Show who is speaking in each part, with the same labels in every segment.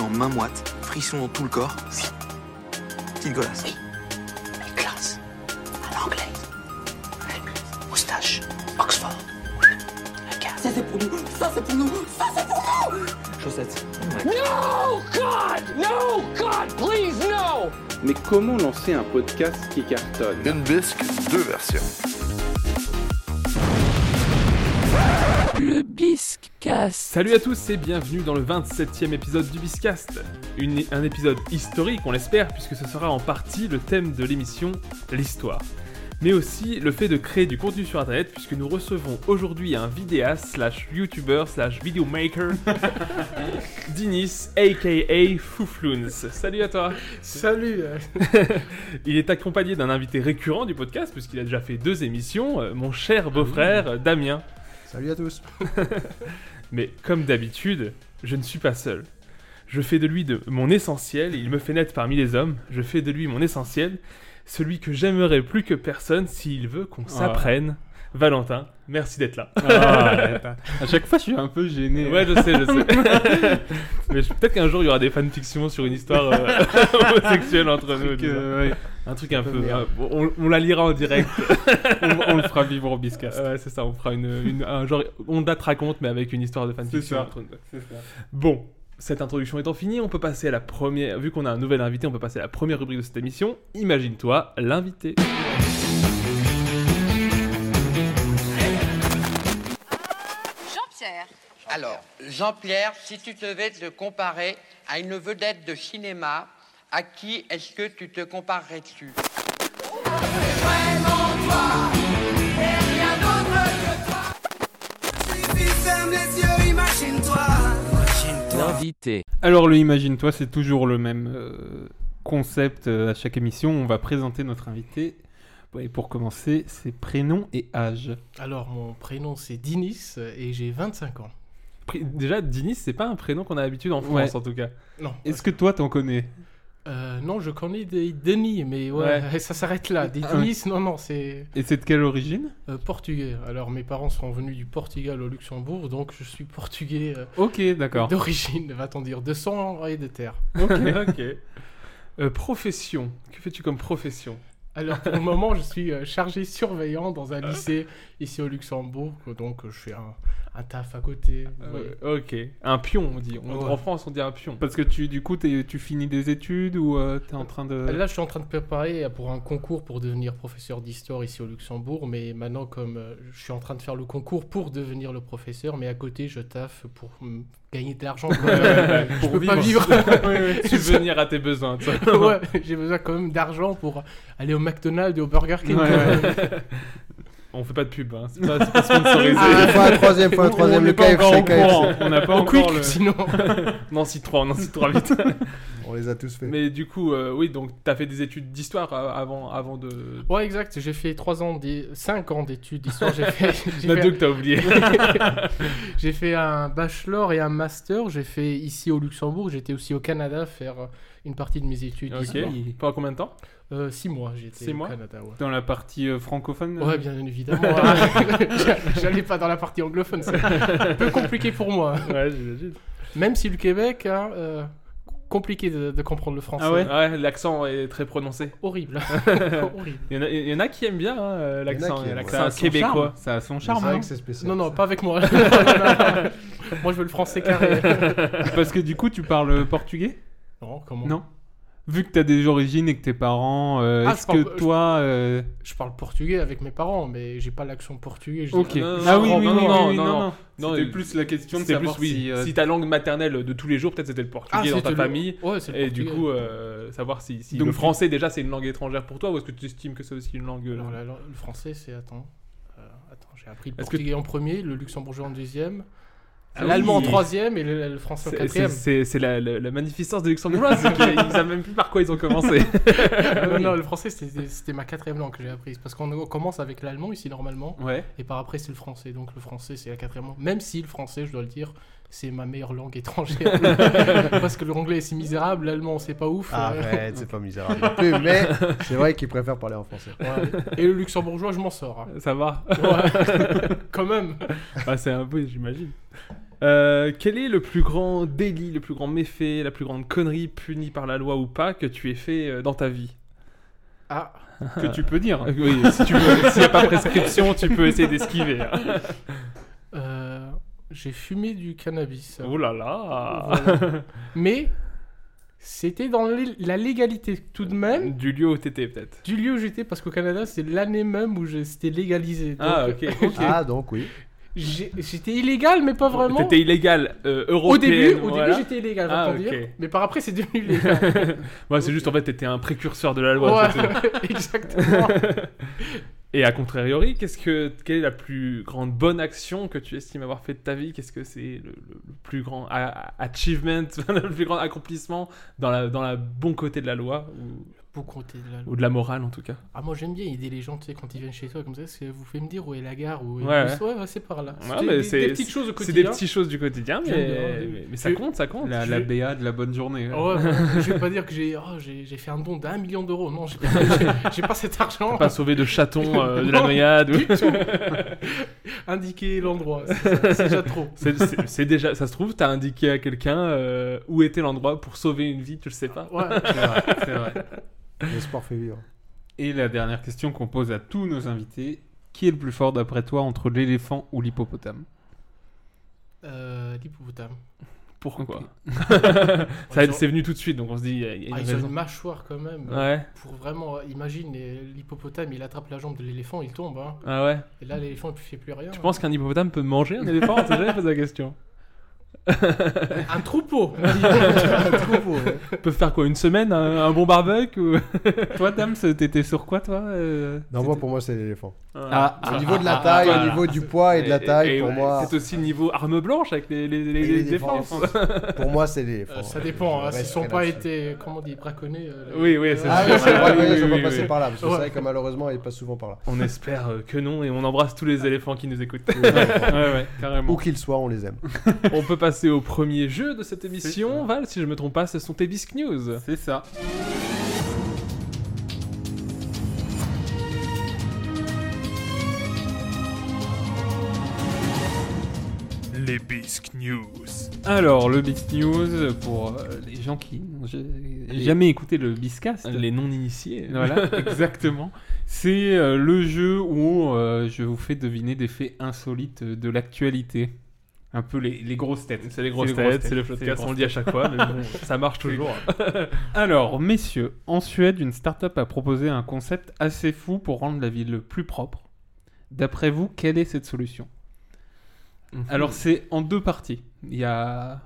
Speaker 1: en main moite, frisson dans tout le corps.
Speaker 2: Oui.
Speaker 1: Petite golasse.
Speaker 2: Oui. Mais classe. À l'anglais. Moustache. Oxford. Regarde.
Speaker 3: Ça c'est pour nous, ça c'est pour nous, ça c'est pour nous
Speaker 1: Chaussettes.
Speaker 4: No, God! No, God, please, no!
Speaker 5: Mais comment lancer un podcast qui cartonne
Speaker 6: Une bisque, deux versions.
Speaker 7: Le bisque casse.
Speaker 8: Salut à tous et bienvenue dans le 27e épisode du Biscast. Une- un épisode historique, on l'espère, puisque ce sera en partie le thème de l'émission, l'histoire. Mais aussi le fait de créer du contenu sur internet, puisque nous recevons aujourd'hui un vidéaste slash youtubeur slash videomaker, Dinis, aka Foufloons. Salut à toi
Speaker 9: Salut euh,
Speaker 8: Il est accompagné d'un invité récurrent du podcast, puisqu'il a déjà fait deux émissions, euh, mon cher beau-frère euh, Damien.
Speaker 9: Salut à tous
Speaker 8: Mais comme d'habitude, je ne suis pas seul. Je fais de lui de mon essentiel, il me fait naître parmi les hommes, je fais de lui mon essentiel, celui que j'aimerais plus que personne s'il veut qu'on
Speaker 7: Ah.
Speaker 8: s'apprenne. Valentin, merci d'être là.
Speaker 7: À chaque fois, je suis un peu gêné.
Speaker 8: Ouais, je sais, je sais. Mais je- peut-être qu'un jour il y aura des fanfictions sur une histoire euh, homosexuelle entre nous.
Speaker 7: Donc,
Speaker 8: disons.
Speaker 7: euh, ouais,
Speaker 8: Un truc un peu.
Speaker 9: merde.
Speaker 8: euh, on, on la lira en direct.
Speaker 7: on, on le fera vivre au biscasse.
Speaker 8: Ouais, c'est ça, on fera une, une- un genre. On date raconte, mais avec une histoire de fanfiction.
Speaker 7: ça.
Speaker 8: entre nous.
Speaker 7: C'est ça.
Speaker 8: Bon, cette introduction étant finie, on peut passer à la première. Vu qu'on a un nouvel invité, on peut passer à la première rubrique de cette émission. Imagine-toi l'invité.
Speaker 10: Jean-Pierre.
Speaker 2: Alors, Jean-Pierre, si tu devais te comparer à une vedette de cinéma, à qui est-ce que tu te comparerais-tu
Speaker 7: L'invité. Alors, le Imagine-toi, c'est toujours le même euh, concept euh, à chaque émission. On va présenter notre invité. Bon, Et pour commencer, ses prénoms et âge.
Speaker 9: Alors, mon prénom c'est Dinis euh, et j'ai 25 ans.
Speaker 8: Pri- Déjà, Dinis, c'est pas un prénom qu'on a l'habitude en France,
Speaker 7: Ouais.
Speaker 8: en tout cas.
Speaker 9: Non,
Speaker 7: Est-ce que toi, t'en connais
Speaker 9: euh, non, je connais des Denis, mais ouais, ça s'arrête là. Des
Speaker 7: Ah ouais.
Speaker 9: Dinis, non, non, c'est
Speaker 7: Et c'est de quelle origine
Speaker 9: euh, portugais. Alors, mes parents sont venus du Portugal au Luxembourg, donc je suis portugais euh,
Speaker 7: Ok, d'accord.
Speaker 9: d'origine, va-t-on dire, de sang et de terre.
Speaker 8: Ok, ok. Euh, profession. Que fais-tu comme profession
Speaker 9: Alors, pour le moment, je suis euh, chargé surveillant dans un lycée ici au Luxembourg, donc euh, je fais un, un taf à côté.
Speaker 7: Ah
Speaker 9: vous voyez.
Speaker 8: Euh, Ok. Un pion, on dit. On-
Speaker 9: Ouais.
Speaker 8: En France, on dit un pion.
Speaker 7: Parce que tu, du coup, t'es- tu finis des études ou euh, t'es en train de.
Speaker 9: Là, je suis en train de préparer pour un concours pour devenir professeur d'histoire ici au Luxembourg, mais maintenant, comme euh, je suis en train de faire le concours pour devenir le professeur, mais à côté, je taffe pour mm, gagner de l'argent. quand même. je peux pas vivre.
Speaker 8: Subvenir à tes besoins. toi.
Speaker 9: Ouais, j'ai besoin quand même d'argent pour aller au McDonald's et au Burger King.
Speaker 7: Ouais, ouais.
Speaker 8: On fait pas de pub, hein. c'est pas, c'est pas sponsorisé.
Speaker 7: Ah,
Speaker 3: Fois la troisième, fois la troisième,
Speaker 7: on
Speaker 3: le
Speaker 7: n'est pas encore
Speaker 3: KFC,
Speaker 7: au courant.
Speaker 3: KFC.
Speaker 7: On n'a pas
Speaker 9: Au Quick,
Speaker 7: encore le.
Speaker 9: sinon.
Speaker 8: Nancy 3, on Nancy 3 vite.
Speaker 3: On les a tous fait.
Speaker 8: Mais du coup, euh, oui, donc t'as fait des études d'histoire euh, avant, avant de.
Speaker 9: Ouais, exact. J'ai fait 3 ans, des... 5 ans d'études d'histoire. J'ai fait, j'ai
Speaker 8: Il y en a
Speaker 9: fait-
Speaker 8: deux que t'as oublié.
Speaker 9: J'ai fait un bachelor et un master. J'ai fait ici au Luxembourg. J'étais aussi au Canada faire euh, une partie de mes études.
Speaker 8: Ok.
Speaker 9: d'histoire.
Speaker 8: Pendant combien de temps
Speaker 9: Euh, six mois, j'étais
Speaker 8: Six
Speaker 9: au
Speaker 8: mois
Speaker 9: Canada. Ouais.
Speaker 7: Dans la partie euh, francophone euh,
Speaker 9: Ouais, bien évidemment. hein. J'allais pas dans la partie anglophone, c'est un peu compliqué pour moi.
Speaker 8: Ouais, j'imagine.
Speaker 9: Même si le Québec, hein, euh, compliqué de, de comprendre le français.
Speaker 7: Ah ouais
Speaker 8: Ouais, l'accent est très prononcé.
Speaker 9: Horrible. Horrible.
Speaker 8: Il y en a, il y en a qui aiment bien hein, euh,
Speaker 3: Il y en a
Speaker 8: l'accent
Speaker 3: qui aiment,
Speaker 8: l'accent
Speaker 7: Ça a son
Speaker 8: québécois.
Speaker 7: charme. Ça a son
Speaker 3: C'est
Speaker 7: charme.
Speaker 3: vrai
Speaker 7: hein.
Speaker 3: que c'est spécial.
Speaker 9: Non, non, pas avec moi. moi, je veux le français carré.
Speaker 7: Parce que du coup, tu parles euh, portugais
Speaker 9: Non, comment
Speaker 7: Non. Vu que t'as des origines et que tes parents, euh,
Speaker 9: Ah,
Speaker 7: est-ce
Speaker 9: je parle-
Speaker 7: que toi, euh,
Speaker 9: Je parle portugais avec mes parents, mais j'ai pas l'accent portugais. je
Speaker 7: ok.
Speaker 9: dirais.
Speaker 8: non, non,
Speaker 7: ah
Speaker 8: non,
Speaker 7: oui,
Speaker 8: non,
Speaker 7: oui,
Speaker 8: non,
Speaker 7: oui,
Speaker 8: non,
Speaker 7: oui,
Speaker 8: non, non.
Speaker 7: non.
Speaker 8: euh,
Speaker 7: C'était plus la question de
Speaker 8: c'était
Speaker 7: savoir
Speaker 8: plus, oui,
Speaker 7: si, euh, Ah,
Speaker 8: ta langue maternelle de tous les jours, peut-être c'était le portugais dans
Speaker 9: Ah, c'était
Speaker 8: ta
Speaker 9: le-
Speaker 8: famille.
Speaker 9: Ouais, c'est le
Speaker 8: Et du
Speaker 9: portugais.
Speaker 8: coup, euh, savoir si, si
Speaker 7: Donc
Speaker 8: le
Speaker 7: tu-
Speaker 8: français déjà c'est une langue étrangère pour toi ou est-ce que tu estimes que c'est aussi une langue. euh,
Speaker 9: Alors, la- la- le français, c'est. Attends. Euh, attends, j'ai appris le
Speaker 8: Est-ce que
Speaker 9: portugais en premier, le luxembourgeois en deuxième,
Speaker 8: Ah
Speaker 9: l'allemand en
Speaker 8: oui.
Speaker 9: troisième et le, le français en
Speaker 8: c'est- C'est
Speaker 9: quatrième.
Speaker 8: c'est- c'est la, la, la magnificence des Luxembourgeois, c'est qu'ils ils savent même plus par quoi ils ont commencé.
Speaker 9: non, non, le français, c'était c'était ma quatrième langue que j'ai apprise. Parce qu'on commence avec l'allemand ici normalement,
Speaker 8: Ouais.
Speaker 9: et par après, c'est le français. Donc, le français, c'est la quatrième langue. Même si le français, je dois le dire, c'est ma meilleure langue étrangère. parce que l'anglais, c'est misérable, l'allemand, c'est pas ouf. euh,
Speaker 8: Ah,
Speaker 3: Arrête, c'est pas misérable non plus, mais c'est vrai qu'ils préfèrent parler en français.
Speaker 9: ouais. Et le luxembourgeois, je m'en sors. hein.
Speaker 8: Ça va
Speaker 9: Ouais. Quand même.
Speaker 8: Ah, c'est un peu, j'imagine. Euh, quel est le plus grand délit, le plus grand méfait, la plus grande connerie punie par la loi ou pas que tu aies fait euh, dans ta vie
Speaker 9: Ah,
Speaker 7: que tu peux dire.
Speaker 8: Euh, Oui, si tu veux, s'il n'y a pas prescription, tu peux essayer d'esquiver. hein.
Speaker 9: euh, j'ai fumé du cannabis.
Speaker 8: Oh là là
Speaker 9: Voilà. Mais c'était dans l'é- la légalité tout de même
Speaker 8: Du lieu où t'étais peut-être.
Speaker 9: du lieu où j'étais parce qu'au Canada c'est l'année même où j'ai- c'était légalisé. Donc,
Speaker 8: Ah ok.
Speaker 3: Ah, donc oui.
Speaker 9: j'ai- J'étais illégal mais pas Ah, vraiment.
Speaker 8: T'étais illégal euh,
Speaker 9: Au
Speaker 8: européen.
Speaker 9: début, au
Speaker 8: voilà.
Speaker 9: début j'étais illégal,
Speaker 8: Ah,
Speaker 9: j'entends
Speaker 8: ok.
Speaker 9: dire. Mais par après c'est devenu légal.
Speaker 8: Ouais, Bah, c'est juste en fait t'étais un précurseur de la loi.
Speaker 9: Ouais,
Speaker 8: c'est tout.
Speaker 9: exactement.
Speaker 8: Et à contrariori, qu'est-ce que quelle est la plus grande bonne action que tu estimes avoir fait de ta vie Qu'est-ce que c'est le, le- le plus grand a- achievement, le plus grand accomplissement dans la dans la bon côté de la loi ou,
Speaker 9: Pour compter de la loi.
Speaker 8: ou de la morale en tout cas
Speaker 9: Ah, moi j'aime bien aider les gens, tu sais, quand ils viennent chez toi comme ça, c'est vous pouvez me dire où est la gare, où est
Speaker 8: Ouais,
Speaker 9: le bus ouais, ouais, c'est par là.
Speaker 8: Ouais,
Speaker 9: C'était
Speaker 8: mais
Speaker 9: des,
Speaker 8: c'est-
Speaker 9: des petites choses au
Speaker 8: C'est des
Speaker 9: quotidien.
Speaker 8: petites choses du quotidien, mais,
Speaker 9: J'aime bien,
Speaker 8: mais,
Speaker 9: oui.
Speaker 8: mais ça
Speaker 9: Je-
Speaker 8: compte, ça compte.
Speaker 7: La,
Speaker 8: Je-
Speaker 7: la BA de la bonne journée.
Speaker 9: Ah ouais, ouais, je vais pas dire que j'ai oh, j'ai j'ai fait un don d'un million d'euros, non, j'ai j'ai- j'ai pas cet argent.
Speaker 8: Pas sauvé de chaton euh, de la
Speaker 9: Non,
Speaker 8: noyade. ou-
Speaker 9: Indiquer l'endroit, c'est ça, c'est déjà trop.
Speaker 8: C'est- C'est c'est déjà, ça se trouve, t'as indiqué à quelqu'un euh, où était l'endroit pour sauver une vie, tu le sais pas.
Speaker 9: Ouais.
Speaker 7: C'est vrai.
Speaker 3: Le sport fait vivre.
Speaker 7: Et la dernière question qu'on pose à tous nos invités qui est le plus fort d'après toi entre l'éléphant ou l'hippopotame
Speaker 9: Euh, l'hippopotame.
Speaker 8: Pourquoi
Speaker 7: Ok.
Speaker 8: Ça,
Speaker 9: Ils ont-
Speaker 8: C'est venu tout de suite, donc on se dit, il y a il y a une
Speaker 9: Ah, ils ont
Speaker 8: raison.
Speaker 9: une mâchoire quand même.
Speaker 8: Ouais,
Speaker 9: Pour vraiment, imagine euh, l'hippopotame, il attrape la jambe de l'éléphant, il tombe. hein.
Speaker 8: ah ouais.
Speaker 9: Et là, l'éléphant, il fait plus rien.
Speaker 8: Tu penses qu'un hippopotame peut manger un éléphant T'as jamais posé la question.
Speaker 9: Un troupeau
Speaker 8: Peut faire quoi Une semaine Un, un bon barbecue ou...
Speaker 7: Toi, Dams, t'étais sur quoi, toi euh,
Speaker 3: Non,
Speaker 7: t'étais-
Speaker 3: moi, pour moi, c'est l'éléphant.
Speaker 8: Ah,
Speaker 3: Au niveau de la taille,
Speaker 8: voilà.
Speaker 3: au niveau du poids et de la
Speaker 8: Et-
Speaker 3: taille,
Speaker 8: et-
Speaker 3: pour
Speaker 8: et
Speaker 3: moi,
Speaker 8: C'est aussi le niveau arme blanche avec les, les, les-
Speaker 3: Et
Speaker 8: les
Speaker 3: les
Speaker 8: défenses.
Speaker 3: pour moi, c'est l'éléphant.
Speaker 9: Euh, Ça dépend, hein,
Speaker 3: Ouais,
Speaker 9: s'ils
Speaker 3: c'est
Speaker 9: sont
Speaker 3: rien
Speaker 9: pas
Speaker 3: là-dessus.
Speaker 9: été, comment on dit, braconnés. euh,
Speaker 8: Oui, oui, c'est
Speaker 3: Ah
Speaker 8: sûr.
Speaker 3: oui, c'est vrai,
Speaker 8: Oui,
Speaker 3: oui,
Speaker 8: oui,
Speaker 3: ils sont
Speaker 8: oui,
Speaker 3: pas
Speaker 8: oui.
Speaker 3: passés par là, parce que
Speaker 9: Ouais.
Speaker 3: c'est vrai que malheureusement, ils passent souvent par là.
Speaker 8: On espère euh, que non et on embrasse tous les éléphants qui nous écoutent. ouais, ouais, carrément.
Speaker 3: Où qu'ils soient, on les aime.
Speaker 8: On peut passer au premier jeu de cette émission. Val, si je me trompe pas, ce sont tes bisque news.
Speaker 7: C'est ça.
Speaker 8: Les bisque news.
Speaker 7: Alors, le Bisc News, pour euh, les gens qui n'ont ja- jamais écouté le Biscast.
Speaker 8: Les non-initiés.
Speaker 7: Voilà, exactement. C'est euh, le jeu où euh, je vous fais deviner des faits insolites de l'actualité. Un peu les, les grosses têtes.
Speaker 8: C'est les grosses têtes, c'est le podcast, on le dit à chaque fois, mais bon, ça marche toujours.
Speaker 7: Alors, messieurs, en Suède, une start-up a proposé un concept assez fou pour rendre la ville plus propre. D'après vous, quelle est cette solution
Speaker 8: Mhm.
Speaker 7: Alors, c'est en deux parties. Il y a.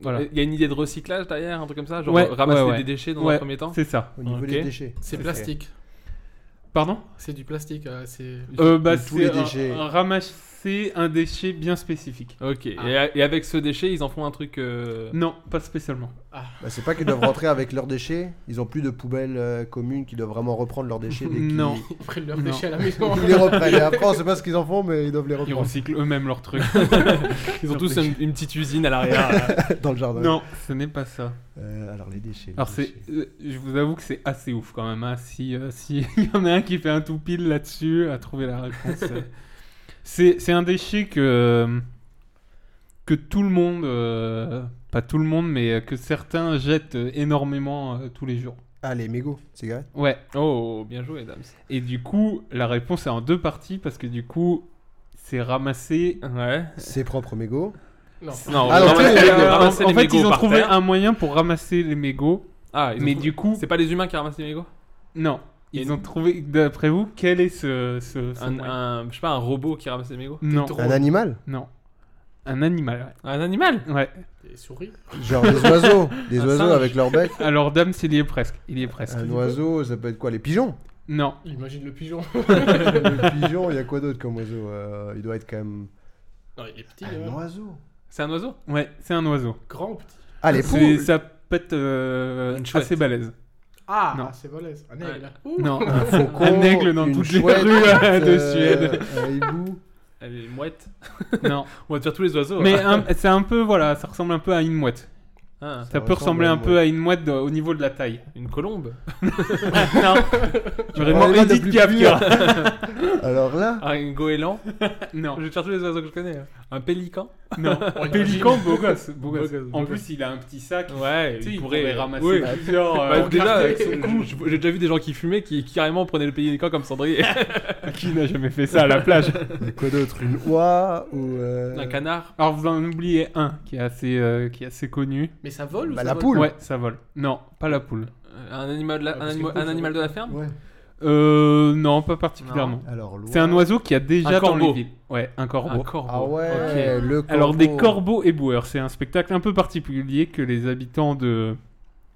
Speaker 7: Voilà.
Speaker 8: Il y a une idée de recyclage derrière, un truc comme ça, genre
Speaker 7: Ouais,
Speaker 8: ramasser
Speaker 7: ouais, ouais.
Speaker 8: des déchets dans
Speaker 7: Ouais,
Speaker 8: un premier temps.
Speaker 7: C'est ça.
Speaker 3: Au niveau
Speaker 8: Ok.
Speaker 3: des déchets.
Speaker 9: C'est
Speaker 3: Ok.
Speaker 9: plastique.
Speaker 7: Pardon
Speaker 9: C'est du plastique. euh, c'est...
Speaker 7: euh, bah,
Speaker 3: tous
Speaker 7: c'est
Speaker 3: les
Speaker 7: un-
Speaker 3: déchets.
Speaker 7: un ramasser un déchet bien spécifique.
Speaker 8: Ok,
Speaker 9: Ah.
Speaker 8: et, a- et avec ce déchet, ils en font un truc. euh,
Speaker 7: Non, pas spécialement.
Speaker 3: Bah, c'est pas qu'ils doivent rentrer avec leurs déchets, ils ont plus de poubelles euh, communes qui doivent vraiment reprendre leurs déchets dès qu'ils-
Speaker 7: Non.
Speaker 9: Ils prennent leurs
Speaker 7: Non.
Speaker 9: déchets à la maison.
Speaker 3: Ils les reprennent. Et après, on sait pas ce qu'ils en font, mais ils doivent les
Speaker 7: Ils
Speaker 3: reprendre
Speaker 7: recyclent eux-mêmes leurs trucs.
Speaker 8: Ils ont tous une, une petite usine à l'arrière.
Speaker 3: dans le jardin.
Speaker 7: non, ce n'est pas ça.
Speaker 3: Euh, alors, les déchets. les
Speaker 7: Alors c'est,
Speaker 3: déchets.
Speaker 7: euh, je vous avoue que c'est assez ouf quand même. hein. Si euh, si il y en a un qui fait un tout pile là-dessus, à trouver la réponse. euh. c'est c'est un déchet que euh, que tout le monde, euh, pas tout le monde, mais euh, que certains jettent euh, énormément euh, tous les jours.
Speaker 3: Ah, les mégots, cigarettes.
Speaker 7: Ouais.
Speaker 8: oh, bien joué, dames.
Speaker 7: Et du coup, la réponse est en deux parties parce que du coup, c'est ramasser.
Speaker 8: Ouais.
Speaker 3: Ses propres mégots.
Speaker 9: Non.
Speaker 8: Non,
Speaker 3: Ah, non,
Speaker 8: ramasser,
Speaker 3: tous les-
Speaker 8: les-
Speaker 7: en,
Speaker 8: ramasser
Speaker 7: en
Speaker 8: les
Speaker 7: fait,
Speaker 8: mégots
Speaker 7: ils ont
Speaker 8: par
Speaker 7: trouvé
Speaker 8: terre.
Speaker 7: un moyen pour ramasser les mégots,
Speaker 8: Ah, ils ont
Speaker 7: mais
Speaker 8: trouvé-
Speaker 7: du coup,
Speaker 8: C'est pas les humains qui ramassent les mégots
Speaker 7: non.
Speaker 8: Et-
Speaker 7: Ils ont trouvé, d'après vous, quel est ce, ce, ce
Speaker 8: un,
Speaker 7: moyen
Speaker 8: un- Je sais pas, un robot qui ramasse les mégots
Speaker 7: Non.
Speaker 9: drôle.
Speaker 3: Un animal
Speaker 7: Non. Un animal,
Speaker 8: Un animal
Speaker 7: ouais. ouais.
Speaker 9: Des souris.
Speaker 3: Genre des oiseaux. Des
Speaker 8: Un
Speaker 3: oiseaux
Speaker 8: singe.
Speaker 3: avec leur bec.
Speaker 7: Alors, Dams, il y est presque. Il y est presque.
Speaker 3: Un oiseau, ça peut être quoi Les pigeons
Speaker 7: Non.
Speaker 9: Imagine le pigeon.
Speaker 3: Le pigeon, il y a quoi d'autre comme oiseau Euh, Il doit être quand même.
Speaker 9: Non, il est petit, euh,
Speaker 3: Un oiseau
Speaker 8: C'est un oiseau
Speaker 7: Ouais, c'est un oiseau.
Speaker 9: grand ou petit.
Speaker 3: Ah, les
Speaker 7: C'est-
Speaker 3: poules
Speaker 7: Ça pète euh,
Speaker 8: Une chouette.
Speaker 7: assez balèze.
Speaker 9: Ah,
Speaker 7: Non.
Speaker 9: c'est balèze. Un aigle. là.
Speaker 7: Non.
Speaker 3: Un faucon.
Speaker 7: Un aigle dans
Speaker 3: une
Speaker 7: toutes les
Speaker 3: chouette,
Speaker 7: rues, euh, de
Speaker 3: euh,
Speaker 7: Suède.
Speaker 3: Un hibou.
Speaker 8: Elle est mouette.
Speaker 7: non.
Speaker 8: On va te faire tous les oiseaux.
Speaker 7: Mais
Speaker 8: hein.
Speaker 7: un- c'est un peu, voilà, ça ressemble un peu à une mouette.
Speaker 8: Ah,
Speaker 7: Ça, peut
Speaker 3: ressemble
Speaker 7: ressembler
Speaker 3: à
Speaker 7: un
Speaker 3: une
Speaker 7: peu à une mouette de- au niveau de la taille.
Speaker 8: une colombe
Speaker 7: non. Vraiment,
Speaker 3: On est dans le
Speaker 7: Edith
Speaker 3: plus
Speaker 7: Piaf.
Speaker 3: Alors là,
Speaker 8: Un goéland
Speaker 7: Non.
Speaker 8: Je vais te faire tous les oiseaux que je connais. Un pélican
Speaker 7: Non,
Speaker 9: On
Speaker 7: Pélican,
Speaker 9: imagine.
Speaker 7: beau gosse. beau gosse.
Speaker 8: Beau gosse,
Speaker 7: En
Speaker 8: beau
Speaker 7: plus, il a un petit sac.
Speaker 8: Ouais,
Speaker 7: Tu sais, il pourrait ramasser
Speaker 8: oui.
Speaker 7: plusieurs.
Speaker 8: Bah,
Speaker 7: euh,
Speaker 8: déjà,
Speaker 7: cartes.
Speaker 8: avec son cou, je- j'ai déjà vu des gens qui fumaient qui qui carrément prenaient le pélican comme cendrier.
Speaker 7: Qui n'a jamais fait ça à la plage
Speaker 3: Quoi d'autre Une oie ou. euh,
Speaker 8: Un canard.
Speaker 7: Alors, vous en oubliez un qui est assez, euh, qui est assez connu.
Speaker 9: Mais ça vole ou
Speaker 3: Bah,
Speaker 9: ça
Speaker 3: la
Speaker 9: vole
Speaker 3: poule.
Speaker 7: Ouais, ça vole. Non, pas la poule.
Speaker 8: Un animal de la-
Speaker 9: Ah,
Speaker 8: un
Speaker 9: parce
Speaker 8: animo-
Speaker 9: que
Speaker 8: un animal de la ferme.
Speaker 3: Ouais.
Speaker 7: Euh, non, pas particulièrement.
Speaker 3: Alors, l'oie.
Speaker 7: C'est un oiseau qui a déjà
Speaker 8: Un
Speaker 7: dans les
Speaker 8: corbeau.
Speaker 7: villes. Ouais, un
Speaker 8: Un
Speaker 7: corbeau.
Speaker 8: corbeau.
Speaker 3: Ah ouais, le corbeau.
Speaker 7: Alors des corbeaux éboueurs, c'est un spectacle un peu particulier que les habitants de...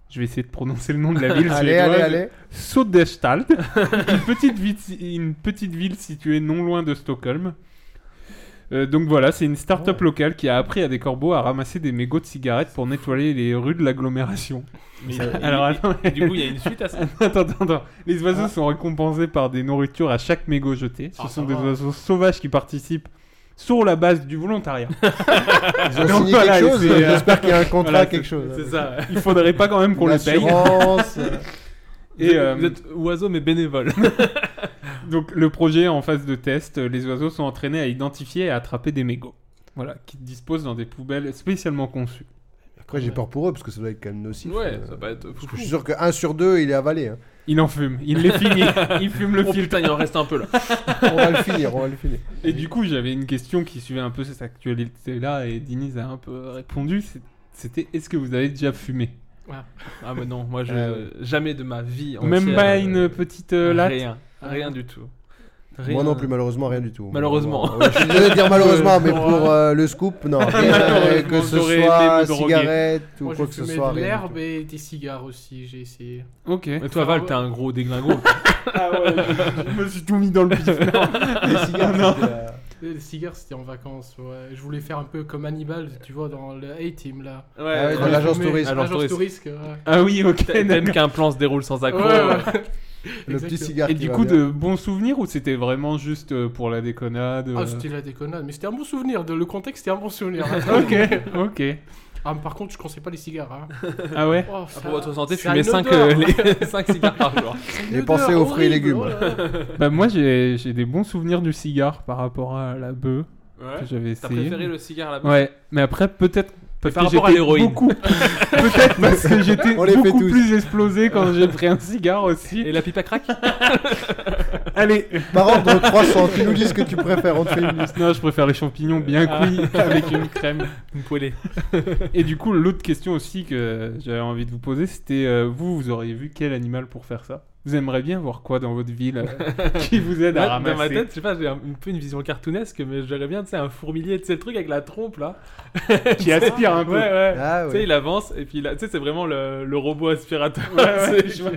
Speaker 7: Je vais essayer de prononcer le nom de la ville.
Speaker 3: Allez,
Speaker 7: suédoise.
Speaker 3: allez, allez.
Speaker 7: Söderstad, une, petite ville, une petite ville située non loin de Stockholm. Euh, donc voilà, c'est une start-up locale qui a appris à des corbeaux à ramasser des mégots de cigarettes pour nettoyer les rues de l'agglomération.
Speaker 8: Mais-
Speaker 7: Alors attends,
Speaker 8: Et du coup, il y a une suite à ça.
Speaker 7: Attends, attends, attends. Les oiseaux sont récompensés par des nourritures à chaque mégot jeté. Ce
Speaker 9: Ah, ça
Speaker 7: sont des
Speaker 9: va.
Speaker 7: oiseaux sauvages qui participent sur la base du volontariat.
Speaker 3: Ils ont
Speaker 7: Donc
Speaker 3: signé
Speaker 7: voilà,
Speaker 3: quelque chose.
Speaker 7: c'est, euh,
Speaker 3: J'espère qu'il y a un contrat,
Speaker 7: voilà,
Speaker 3: quelque chose. hein,
Speaker 8: C'est ça.
Speaker 7: Il faudrait pas quand même qu'on les paye.
Speaker 3: L'assurance, euh,
Speaker 8: Et
Speaker 7: Et euh,
Speaker 8: vous êtes oiseau mais bénévole.
Speaker 7: donc le projet en phase de test, les oiseaux sont entraînés à identifier et à attraper des mégots. Voilà, qui disposent dans des poubelles spécialement conçues.
Speaker 3: Après, j'ai peur pour eux parce que ça doit être quand même nocif.
Speaker 8: ouais,
Speaker 3: euh,
Speaker 8: ça va être.
Speaker 3: parce que je suis sûr que 1 sur 2, il est avalé. hein.
Speaker 7: Il en fume, il les finit, il fume le
Speaker 8: Oh
Speaker 7: filtre.
Speaker 8: putain, il en reste un peu là.
Speaker 3: On va le finir, on va le finir.
Speaker 7: Et du coup, j'avais une question qui suivait un peu cette actualité-là et Denise a un peu répondu. C'est- C'était est-ce que vous avez déjà fumé
Speaker 8: Ah mais non, moi je
Speaker 3: Euh,
Speaker 8: jamais de ma vie.
Speaker 7: Même
Speaker 8: entière,
Speaker 7: pas
Speaker 8: euh,
Speaker 7: une petite euh, latte
Speaker 8: Rien, rien du tout.
Speaker 3: Moi
Speaker 8: Rien.
Speaker 3: non plus, malheureusement, rien du tout.
Speaker 8: Malheureusement.
Speaker 3: Ouais, je suis désolé de dire malheureusement, mais pour euh, le scoop, non. Rien, que ce
Speaker 8: j'aurais aimé
Speaker 3: soit
Speaker 8: me droguer.
Speaker 3: cigarette ou
Speaker 9: Moi,
Speaker 3: quoi
Speaker 9: j'ai
Speaker 3: que ce
Speaker 9: fumé
Speaker 3: soit.
Speaker 9: de
Speaker 3: rien du
Speaker 9: l'herbe et des cigares aussi, j'ai essayé.
Speaker 7: Ok.
Speaker 8: Mais toi Val, t'es un gros déglingo.
Speaker 7: je me suis tout mis dans le pif.
Speaker 3: tout. Les cigares, c'était, euh,
Speaker 9: Et Les cigares, c'était en vacances, ouais. Je voulais faire un peu comme Hannibal, tu vois, dans le A-Team, là.
Speaker 3: Ah ouais, dans
Speaker 8: ouais.
Speaker 3: l'agence
Speaker 9: Mais-
Speaker 3: touriste.
Speaker 8: Agence
Speaker 9: Agence
Speaker 8: touriste.
Speaker 9: touriste, ouais.
Speaker 7: Ah oui, ok.
Speaker 8: Même qu'un plan se déroule sans accro.
Speaker 9: Ouais, ouais.
Speaker 3: Le
Speaker 9: Exactement.
Speaker 3: petit cigare.
Speaker 7: Et
Speaker 3: qui
Speaker 7: du
Speaker 3: va
Speaker 7: coup,
Speaker 3: bien.
Speaker 7: de bons souvenirs ou c'était vraiment juste euh, pour la déconnade euh
Speaker 9: Ah, c'était la déconnade, mais c'était un bon souvenir. de- Le contexte, c'était un bon souvenir.
Speaker 7: Ok, ok.
Speaker 9: ah, mais par contre, je conseille pas les cigares. Hein.
Speaker 7: Ah ouais
Speaker 9: Oh,
Speaker 8: Ah,
Speaker 9: ça-
Speaker 8: Pour votre santé,
Speaker 9: ça a
Speaker 8: fumez euh,
Speaker 9: une
Speaker 8: 5
Speaker 9: odeur.
Speaker 8: cigares par jour.
Speaker 9: Une
Speaker 3: Et
Speaker 9: odeur
Speaker 3: pensez aux fruits et
Speaker 9: horrible,
Speaker 3: légumes.
Speaker 9: oh là là.
Speaker 7: Bah moi, j'ai j'ai des bons souvenirs du cigare par rapport à la bœuf que j'avais
Speaker 8: T'as
Speaker 7: essayé.
Speaker 8: préféré le cigare là-bas
Speaker 7: Ouais, mais après peut-être parce
Speaker 8: par
Speaker 7: que
Speaker 8: rapport à
Speaker 7: j'étais
Speaker 8: l'héroïne.
Speaker 7: beaucoup peut-être parce que j'étais
Speaker 3: On les fait
Speaker 7: beaucoup
Speaker 3: tous.
Speaker 7: plus explosé quand j'ai pris un cigare aussi.
Speaker 8: Et la pipe à crack
Speaker 7: Allez,
Speaker 3: Par ordre de 300, tu nous dis ce que tu préfères, on te fait une liste.
Speaker 7: non, je préfère les champignons bien
Speaker 8: Ah.
Speaker 7: cuits avec une crème.
Speaker 8: Une poêlée.
Speaker 7: Et du coup, l'autre question aussi que j'avais envie de vous poser, c'était euh, vous, vous auriez vu quel animal pour faire ça Vous aimeriez bien voir quoi dans votre ville euh, qui vous aide à
Speaker 8: Là,
Speaker 7: ramasser
Speaker 8: Dans ma tête, je sais pas, j'ai un, un peu une vision cartoonesque, mais j'aurais bien, tu sais, un fourmilier, tu sais, le truc avec la trompe là.
Speaker 7: qui aspire un peu
Speaker 8: Ouais, ouais.
Speaker 3: Ah
Speaker 8: Tu sais,
Speaker 3: ouais.
Speaker 8: il avance et puis là, tu sais, c'est vraiment le, le robot aspirateur.
Speaker 7: ouais,
Speaker 8: C'est-
Speaker 7: je vois.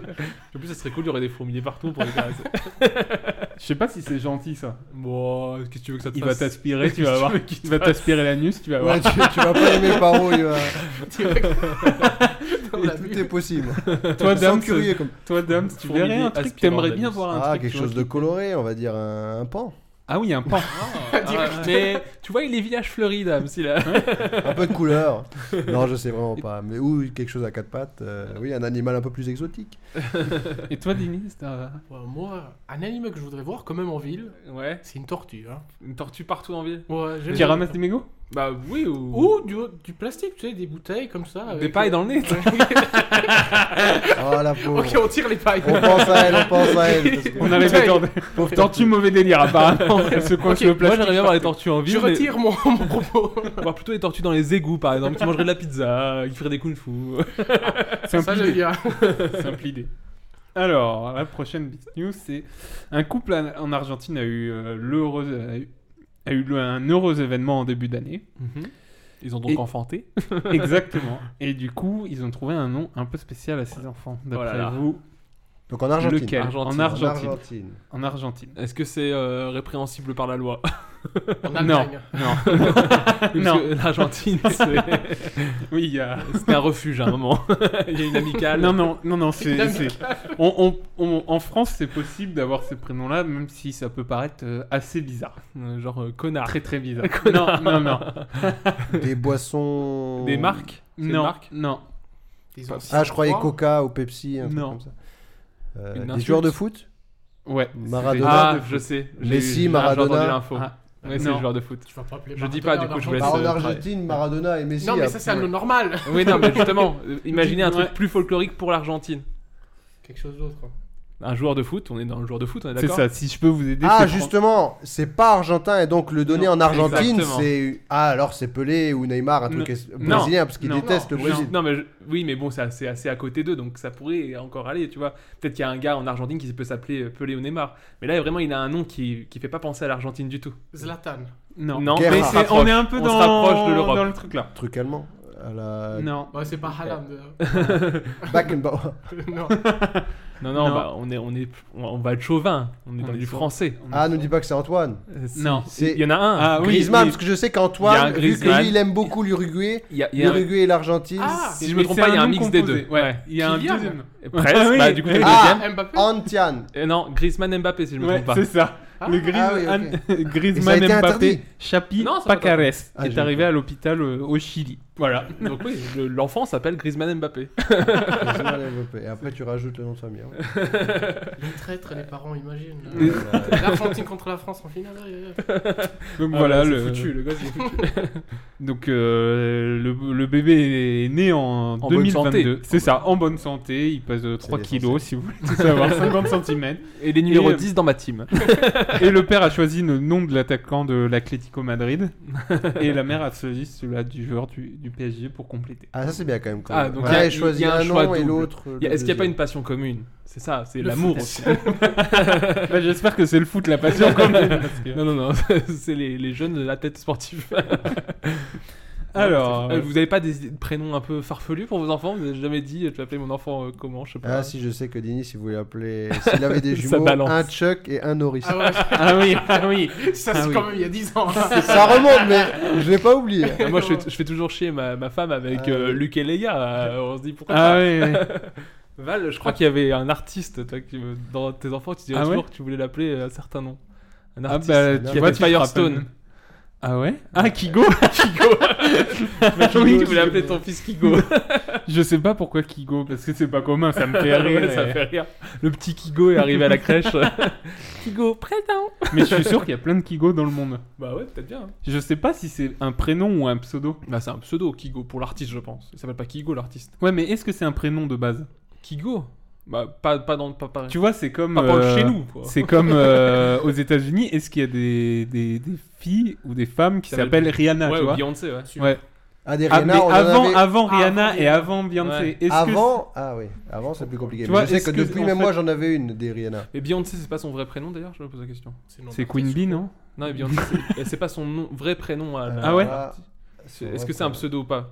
Speaker 8: En plus, ça serait cool, il y aurait des fourmiliers partout pour les caresser.
Speaker 7: Je sais pas si c'est gentil ça.
Speaker 8: bon, qu'est-ce que tu veux que ça te
Speaker 7: Il va
Speaker 8: fasse
Speaker 7: t'aspirer, tu
Speaker 8: Qu'est-ce
Speaker 7: vas
Speaker 8: que
Speaker 7: voir.
Speaker 8: tu veux qu'il
Speaker 7: Il va
Speaker 8: fasse
Speaker 7: t'aspirer l'anus, tu vas voir.
Speaker 3: Ouais, tu, tu vas pas aimer Paro, il va...
Speaker 9: On l'a vu.
Speaker 3: tout est possible.
Speaker 7: Toi,
Speaker 3: Ils sont
Speaker 7: Dams,
Speaker 3: curieux comme.
Speaker 7: toi, Dams, tu
Speaker 8: Fourmilier,
Speaker 7: verrais un truc,
Speaker 8: aspirant
Speaker 7: t'aimerais
Speaker 8: d'anus.
Speaker 7: bien voir un
Speaker 3: Ah,
Speaker 7: truc.
Speaker 3: quelque
Speaker 7: tu vois,
Speaker 3: chose de
Speaker 7: qui-
Speaker 3: coloré, on va dire un, un pan.
Speaker 7: Ah oui, un pan.
Speaker 8: Ah, mais tu vois, les villages fleuris, dame, si là.
Speaker 3: Un peu de couleur. Non, je sais vraiment pas. Mais ou quelque chose à quatre pattes. euh, oui, un animal un peu plus exotique.
Speaker 7: Et toi, Denise, t'as-
Speaker 9: Ouais, Moi, un animal que je voudrais voir, quand même en ville,
Speaker 8: Ouais,
Speaker 9: c'est une tortue. Hein.
Speaker 8: une tortue partout en ville.
Speaker 9: Ouais, j'aime
Speaker 7: qui
Speaker 9: bien.
Speaker 7: ramasse des mégots
Speaker 8: Bah oui, ou.
Speaker 9: Ou du, du plastique, tu sais, des bouteilles comme ça.
Speaker 8: des
Speaker 9: avec- euh,
Speaker 8: pailles dans le nez. tu sais.
Speaker 3: Oh la pauvre.
Speaker 9: Ok, on tire les pailles.
Speaker 3: On pense à elle, on pense à elle. parce que-
Speaker 7: On arrive à
Speaker 9: Putain,
Speaker 7: tordu. Tortue mauvais délire apparemment. Elle se coince
Speaker 9: Ok,
Speaker 7: le
Speaker 8: Moi,
Speaker 7: plastique.
Speaker 8: j'aimerais bien voir les tortues en ville.
Speaker 9: Je
Speaker 8: mais-
Speaker 9: retire mon, mon propos.
Speaker 8: Voir plutôt les tortues dans les égouts, par exemple, qui mangeraient de la pizza, qui feraient des kung-fu.
Speaker 7: C'est un
Speaker 9: Ça,
Speaker 7: peu
Speaker 9: j'aime bien.
Speaker 7: Simple idée. Alors, la prochaine big news, c'est un couple en en Argentine a eu, euh, l'heureuse- a eu- a eu le- un heureux événement en début d'année.
Speaker 8: Ils ont donc
Speaker 7: Et-
Speaker 8: enfanté.
Speaker 7: Exactement. Et du coup, ils ont trouvé un nom un peu spécial à ces enfants. D'après
Speaker 8: Oh là là.
Speaker 7: vous,
Speaker 3: Donc en Argentine.
Speaker 7: lequel
Speaker 8: Argentine.
Speaker 7: En
Speaker 3: En
Speaker 7: Argentine.
Speaker 3: Argentine.
Speaker 7: En Argentine.
Speaker 8: Est-ce que c'est euh, répréhensible par la loi
Speaker 9: En
Speaker 7: Non,
Speaker 9: Allemagne.
Speaker 7: non.
Speaker 8: Parce
Speaker 7: Non.
Speaker 8: que l'Argentine, c'est-
Speaker 7: Oui, il y a.
Speaker 8: c'était un refuge à un moment. Il y a une amicale.
Speaker 7: Non, non, non, non, c'est. c'est- on- on- on- en France, c'est possible d'avoir ces prénoms-là, même si ça peut paraître euh, assez bizarre.
Speaker 8: Euh, Genre euh, connard.
Speaker 7: Très, très bizarre. non, non, non.
Speaker 3: Des boissons.
Speaker 8: Des marques C'est une
Speaker 7: Oh. Non,
Speaker 8: marque
Speaker 7: non.
Speaker 9: Des anciens
Speaker 3: Ah, je croyais
Speaker 9: rois.
Speaker 3: Coca ou Pepsi, un truc
Speaker 7: Non.
Speaker 3: comme ça. Euh,
Speaker 8: Une
Speaker 3: des
Speaker 8: insulte
Speaker 3: joueurs de foot
Speaker 7: Ouais.
Speaker 3: Maradona.
Speaker 8: Ah, je sais. j'ai
Speaker 3: Messi,
Speaker 8: eu- j'ai
Speaker 3: Maradona.
Speaker 8: entendu l'info.
Speaker 7: Ah, Ouais,
Speaker 8: c'est
Speaker 7: non.
Speaker 8: le joueur de foot.
Speaker 9: Tu vas pas appeler
Speaker 8: Je dis pas,
Speaker 9: Maradona
Speaker 8: du coup, je
Speaker 9: en
Speaker 8: vous laisse,
Speaker 3: Bah,
Speaker 9: Argentine.
Speaker 3: en
Speaker 8: euh,
Speaker 3: Argentine, Maradona et Messi.
Speaker 9: Non, mais
Speaker 3: après,
Speaker 9: ça, c'est un normal.
Speaker 8: Oui, non, mais justement, euh, imaginez un truc
Speaker 7: Ouais.
Speaker 8: plus folklorique pour l'Argentine.
Speaker 9: Quelque chose d'autre.
Speaker 8: Un joueur de foot, on est dans le joueur de foot, on est
Speaker 7: C'est
Speaker 8: d'accord
Speaker 7: ça, si je peux vous aider.
Speaker 3: Ah,
Speaker 7: c'est
Speaker 3: justement, c'est pas argentin et donc le donner
Speaker 8: Non,
Speaker 3: en Argentine,
Speaker 8: exactement.
Speaker 3: c'est. Ah, alors c'est Pelé ou Neymar, un
Speaker 8: Non,
Speaker 3: truc est-
Speaker 8: non,
Speaker 3: brésilien, parce qu'il
Speaker 8: non,
Speaker 3: déteste le
Speaker 8: Non,
Speaker 3: Brésil.
Speaker 8: Non, mais je- oui, mais bon, c'est assez, assez à côté d'eux, donc ça pourrait encore aller, tu vois. Peut-être qu'il y a un gars en Argentine qui peut s'appeler euh, Pelé ou Neymar. Mais là, vraiment, il a un nom qui, qui fait pas penser à l'Argentine du tout.
Speaker 9: Zlatan.
Speaker 7: Non,
Speaker 8: Non,
Speaker 3: Guerra.
Speaker 7: mais
Speaker 8: on
Speaker 7: c'est-
Speaker 8: se rapproche.
Speaker 7: on est un peu
Speaker 8: On
Speaker 7: dans,
Speaker 8: se rapproche de l'Europe.
Speaker 7: dans le truc là.
Speaker 3: Truc allemand. À la.
Speaker 7: Non.
Speaker 9: Bah, c'est pas Haaland.
Speaker 3: Beckenbauer.
Speaker 9: euh, non.
Speaker 8: Non, non,
Speaker 7: Non.
Speaker 8: bah, on, est, on, est, on- on va être chauvin, on est
Speaker 7: On
Speaker 8: dans
Speaker 7: est
Speaker 8: du
Speaker 7: chauvin.
Speaker 8: français.
Speaker 3: Ah, nous dis pas que c'est Antoine.
Speaker 8: Euh, si.
Speaker 7: Non.
Speaker 3: C'est-
Speaker 8: Il y en a un.
Speaker 7: Ah oui,
Speaker 3: Griezmann,
Speaker 7: oui.
Speaker 3: parce que je sais
Speaker 8: Il y a un
Speaker 3: qu'Antoine, vu que
Speaker 8: Griezmann.
Speaker 3: lui, il aime beaucoup l'Uruguay,
Speaker 8: Il y a- il y a un-
Speaker 3: l'Uruguay et l'Argentine.
Speaker 9: Ah
Speaker 8: Si je me
Speaker 7: Mais
Speaker 8: trompe
Speaker 7: c'est
Speaker 8: pas, il y a un
Speaker 7: nom
Speaker 8: mix des
Speaker 7: composé.
Speaker 8: deux.
Speaker 7: Ouais.
Speaker 8: Ouais.
Speaker 7: Il y a un
Speaker 9: Kylian.
Speaker 7: deuxième. Oh.
Speaker 8: Presque,
Speaker 7: oui.
Speaker 8: bah, du coup, le
Speaker 3: Ah.
Speaker 8: deuxième.
Speaker 9: Mbappé
Speaker 3: Antian.
Speaker 8: Euh, non, Griezmann Mbappé, si je me
Speaker 7: Ouais,
Speaker 8: trompe pas.
Speaker 7: c'est ça.
Speaker 9: Ah,
Speaker 7: le
Speaker 3: ah
Speaker 7: Griez-
Speaker 3: oui, ok.
Speaker 7: An-
Speaker 3: Et ça a
Speaker 7: Griezmann
Speaker 3: été interdit
Speaker 7: Mbappé Chapi
Speaker 8: Non, ça va pas.
Speaker 7: Pacares
Speaker 3: Ah,
Speaker 7: est
Speaker 3: j'ai
Speaker 7: arrivé
Speaker 3: pas. Ah,
Speaker 7: à l'hôpital euh, au Chili. Voilà.
Speaker 8: Donc oui, le- l'enfant s'appelle Griezmann Mbappé.
Speaker 3: Griezmann et Mbappé. Et après, tu rajoutes le nom de famille. hein. Euh,
Speaker 9: Les traîtres,
Speaker 7: Euh.
Speaker 9: les parents, imagine. L'Argentine contre la France en finale. euh, euh.
Speaker 7: Donc
Speaker 8: Ah,
Speaker 7: voilà.
Speaker 8: bah, c'est
Speaker 7: le...
Speaker 8: foutu, le gosse, il est foutu.
Speaker 7: Donc euh, le, le bébé est né en,
Speaker 8: bonne
Speaker 7: 2022.
Speaker 8: santé.
Speaker 7: C'est ça, en bonne santé. Il pèse euh, 3
Speaker 3: l'essentiel.
Speaker 7: kilos, si vous voulez tout savoir, 50 cm.
Speaker 8: Et les numéros
Speaker 7: Et, euh,
Speaker 8: 10 dans ma team.
Speaker 7: Et le père a choisi le nom de l'attaquant de l'Atlético Madrid. Et la mère a choisi celui-là du joueur du, du PSG pour compléter.
Speaker 3: Ah, ça, c'est bien quand même. Quand
Speaker 8: Ah,
Speaker 3: même.
Speaker 8: donc
Speaker 3: Ouais,
Speaker 8: il y a-
Speaker 3: il choisit
Speaker 8: il y a un
Speaker 3: un,
Speaker 8: choix
Speaker 3: nom et
Speaker 8: double.
Speaker 3: l'autre.
Speaker 8: Y a-
Speaker 3: le
Speaker 8: Est-ce qu'il n'y a pas
Speaker 3: deuxième.
Speaker 8: une passion commune C'est ça, c'est
Speaker 9: Le
Speaker 8: l'amour
Speaker 9: foot.
Speaker 8: aussi.
Speaker 7: Bah, J'espère que c'est le foot la passion quand même. parce que-
Speaker 8: non, non, non, c'est les, les jeunes de la tête sportive.
Speaker 7: Alors,
Speaker 8: Euh, vous n'avez pas des idées de prénoms un peu farfelus pour vos enfants Vous n'avez jamais dit, euh, je vais appeler mon enfant euh, comment Je sais pas.
Speaker 3: Ah, si, je sais que Denis, si vous voulez appeler. S'il avait des
Speaker 8: Ça
Speaker 3: jumeaux,
Speaker 8: balance.
Speaker 3: un Chuck et un Norris.
Speaker 9: Ah ouais,
Speaker 7: ah oui, ah oui.
Speaker 9: ça
Speaker 7: Ah
Speaker 9: c'est
Speaker 7: oui.
Speaker 9: quand même il y a 10 ans. hein.
Speaker 3: Ça remonte, mais je l'ai pas oublié.
Speaker 8: Ah, moi, je fais, je fais toujours chier ma, ma femme avec
Speaker 3: Ah,
Speaker 8: euh,
Speaker 3: oui.
Speaker 8: Luc et Léa. euh, on se dit pourquoi
Speaker 7: Ah
Speaker 8: pas
Speaker 7: oui, oui.
Speaker 8: Val, je crois qu'il y avait un artiste toi, qui me- dans tes enfants, tu disais
Speaker 7: Ah ouais
Speaker 8: toujours que tu voulais l'appeler euh, un certain nom. Un
Speaker 7: Ah
Speaker 8: artiste.
Speaker 7: bah,
Speaker 8: qui
Speaker 7: tu
Speaker 8: a
Speaker 7: vois,
Speaker 8: fait
Speaker 7: tu te
Speaker 8: Firestone.
Speaker 7: rappelles. Ah ouais Ah, Kigo
Speaker 8: oui, tu voulais appeler ton fils Kigo.
Speaker 7: Je sais pas pourquoi Kigo, parce que c'est pas commun, ça me fait rire.
Speaker 8: Ouais, ça fait rire. Le petit Kigo est arrivé à la crèche. Kigo, présent.
Speaker 7: Mais je suis sûr qu'il y a plein de Kigo dans le monde.
Speaker 8: Bah ouais, peut-être bien.
Speaker 7: Je sais pas si c'est un prénom ou un pseudo.
Speaker 8: Bah c'est un pseudo Kigo pour l'artiste, je pense. Il s'appelle pas Kigo l'artiste.
Speaker 7: Ouais, mais est-ce que c'est un prénom de base
Speaker 8: Kigo Bah pas pas dans pas pareil.
Speaker 7: Tu vois, c'est comme.
Speaker 8: Pas pas
Speaker 7: euh,
Speaker 8: chez nous. Quoi.
Speaker 7: C'est comme euh, aux États-Unis, est-ce qu'il y a des, des, des filles ou des femmes qui
Speaker 8: Ça va
Speaker 7: s'appellent Rihanna,
Speaker 8: ouais,
Speaker 7: tu
Speaker 8: ou
Speaker 7: vois
Speaker 8: Beyoncé, ouais.
Speaker 7: Ouais.
Speaker 3: Ah, des
Speaker 7: Ah, mais
Speaker 3: Rihanna, on en
Speaker 7: avant,
Speaker 3: avait-
Speaker 7: avant
Speaker 9: Ah,
Speaker 7: Rihanna
Speaker 9: avant
Speaker 7: et avant Beyoncé.
Speaker 8: Ouais.
Speaker 7: Est-ce que-
Speaker 3: Avant, ah oui, avant c'est plus compliqué.
Speaker 7: Tu
Speaker 3: Mais
Speaker 7: vois,
Speaker 3: je sais
Speaker 7: est-ce
Speaker 3: que
Speaker 7: que-
Speaker 3: depuis,
Speaker 7: en
Speaker 3: même
Speaker 7: fait-
Speaker 3: moi j'en avais une des Rihanna.
Speaker 8: Et Beyoncé, c'est pas son vrai prénom d'ailleurs, je me pose la question.
Speaker 9: non,
Speaker 7: C'est
Speaker 9: bah,
Speaker 7: Queen Bee, non
Speaker 8: Non, mais Beyoncé, c'est- c'est pas son nom, vrai prénom. à la-
Speaker 7: Ah ouais
Speaker 3: Ah,
Speaker 8: C'est- Est-ce que c'est un pseudo ou pas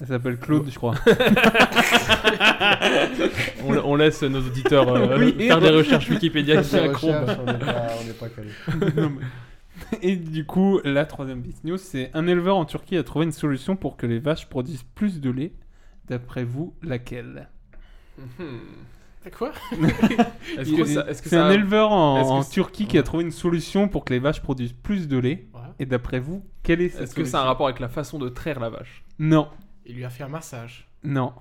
Speaker 7: Elle s'appelle Claude, je crois.
Speaker 8: on, on laisse nos auditeurs euh,
Speaker 7: Oui.
Speaker 8: faire des recherches Wikipédia qui
Speaker 3: Des
Speaker 8: est accro.
Speaker 3: recherches, on n'est pas, on n'est pas calé.
Speaker 7: Non, mais- Et du coup, la troisième petite news, c'est un éleveur en Turquie a trouvé une solution pour que les vaches produisent plus de lait. D'après vous, laquelle
Speaker 9: c'est- Quoi
Speaker 8: Est-ce que ça- est-ce que
Speaker 7: C'est
Speaker 8: ça-
Speaker 7: un éleveur en,
Speaker 8: est-ce que
Speaker 7: en
Speaker 8: c'est-
Speaker 7: Turquie qui a trouvé une solution pour que les vaches produisent plus de lait.
Speaker 9: Voilà.
Speaker 7: Et d'après vous, quelle est cette
Speaker 8: Est-ce que ça a un
Speaker 7: solution
Speaker 8: rapport avec la façon de traire la vache
Speaker 7: Non,
Speaker 9: Il lui a fait un massage.
Speaker 7: non,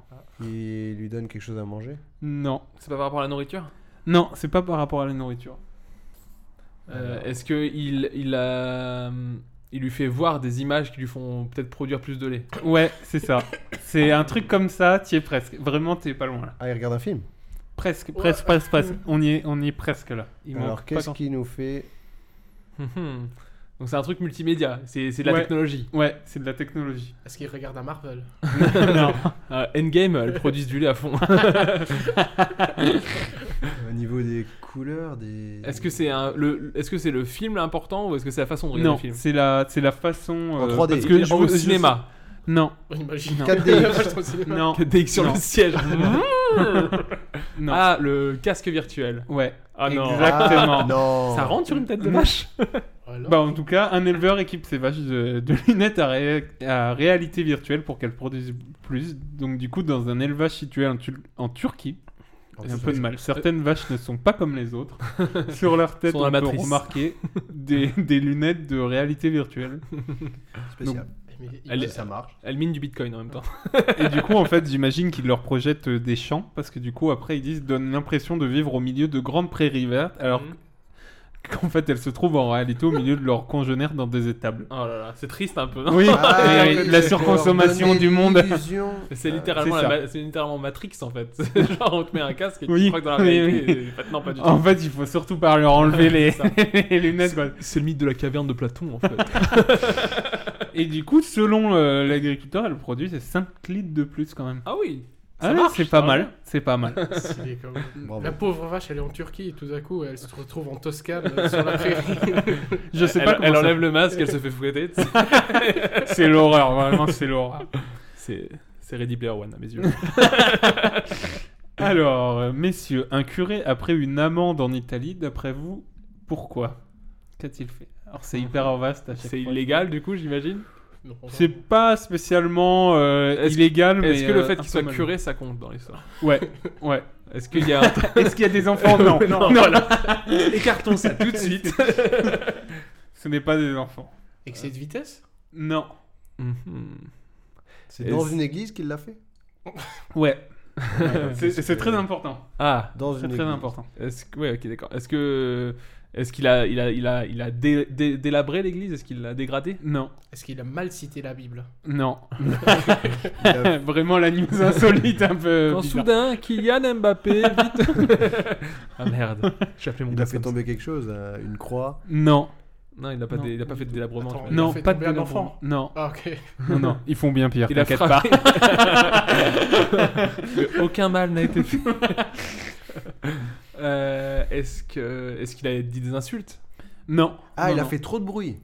Speaker 3: Il lui donne quelque chose à manger.
Speaker 7: non,
Speaker 8: C'est pas par rapport à la nourriture
Speaker 7: non. C'est pas par rapport à la nourriture.
Speaker 8: Euh, Est-ce que il, il a- euh, il lui fait voir des images qui lui font peut-être produire plus de lait
Speaker 7: Ouais, c'est ça. c'est un truc comme ça. T'y es presque. Vraiment, t'es pas loin là.
Speaker 3: Ah, il regarde un film.
Speaker 7: Presque, presque, presque, presque. On y est, on y est presque là. Il manque
Speaker 3: Alors
Speaker 7: pas
Speaker 3: qu'est-ce
Speaker 7: grand-
Speaker 3: qu'il nous fait
Speaker 8: Hum-hum. Donc c'est un truc multimédia, c'est c'est de la
Speaker 7: Ouais.
Speaker 8: technologie.
Speaker 7: Ouais, c'est de la technologie.
Speaker 9: Est-ce qu'il regarde un Marvel
Speaker 7: non.
Speaker 8: Euh, Endgame, elles produisent du lait à fond.
Speaker 3: euh, Au niveau des couleurs, des.
Speaker 8: Est-ce que c'est un- le, est-ce que c'est le film l'important ou est-ce que c'est la façon de regarder
Speaker 7: Non,
Speaker 8: le film
Speaker 7: c'est la, c'est la façon. euh,
Speaker 3: 3D.
Speaker 7: Parce que je
Speaker 8: Au
Speaker 7: veux- je-
Speaker 8: cinéma.
Speaker 7: non,
Speaker 9: Imagine.
Speaker 7: Non.
Speaker 3: 4DX.
Speaker 7: non,
Speaker 8: Dès que sur
Speaker 7: Non.
Speaker 8: le siège.
Speaker 7: non.
Speaker 8: ah, le casque virtuel.
Speaker 7: ouais.
Speaker 8: Ah non.
Speaker 7: Exactement.
Speaker 3: Ah, non.
Speaker 8: Ça rentre sur une tête de
Speaker 7: Non.
Speaker 8: vache
Speaker 9: Alors,
Speaker 7: Bah, en tout cas, un éleveur équipe ses vaches de, de lunettes à, ré- à réalité virtuelle pour qu'elles produisent plus. Donc, du coup, dans un élevage situé en, Tul- en Turquie,
Speaker 3: Oh,
Speaker 8: Oh,
Speaker 7: j'ai un peu de mal. Certaines vaches ne sont pas comme les autres. Sur leur tête,
Speaker 8: Sont
Speaker 7: on
Speaker 8: dans
Speaker 7: peut
Speaker 8: la matrice.
Speaker 7: remarquer des, des lunettes de réalité virtuelle.
Speaker 3: Spécial.
Speaker 9: mais il-
Speaker 8: Elle est-
Speaker 3: Ça marche.
Speaker 8: Elle mine du bitcoin en même temps.
Speaker 7: Et du coup, en fait, j'imagine qu'ils leur projettent euh, des champs parce que du coup, après, ils disent donne l'impression de vivre au milieu de grandes prairies vertes, alors
Speaker 8: Mhm.
Speaker 7: qu'en fait elles se trouvent en réalité au milieu de leurs congénères dans des étables.
Speaker 8: Oh là là, c'est triste un peu. non
Speaker 7: Oui,
Speaker 3: Ah,
Speaker 7: et
Speaker 3: oui,
Speaker 7: la
Speaker 3: c'est pour
Speaker 7: surconsommation
Speaker 3: donner
Speaker 7: du monde.
Speaker 3: l'illusion.
Speaker 8: C'est littéralement,
Speaker 7: c'est
Speaker 8: la
Speaker 7: ça.
Speaker 8: ma- c'est littéralement Matrix en fait. C'est Genre on te met un casque et tu
Speaker 7: Oui,
Speaker 8: crois que dans la
Speaker 7: oui,
Speaker 8: réalité.
Speaker 7: oui.
Speaker 8: et en fait, non, pas du tout.
Speaker 7: En fait, il faut surtout pas leur enlever les,
Speaker 8: C'est ça.
Speaker 7: les lunettes. quoi.
Speaker 11: C'est le mythe de la caverne de Platon en fait.
Speaker 7: Et du coup, selon euh, l'agriculteur, le produit c'est 5 litres de plus quand même.
Speaker 8: Ah oui
Speaker 7: Ah ouais,
Speaker 8: marche,
Speaker 7: c'est pas
Speaker 8: ça
Speaker 7: mal, c'est pas mal.
Speaker 9: Stylé, quand même.
Speaker 3: Bravo.
Speaker 9: La pauvre vache, elle est en Turquie et tout à coup, elle se retrouve en Toscane euh, sur la prairie.
Speaker 7: Je sais
Speaker 8: elle,
Speaker 7: pas comment
Speaker 8: elle
Speaker 7: ça-
Speaker 8: enlève le masque, elle se fait fouetter. tu sais.
Speaker 7: C'est l'horreur, vraiment c'est l'horreur.
Speaker 8: C'est c'est Ready Player One à mes yeux.
Speaker 7: Alors, euh, messieurs, un curé après une amende en Italie, d'après vous, pourquoi Qu'a-t-il fait Alors, c'est hyper vaste à chaque
Speaker 8: C'est
Speaker 7: fois.
Speaker 8: illégal du coup, j'imagine.
Speaker 9: Non, on va-
Speaker 7: C'est pas spécialement euh,
Speaker 8: Est-ce-
Speaker 7: illégal, mais.
Speaker 8: Est-ce que le
Speaker 7: euh,
Speaker 8: fait
Speaker 7: un
Speaker 8: qu'il
Speaker 7: peu
Speaker 8: soit
Speaker 7: mal.
Speaker 8: curé, ça compte dans l'histoire
Speaker 7: Ouais, ouais.
Speaker 8: Est-ce qu'il y a un...
Speaker 7: Est-ce qu'il y a des enfants Oh, Non,
Speaker 8: Non.
Speaker 7: non, voilà.
Speaker 8: Écartons ça tout de suite.
Speaker 7: Ce n'est pas des enfants.
Speaker 9: Excès de vitesse
Speaker 7: Non.
Speaker 3: C'est dans
Speaker 8: Mhm. Et-
Speaker 3: une église qu'il l'a fait
Speaker 7: Ouais. C'est c'est très important.
Speaker 8: Ah,
Speaker 3: Dans
Speaker 7: C'est
Speaker 3: une
Speaker 7: très
Speaker 3: église.
Speaker 7: important.
Speaker 8: est-ce que... Ouais, ok, d'accord. Est-ce que... Est-ce qu'il a, il a, il a, il a dé- dé- délabré l'église Est-ce qu'il l'a dégradée
Speaker 7: Non.
Speaker 9: Est-ce qu'il a mal cité la Bible
Speaker 7: Non.
Speaker 3: Il a-
Speaker 7: Vraiment la news insolite un
Speaker 3: Euh,
Speaker 7: peu.
Speaker 8: Quand
Speaker 7: bizarre.
Speaker 8: soudain, Kylian Mbappé, vite Ah merde, j'ai appelé mon
Speaker 3: Il
Speaker 8: gars
Speaker 3: a fait
Speaker 8: comme
Speaker 3: tomber quelque chose, euh, une croix.
Speaker 7: Non.
Speaker 8: ça. Non, il n'a pas,
Speaker 7: Non.
Speaker 8: dé- il a pas fait de délabrement.
Speaker 9: Attends,
Speaker 8: tu
Speaker 9: il
Speaker 8: vois.
Speaker 9: a
Speaker 7: Non,
Speaker 9: fait
Speaker 7: pas
Speaker 9: tomber
Speaker 7: de
Speaker 9: un enfant.
Speaker 7: Non.
Speaker 9: Ah, ok.
Speaker 7: Non, non. Ils font bien pire.
Speaker 8: Il a
Speaker 7: t'inquiète
Speaker 8: frappé. Aucun mal n'a été fait. Euh, est-ce que est-ce qu'il a dit des insultes
Speaker 7: Non.
Speaker 3: Ah,
Speaker 7: Non,
Speaker 3: il a
Speaker 7: non.
Speaker 3: fait trop de bruit.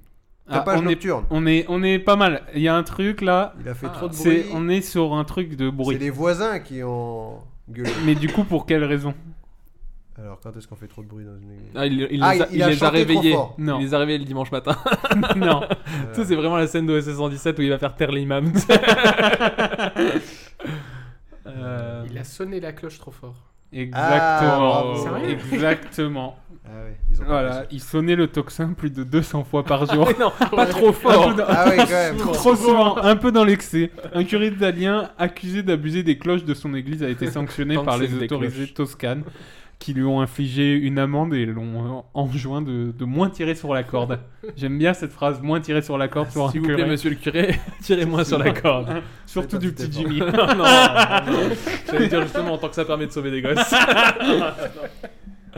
Speaker 7: Ah,
Speaker 3: Tapage
Speaker 7: on, est,
Speaker 3: nocturne.
Speaker 7: on, est, on est pas mal. Il y a un truc là.
Speaker 3: Il a fait
Speaker 8: Ah,
Speaker 3: trop de bruit.
Speaker 7: C'est, on est sur un truc de
Speaker 3: C'est
Speaker 7: bruit.
Speaker 3: les voisins qui ont gueulé.
Speaker 7: Mais du coup, pour quelle raison
Speaker 3: Alors, quand est-ce qu'on fait trop de bruit dans une église
Speaker 8: Ah, il, il
Speaker 3: Ah,
Speaker 8: les a,
Speaker 3: il a
Speaker 8: les a
Speaker 3: chanté trop
Speaker 8: réveillés.
Speaker 3: fort.
Speaker 7: Non.
Speaker 8: Il les a réveillés le dimanche matin.
Speaker 7: Non.
Speaker 3: Euh,
Speaker 8: Ça c'est vraiment la scène de OSS 117 où il va faire taire l'imam. euh...
Speaker 9: Il a sonné la cloche trop fort.
Speaker 7: Exactement.
Speaker 3: bravo.
Speaker 9: Sérieux
Speaker 7: Exactement.
Speaker 3: Ah ouais, ils ont pas
Speaker 7: Voilà.
Speaker 3: fait
Speaker 7: Il sonnait le tocsin plus de 200 fois par jour.
Speaker 8: Non, pas trop fort.
Speaker 3: ça. Ah ouais, quand même.
Speaker 7: Trop souvent, un peu dans l'excès. Un curé italien accusé d'abuser des cloches de son église a été sanctionné
Speaker 8: Tant que
Speaker 7: par les
Speaker 8: c'est des
Speaker 7: autorités
Speaker 8: cloches.
Speaker 7: toscanes qui lui ont infligé une amende et l'ont euh, enjoint de, de moins tirer sur la corde. J'aime bien cette phrase, moins tirer sur la corde sur un
Speaker 8: S'il vous plaît,
Speaker 7: curé.
Speaker 8: monsieur le curé, tirez-moi sur la corde.
Speaker 7: Surtout
Speaker 3: Faites un
Speaker 7: du
Speaker 3: petit
Speaker 7: petit
Speaker 3: effort.
Speaker 7: Jimmy.
Speaker 8: non, non, non. J'allais dire justement, tant que ça permet de sauver des gosses.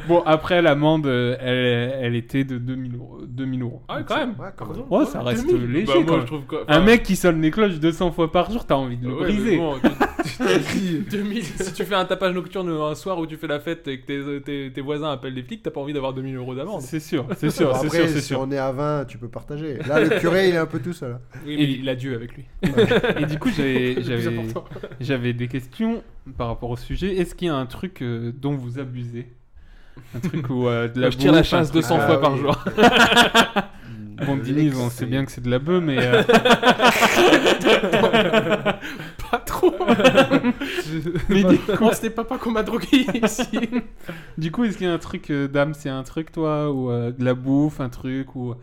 Speaker 7: Bon, après, l'amende, euh, elle, elle était de 2000 euros. 2000 euros.
Speaker 8: Ah, oui, quand même.
Speaker 3: Ouais, quand même.
Speaker 7: Ouais, ça reste
Speaker 8: 2000.
Speaker 7: léger,
Speaker 8: Bah, moi,
Speaker 7: quoi.
Speaker 8: je trouve que-
Speaker 7: Un mec qui sonne les cloches 200 fois par jour, t'as envie de le
Speaker 8: Ouais, mais
Speaker 7: briser.
Speaker 8: bon, tu- tu te dis, 2000, si tu fais un tapage nocturne un soir où tu fais la fête et que tes, tes- tes voisins appellent les flics, t'as pas envie d'avoir 2000 euros d'amende.
Speaker 7: C'est sûr, c'est
Speaker 3: Bon,
Speaker 7: sûr, c'est
Speaker 3: après,
Speaker 7: sûr, c'est
Speaker 3: si
Speaker 7: sûr.
Speaker 3: on est à 20, tu peux partager. Là, le curé, il est un peu tout seul.
Speaker 8: Oui,
Speaker 7: mais
Speaker 8: il a Dieu avec lui.
Speaker 7: Et du coup, j'avais-
Speaker 9: Le plus
Speaker 7: j'avais
Speaker 9: important.
Speaker 7: j'avais des questions par rapport au sujet. Est-ce qu'il y a un truc euh, dont vous abusez Un truc où euh, de la
Speaker 8: je tire la
Speaker 7: bouffe, un
Speaker 8: chasse
Speaker 7: truc- euh,
Speaker 8: 200
Speaker 3: Ah,
Speaker 8: fois par
Speaker 3: oui.
Speaker 8: jour.
Speaker 7: Bon, Diniz, on sait bien que c'est de la bœuf, mais euh,
Speaker 9: Pas trop
Speaker 7: mais du,
Speaker 9: Comment c'était papa qu'on m'a drogué ici
Speaker 7: du coup, est-ce qu'il y a un truc, euh, dame, c'est un truc toi ou euh, de la bouffe, un truc ou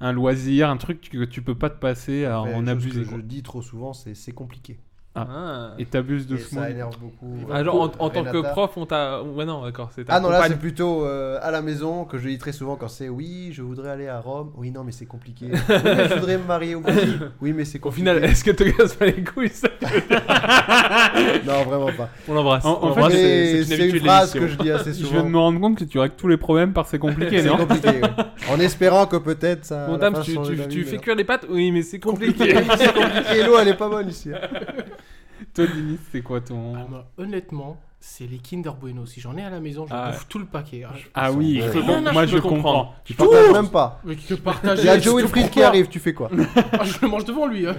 Speaker 7: un loisir, un truc que tu peux pas te passer à en abuser
Speaker 3: Je
Speaker 7: quoi.
Speaker 3: dis trop souvent, c'est c'est compliqué.
Speaker 8: Ah,
Speaker 7: Et t'abuses de
Speaker 3: Et
Speaker 7: ce
Speaker 3: ça
Speaker 7: monde.
Speaker 3: énerve beaucoup.
Speaker 8: Ah, genre, en, en tant que
Speaker 3: Renata.
Speaker 8: prof, on t'a. Ouais, non, d'accord, c'est ta
Speaker 3: Ah non, là, c'est
Speaker 8: compagne.
Speaker 3: plutôt euh, à la maison que je dis très souvent quand c'est oui, je voudrais aller à Rome. Oui, non, mais c'est compliqué. Oui, mais je voudrais me marier au Brésil. Oui, mais c'est
Speaker 8: Au
Speaker 3: compliqué.
Speaker 8: final, est-ce que te casse pas les couilles ça
Speaker 3: Non, vraiment pas.
Speaker 8: On l'embrasse.
Speaker 7: En- en
Speaker 8: On
Speaker 7: fait,
Speaker 8: l'embrasse,
Speaker 3: Mais
Speaker 8: c'est
Speaker 3: c'est une
Speaker 8: habitude de
Speaker 3: phrase que je
Speaker 8: l'émission.
Speaker 3: dis assez
Speaker 7: Je
Speaker 3: souvent.
Speaker 7: viens de me rendre compte que tu règles tous les problèmes par c'est compliqué,
Speaker 3: C'est
Speaker 7: non
Speaker 3: compliqué. ouais. En espérant que peut-être ça. à
Speaker 8: Bon,
Speaker 3: la
Speaker 8: dame,
Speaker 3: fin,
Speaker 8: tu,
Speaker 3: change
Speaker 8: tu-
Speaker 3: d'avis,
Speaker 8: tu
Speaker 3: mais
Speaker 8: fais
Speaker 3: non.
Speaker 8: cuire les pâtes Oui, mais c'est compliqué.
Speaker 3: compliqué. c'est compliqué. L'eau, elle est pas bonne ici. hein.
Speaker 7: Toi, Diniz, c'est quoi
Speaker 9: Ah,
Speaker 7: ton
Speaker 9: moi, Honnêtement, c'est les Kinder Bueno. Si j'en ai à la maison, je
Speaker 8: Ah.
Speaker 9: bouffe tout le paquet. Ah, je-
Speaker 7: Ah oui,
Speaker 3: Rien
Speaker 7: je- bon,
Speaker 8: à
Speaker 7: moi
Speaker 8: foutre
Speaker 7: je
Speaker 8: de comprendre.
Speaker 7: comprends.
Speaker 3: Tu partages même pas.
Speaker 9: Mais que partager
Speaker 3: Il y a
Speaker 9: c'est
Speaker 3: Joe
Speaker 9: tout
Speaker 3: Wilfried qui
Speaker 9: pourquoi
Speaker 3: arrive, tu fais quoi
Speaker 9: Ah, je le mange devant lui. hein.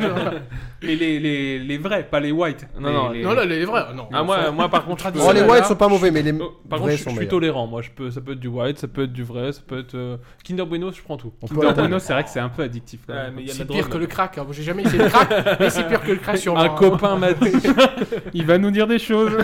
Speaker 7: Mais les, les, les vrais, pas les whites.
Speaker 8: Non,
Speaker 7: Les-
Speaker 8: non,
Speaker 7: les-
Speaker 9: non, là, les vrais. Non.
Speaker 8: Ah, moi, moi, par contre, je peux-
Speaker 3: Oh, les
Speaker 8: là,
Speaker 3: whites sont pas mauvais, mais les
Speaker 8: Oh, Par contre,
Speaker 3: vrais
Speaker 8: je, je
Speaker 3: sont
Speaker 8: suis
Speaker 3: meilleurs.
Speaker 8: tolérant. Moi, je peux, ça peut être du white, ça peut être du vrai, ça peut être euh, Kinder Bueno, je prends tout.
Speaker 3: On peut
Speaker 7: Kinder
Speaker 3: attendre.
Speaker 7: Bueno, c'est vrai que c'est un peu addictif. quand
Speaker 8: Ouais,
Speaker 7: même.
Speaker 8: mais il y a de la
Speaker 9: C'est
Speaker 8: drogue, Oh.
Speaker 9: pire que
Speaker 8: là.
Speaker 9: le crack. hein. J'ai jamais essayé le crack, mais c'est pire que le crack sur
Speaker 8: Un copain m'a dit.
Speaker 7: Il va nous dire des choses.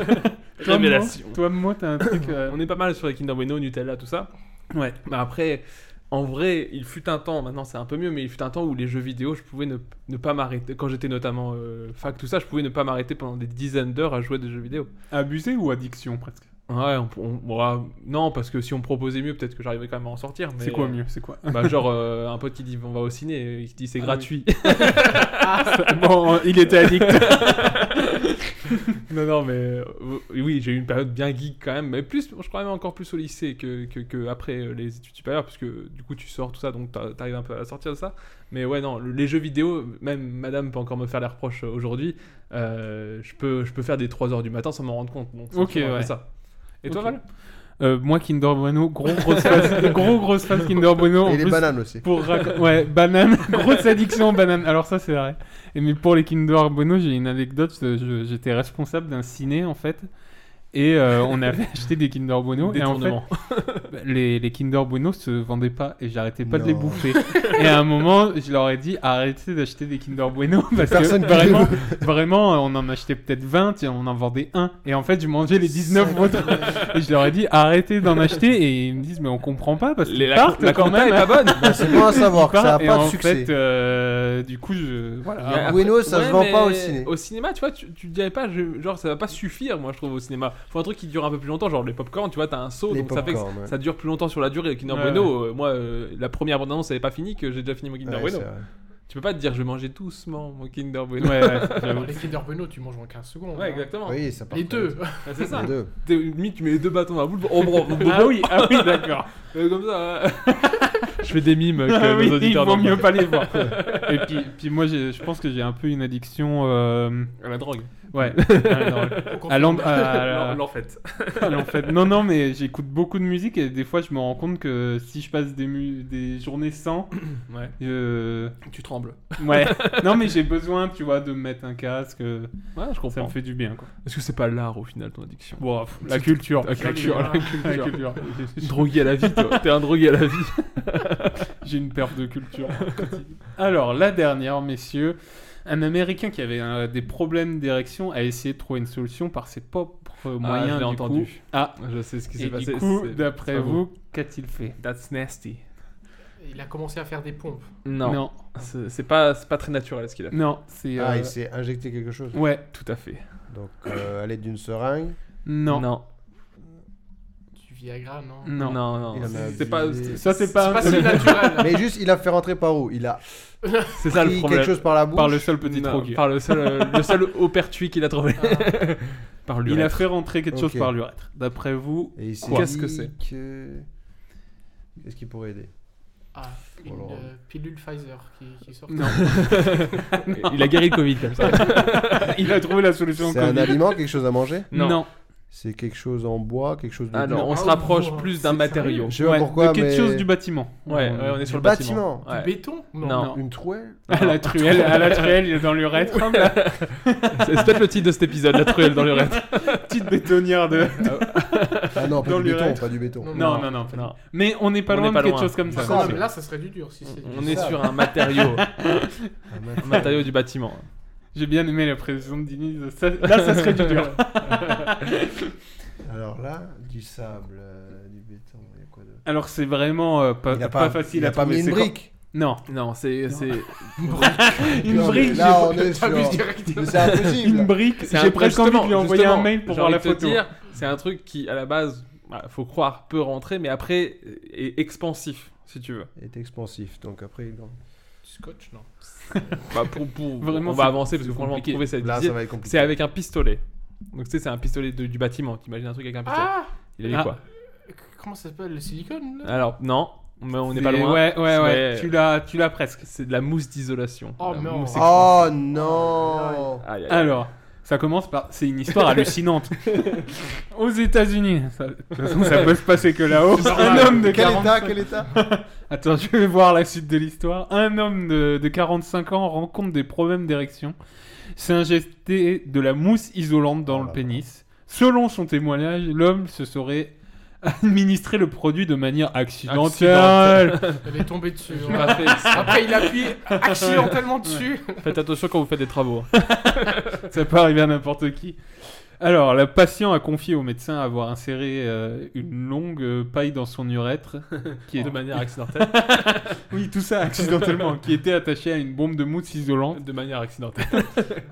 Speaker 7: toi, Mo,
Speaker 8: Révélation.
Speaker 7: toi, Mo, t'as un truc. euh,
Speaker 8: On est pas mal sur les Kinder Bueno, Nutella, tout ça.
Speaker 7: Ouais.
Speaker 8: Mais après, en vrai, il fut un temps, maintenant c'est un peu mieux, mais il fut un temps où les jeux vidéo, je pouvais ne, ne pas m'arrêter. Quand j'étais notamment euh, fac, tout ça, je pouvais ne pas m'arrêter pendant des dizaines d'heures à jouer à des jeux vidéo.
Speaker 7: Abusé ou addiction presque
Speaker 8: Ouais, on- on- ouais, non, parce que si on me proposait mieux, peut-être que j'arriverais quand même à en sortir. mais,
Speaker 7: C'est quoi
Speaker 8: euh,
Speaker 7: mieux C'est quoi
Speaker 8: bah, Genre, euh, un pote qui dit on va au ciné, il dit c'est
Speaker 7: Ah
Speaker 8: gratuit.
Speaker 7: Bon, Oh, il était addict.
Speaker 8: non, non, mais euh, oui, j'ai eu une période bien geek quand même, mais plus, je crois même encore plus au lycée que, que, que après euh, les études supérieures, parce que du coup tu sors tout ça, donc t'a- t'arrives un peu à sortir de ça. Mais ouais, non, le- les jeux vidéo, même madame peut encore me faire les reproches euh, aujourd'hui, euh, je, peux, je peux faire des 3 heures du matin sans m'en rendre compte. Donc, c'est
Speaker 7: Ok,
Speaker 8: toujours un peu
Speaker 7: ouais.
Speaker 8: ça. Et toi,
Speaker 7: Ok.
Speaker 8: Val
Speaker 7: Euh, moi, Kinder Bueno, gros grosse face, gros grosse face Kinder Bueno. en
Speaker 3: Et les
Speaker 7: plus,
Speaker 3: bananes aussi.
Speaker 7: Pour raco- ouais, banane, grosse addiction aux bananes. Alors ça, c'est vrai. Et mais pour les Kinder Bueno, j'ai une anecdote. Je- J'étais responsable d'un ciné en fait, et euh, on avait acheté des Kinder Bueno. et en fait, bah,
Speaker 8: Détournement.
Speaker 7: les, les Kinder Bueno se vendaient pas et j'arrêtais pas de les
Speaker 3: Non.
Speaker 7: bouffer. et à un moment, je leur ai dit arrêtez d'acheter des Kinder Bueno parce
Speaker 3: Personne
Speaker 7: que
Speaker 3: qui
Speaker 7: vraiment, vraiment, euh, on en achetait peut-être 20 et on en vendait un. Et en fait, je mangeais les 19 autres. Et je leur ai dit arrêtez d'en acheter et ils me disent mais on comprend pas parce que
Speaker 8: Les- la, la
Speaker 7: quand
Speaker 8: compta
Speaker 7: même. hein.
Speaker 8: est pas bonne
Speaker 3: Bah, c'est bon à savoir que ça a
Speaker 7: Et
Speaker 3: pas
Speaker 7: en
Speaker 3: de succès.
Speaker 7: fait, euh, du coup, je voilà.
Speaker 3: Ah, Bueno, ça se vend
Speaker 8: euh, mais
Speaker 3: pas au ciné.
Speaker 8: Au cinéma, tu vois, tu, tu dirais pas, je- genre, ça va pas suffire, moi, je trouve, au cinéma. Faut un truc qui dure un peu plus longtemps, genre les popcorn, tu vois, t'as un saut,
Speaker 3: Les
Speaker 8: donc ça fait que
Speaker 3: popcorn, ouais.
Speaker 8: ça dure plus longtemps sur la durée. Kinder
Speaker 7: Ouais,
Speaker 8: Bueno, euh, moi, euh, la première bande-annonce, elle est pas finie, que j'ai déjà fini mon Kinder
Speaker 3: Ouais,
Speaker 8: Bueno.
Speaker 3: c'est vrai.
Speaker 8: Tu peux pas te dire, je vais manger doucement mon Kinder Bueno.
Speaker 7: Ouais, ouais, j'avoue.
Speaker 9: Alors, Ah, les Kinder Bueno, tu manges en 15 secondes.
Speaker 8: Ouais,
Speaker 9: hein.
Speaker 8: exactement.
Speaker 3: Oui, ça part
Speaker 9: Les
Speaker 3: très
Speaker 9: deux.
Speaker 3: vite.
Speaker 8: Ouais, c'est ça.
Speaker 3: Les deux.
Speaker 8: T'es- Limite, tu mets les deux bâtons dans la boule. Oh, bro, bro, bro,
Speaker 7: ah oui, ah oui, d'accord.
Speaker 8: euh, comme ça. euh. je fais des mimes que
Speaker 7: Ah
Speaker 8: nos
Speaker 7: oui, il
Speaker 8: auditeurs
Speaker 7: vaut
Speaker 8: n'entendent
Speaker 7: mieux pas les voir. Et puis, puis moi, j'ai- je pense que j'ai un peu une addiction. euh,
Speaker 8: pas. La drogue.
Speaker 7: Ouais.
Speaker 9: On confirme.
Speaker 7: à l'en- à la-
Speaker 8: L'en- L'enfête.
Speaker 7: à l'enfête. Non, non, mais j'écoute beaucoup de musique et des fois, je me rends compte que si je passe des, mu- des journées sans,
Speaker 8: Ouais.
Speaker 7: euh,
Speaker 8: Tu trembles.
Speaker 7: ouais. Non, mais j'ai besoin, tu vois, de me mettre un casque. euh,
Speaker 8: Ouais, je
Speaker 7: Ça
Speaker 8: comprends.
Speaker 7: me fait du bien. Quoi.
Speaker 8: Est-ce que c'est pas l'art au final ton addiction
Speaker 7: Bon, pff, la culture.
Speaker 8: La culture, la
Speaker 7: La
Speaker 8: culture.
Speaker 7: culture.
Speaker 8: Drogué à la vie, toi. T'es un drogué à la vie.
Speaker 7: J'ai une perte de culture. Alors, la dernière, messieurs. Un Américain qui avait euh, des problèmes d'érection a essayé de trouver une solution par ses propres
Speaker 8: Moyen, j'ai
Speaker 7: moyens. du coup.
Speaker 8: Ah, entendu.
Speaker 7: Ah,
Speaker 8: Je sais ce qui
Speaker 7: et
Speaker 8: s'est
Speaker 7: du
Speaker 8: passé.
Speaker 7: coup,
Speaker 8: c'est-
Speaker 7: d'après
Speaker 8: c'est pas
Speaker 7: vous, qu'a-t-il fait
Speaker 8: That's nasty.
Speaker 9: Il a commencé à faire des pompes.
Speaker 8: Non.
Speaker 7: non,
Speaker 8: C'est c'est pas, c'est pas très naturel ce qu'il a fait.
Speaker 7: non, c'est.
Speaker 3: Ah,
Speaker 7: euh,
Speaker 3: il s'est injecté quelque chose.
Speaker 7: Ouais,
Speaker 8: Tout à fait.
Speaker 3: Donc, euh, à l'aide d'une seringue.
Speaker 7: non.
Speaker 9: Du Viagra, non
Speaker 7: Non.
Speaker 8: Non, non.
Speaker 3: Il en a
Speaker 8: C'est pas.
Speaker 3: abusé.
Speaker 7: Ça, c'est pas,
Speaker 9: C'est
Speaker 7: un-
Speaker 9: pas si naturel.
Speaker 3: Mais juste, il a fait rentrer par où Il a
Speaker 8: C'est ça le
Speaker 3: pris
Speaker 8: problème.
Speaker 3: quelque chose par la bouche.
Speaker 7: par le seul petit
Speaker 8: Non,
Speaker 7: trogué.
Speaker 8: par le seul, euh, le seul opertui qu'il a trouvé. Par lui.
Speaker 7: Il a fait rentrer quelque chose
Speaker 3: Ok.
Speaker 7: par l'urètre. D'après vous,
Speaker 3: Et il s'est
Speaker 7: Quoi
Speaker 8: Qu'est-ce
Speaker 3: dit
Speaker 8: que c'est
Speaker 3: que- Qu'est-ce qui pourrait aider
Speaker 9: Ah, une
Speaker 3: Voilà.
Speaker 9: euh, pilule Pfizer qui, qui sort.
Speaker 7: non.
Speaker 8: Il a guéri le Covid comme ça.
Speaker 7: il a trouvé la solution.
Speaker 3: C'est un
Speaker 7: Covid.
Speaker 3: aliment, quelque chose à manger
Speaker 7: Non.
Speaker 3: C'est quelque chose en bois, quelque chose de.
Speaker 8: Ah non, on
Speaker 9: Ah
Speaker 8: se
Speaker 9: oui,
Speaker 8: rapproche
Speaker 9: bon,
Speaker 8: plus
Speaker 9: c'est
Speaker 8: d'un
Speaker 9: sérieux.
Speaker 8: matériau.
Speaker 3: Je sais pas
Speaker 7: Ouais,
Speaker 3: pourquoi,
Speaker 7: de quelque
Speaker 3: mais.
Speaker 7: chose du bâtiment.
Speaker 8: Ouais, ouais, on est sur le
Speaker 3: Du
Speaker 8: bâtiment.
Speaker 3: bâtiment.
Speaker 9: Du
Speaker 8: Ouais.
Speaker 9: béton Non.
Speaker 8: Non.
Speaker 3: Une trouelle
Speaker 7: À la truelle, à la truelle, il est dans l'urètre.
Speaker 8: C'est c'est peut-être le titre de cet épisode, la truelle dans le reste.
Speaker 7: Petite bétonnière de.
Speaker 3: Ah non, pas
Speaker 7: Dans
Speaker 3: du béton,
Speaker 7: l'urètre.
Speaker 3: pas du béton.
Speaker 9: Non,
Speaker 7: Non, non, non. Mais on n'est pas
Speaker 8: On
Speaker 7: loin
Speaker 8: n'est pas
Speaker 7: de quelque
Speaker 8: loin.
Speaker 7: chose comme ça.
Speaker 3: Ça,
Speaker 9: Ah,
Speaker 3: c'est-
Speaker 9: mais là, ça serait du dur si c'est.
Speaker 8: On est sur un matériau.
Speaker 3: Ah,
Speaker 8: Un
Speaker 3: mince.
Speaker 8: matériau du bâtiment.
Speaker 7: J'ai bien aimé la prévision de Dini. Ça- là, ça serait du dur.
Speaker 3: Alors là, du sable, euh, du béton, il y a quoi d'autre
Speaker 7: Alors, c'est vraiment euh, pas,
Speaker 3: Il a
Speaker 7: pas facile
Speaker 3: il a
Speaker 7: à
Speaker 3: pas
Speaker 7: trouver.
Speaker 3: mis une
Speaker 7: C'est
Speaker 3: brique.
Speaker 7: quand- Non.
Speaker 8: Non, c'est. c'est-
Speaker 7: Une
Speaker 3: Non, mais
Speaker 7: brique,
Speaker 3: Là,
Speaker 7: j'ai-
Speaker 3: on est sur.
Speaker 9: T'abuses directement.
Speaker 3: Mais C'est impossible.
Speaker 7: Une brique.
Speaker 8: c'est un-
Speaker 7: J'ai presque envie de lui
Speaker 8: justement,
Speaker 7: envoyer un
Speaker 8: justement,
Speaker 7: mail pour
Speaker 8: j'ai
Speaker 7: voir la
Speaker 8: envie de te
Speaker 7: photo.
Speaker 8: dire, C'est un truc qui, à la base, bah, faut croire, peut rentrer, mais après euh, est expansif, si tu veux.
Speaker 3: Il est expansif, donc après. il-
Speaker 9: Scotch, non.
Speaker 8: Bah, pour, pour-
Speaker 7: Vraiment,
Speaker 8: on va
Speaker 7: c'est-
Speaker 8: avancer parce que
Speaker 7: c'est
Speaker 8: franchement,
Speaker 7: compliqué.
Speaker 8: trouver cette
Speaker 3: Là,
Speaker 8: visite,
Speaker 3: ça va être
Speaker 8: c'est
Speaker 3: compliqué.
Speaker 8: avec un pistolet. Donc tu sais, c'est un pistolet de- du bâtiment. T'imagines un truc avec un pistolet
Speaker 9: Ah
Speaker 8: Il avait
Speaker 7: Ah.
Speaker 8: quoi
Speaker 9: Comment ça s'appelle Le silicone là
Speaker 8: Alors non, mais on n'est
Speaker 7: C'est-
Speaker 8: pas loin.
Speaker 7: Ouais, ouais, ouais.
Speaker 8: C'est-
Speaker 7: Tu l'as, tu l'as presque. Ah,
Speaker 8: C'est de la mousse d'isolation.
Speaker 9: Oh,
Speaker 8: La
Speaker 9: non.
Speaker 8: mousse
Speaker 3: Oh non
Speaker 8: Aïe, aïe, aïe.
Speaker 7: Alors, ça commence par. C'est une histoire hallucinante. Aux États-Unis, ça... de toute façon, ça peut se passer que là-haut. Un homme de
Speaker 3: Quel
Speaker 7: 40
Speaker 3: état, quel état
Speaker 7: Attends, je vais voir la suite de l'histoire. Un homme de, de 45 ans rencontre des problèmes d'érection. S'est injecté de la mousse isolante dans
Speaker 3: Oh
Speaker 7: le
Speaker 3: là
Speaker 7: pénis. Selon son témoignage, l'homme se serait administré le produit de manière accidentelle.
Speaker 9: Elle est tombée dessus.
Speaker 8: J'ai
Speaker 9: ouais.
Speaker 8: pas fait exprès.
Speaker 9: Après, il appuie accidentellement dessus.
Speaker 7: hein.
Speaker 8: Faites attention quand vous faites des travaux.
Speaker 7: ça peut arriver à n'importe qui. Alors, le patient a confié au médecin avoir inséré euh, une longue euh, paille dans son urètre, qui est
Speaker 8: de manière accidentelle.
Speaker 7: oui tout ça accidentellement, qui était attachée à une bombe de mousse isolante,
Speaker 8: de manière accidentelle.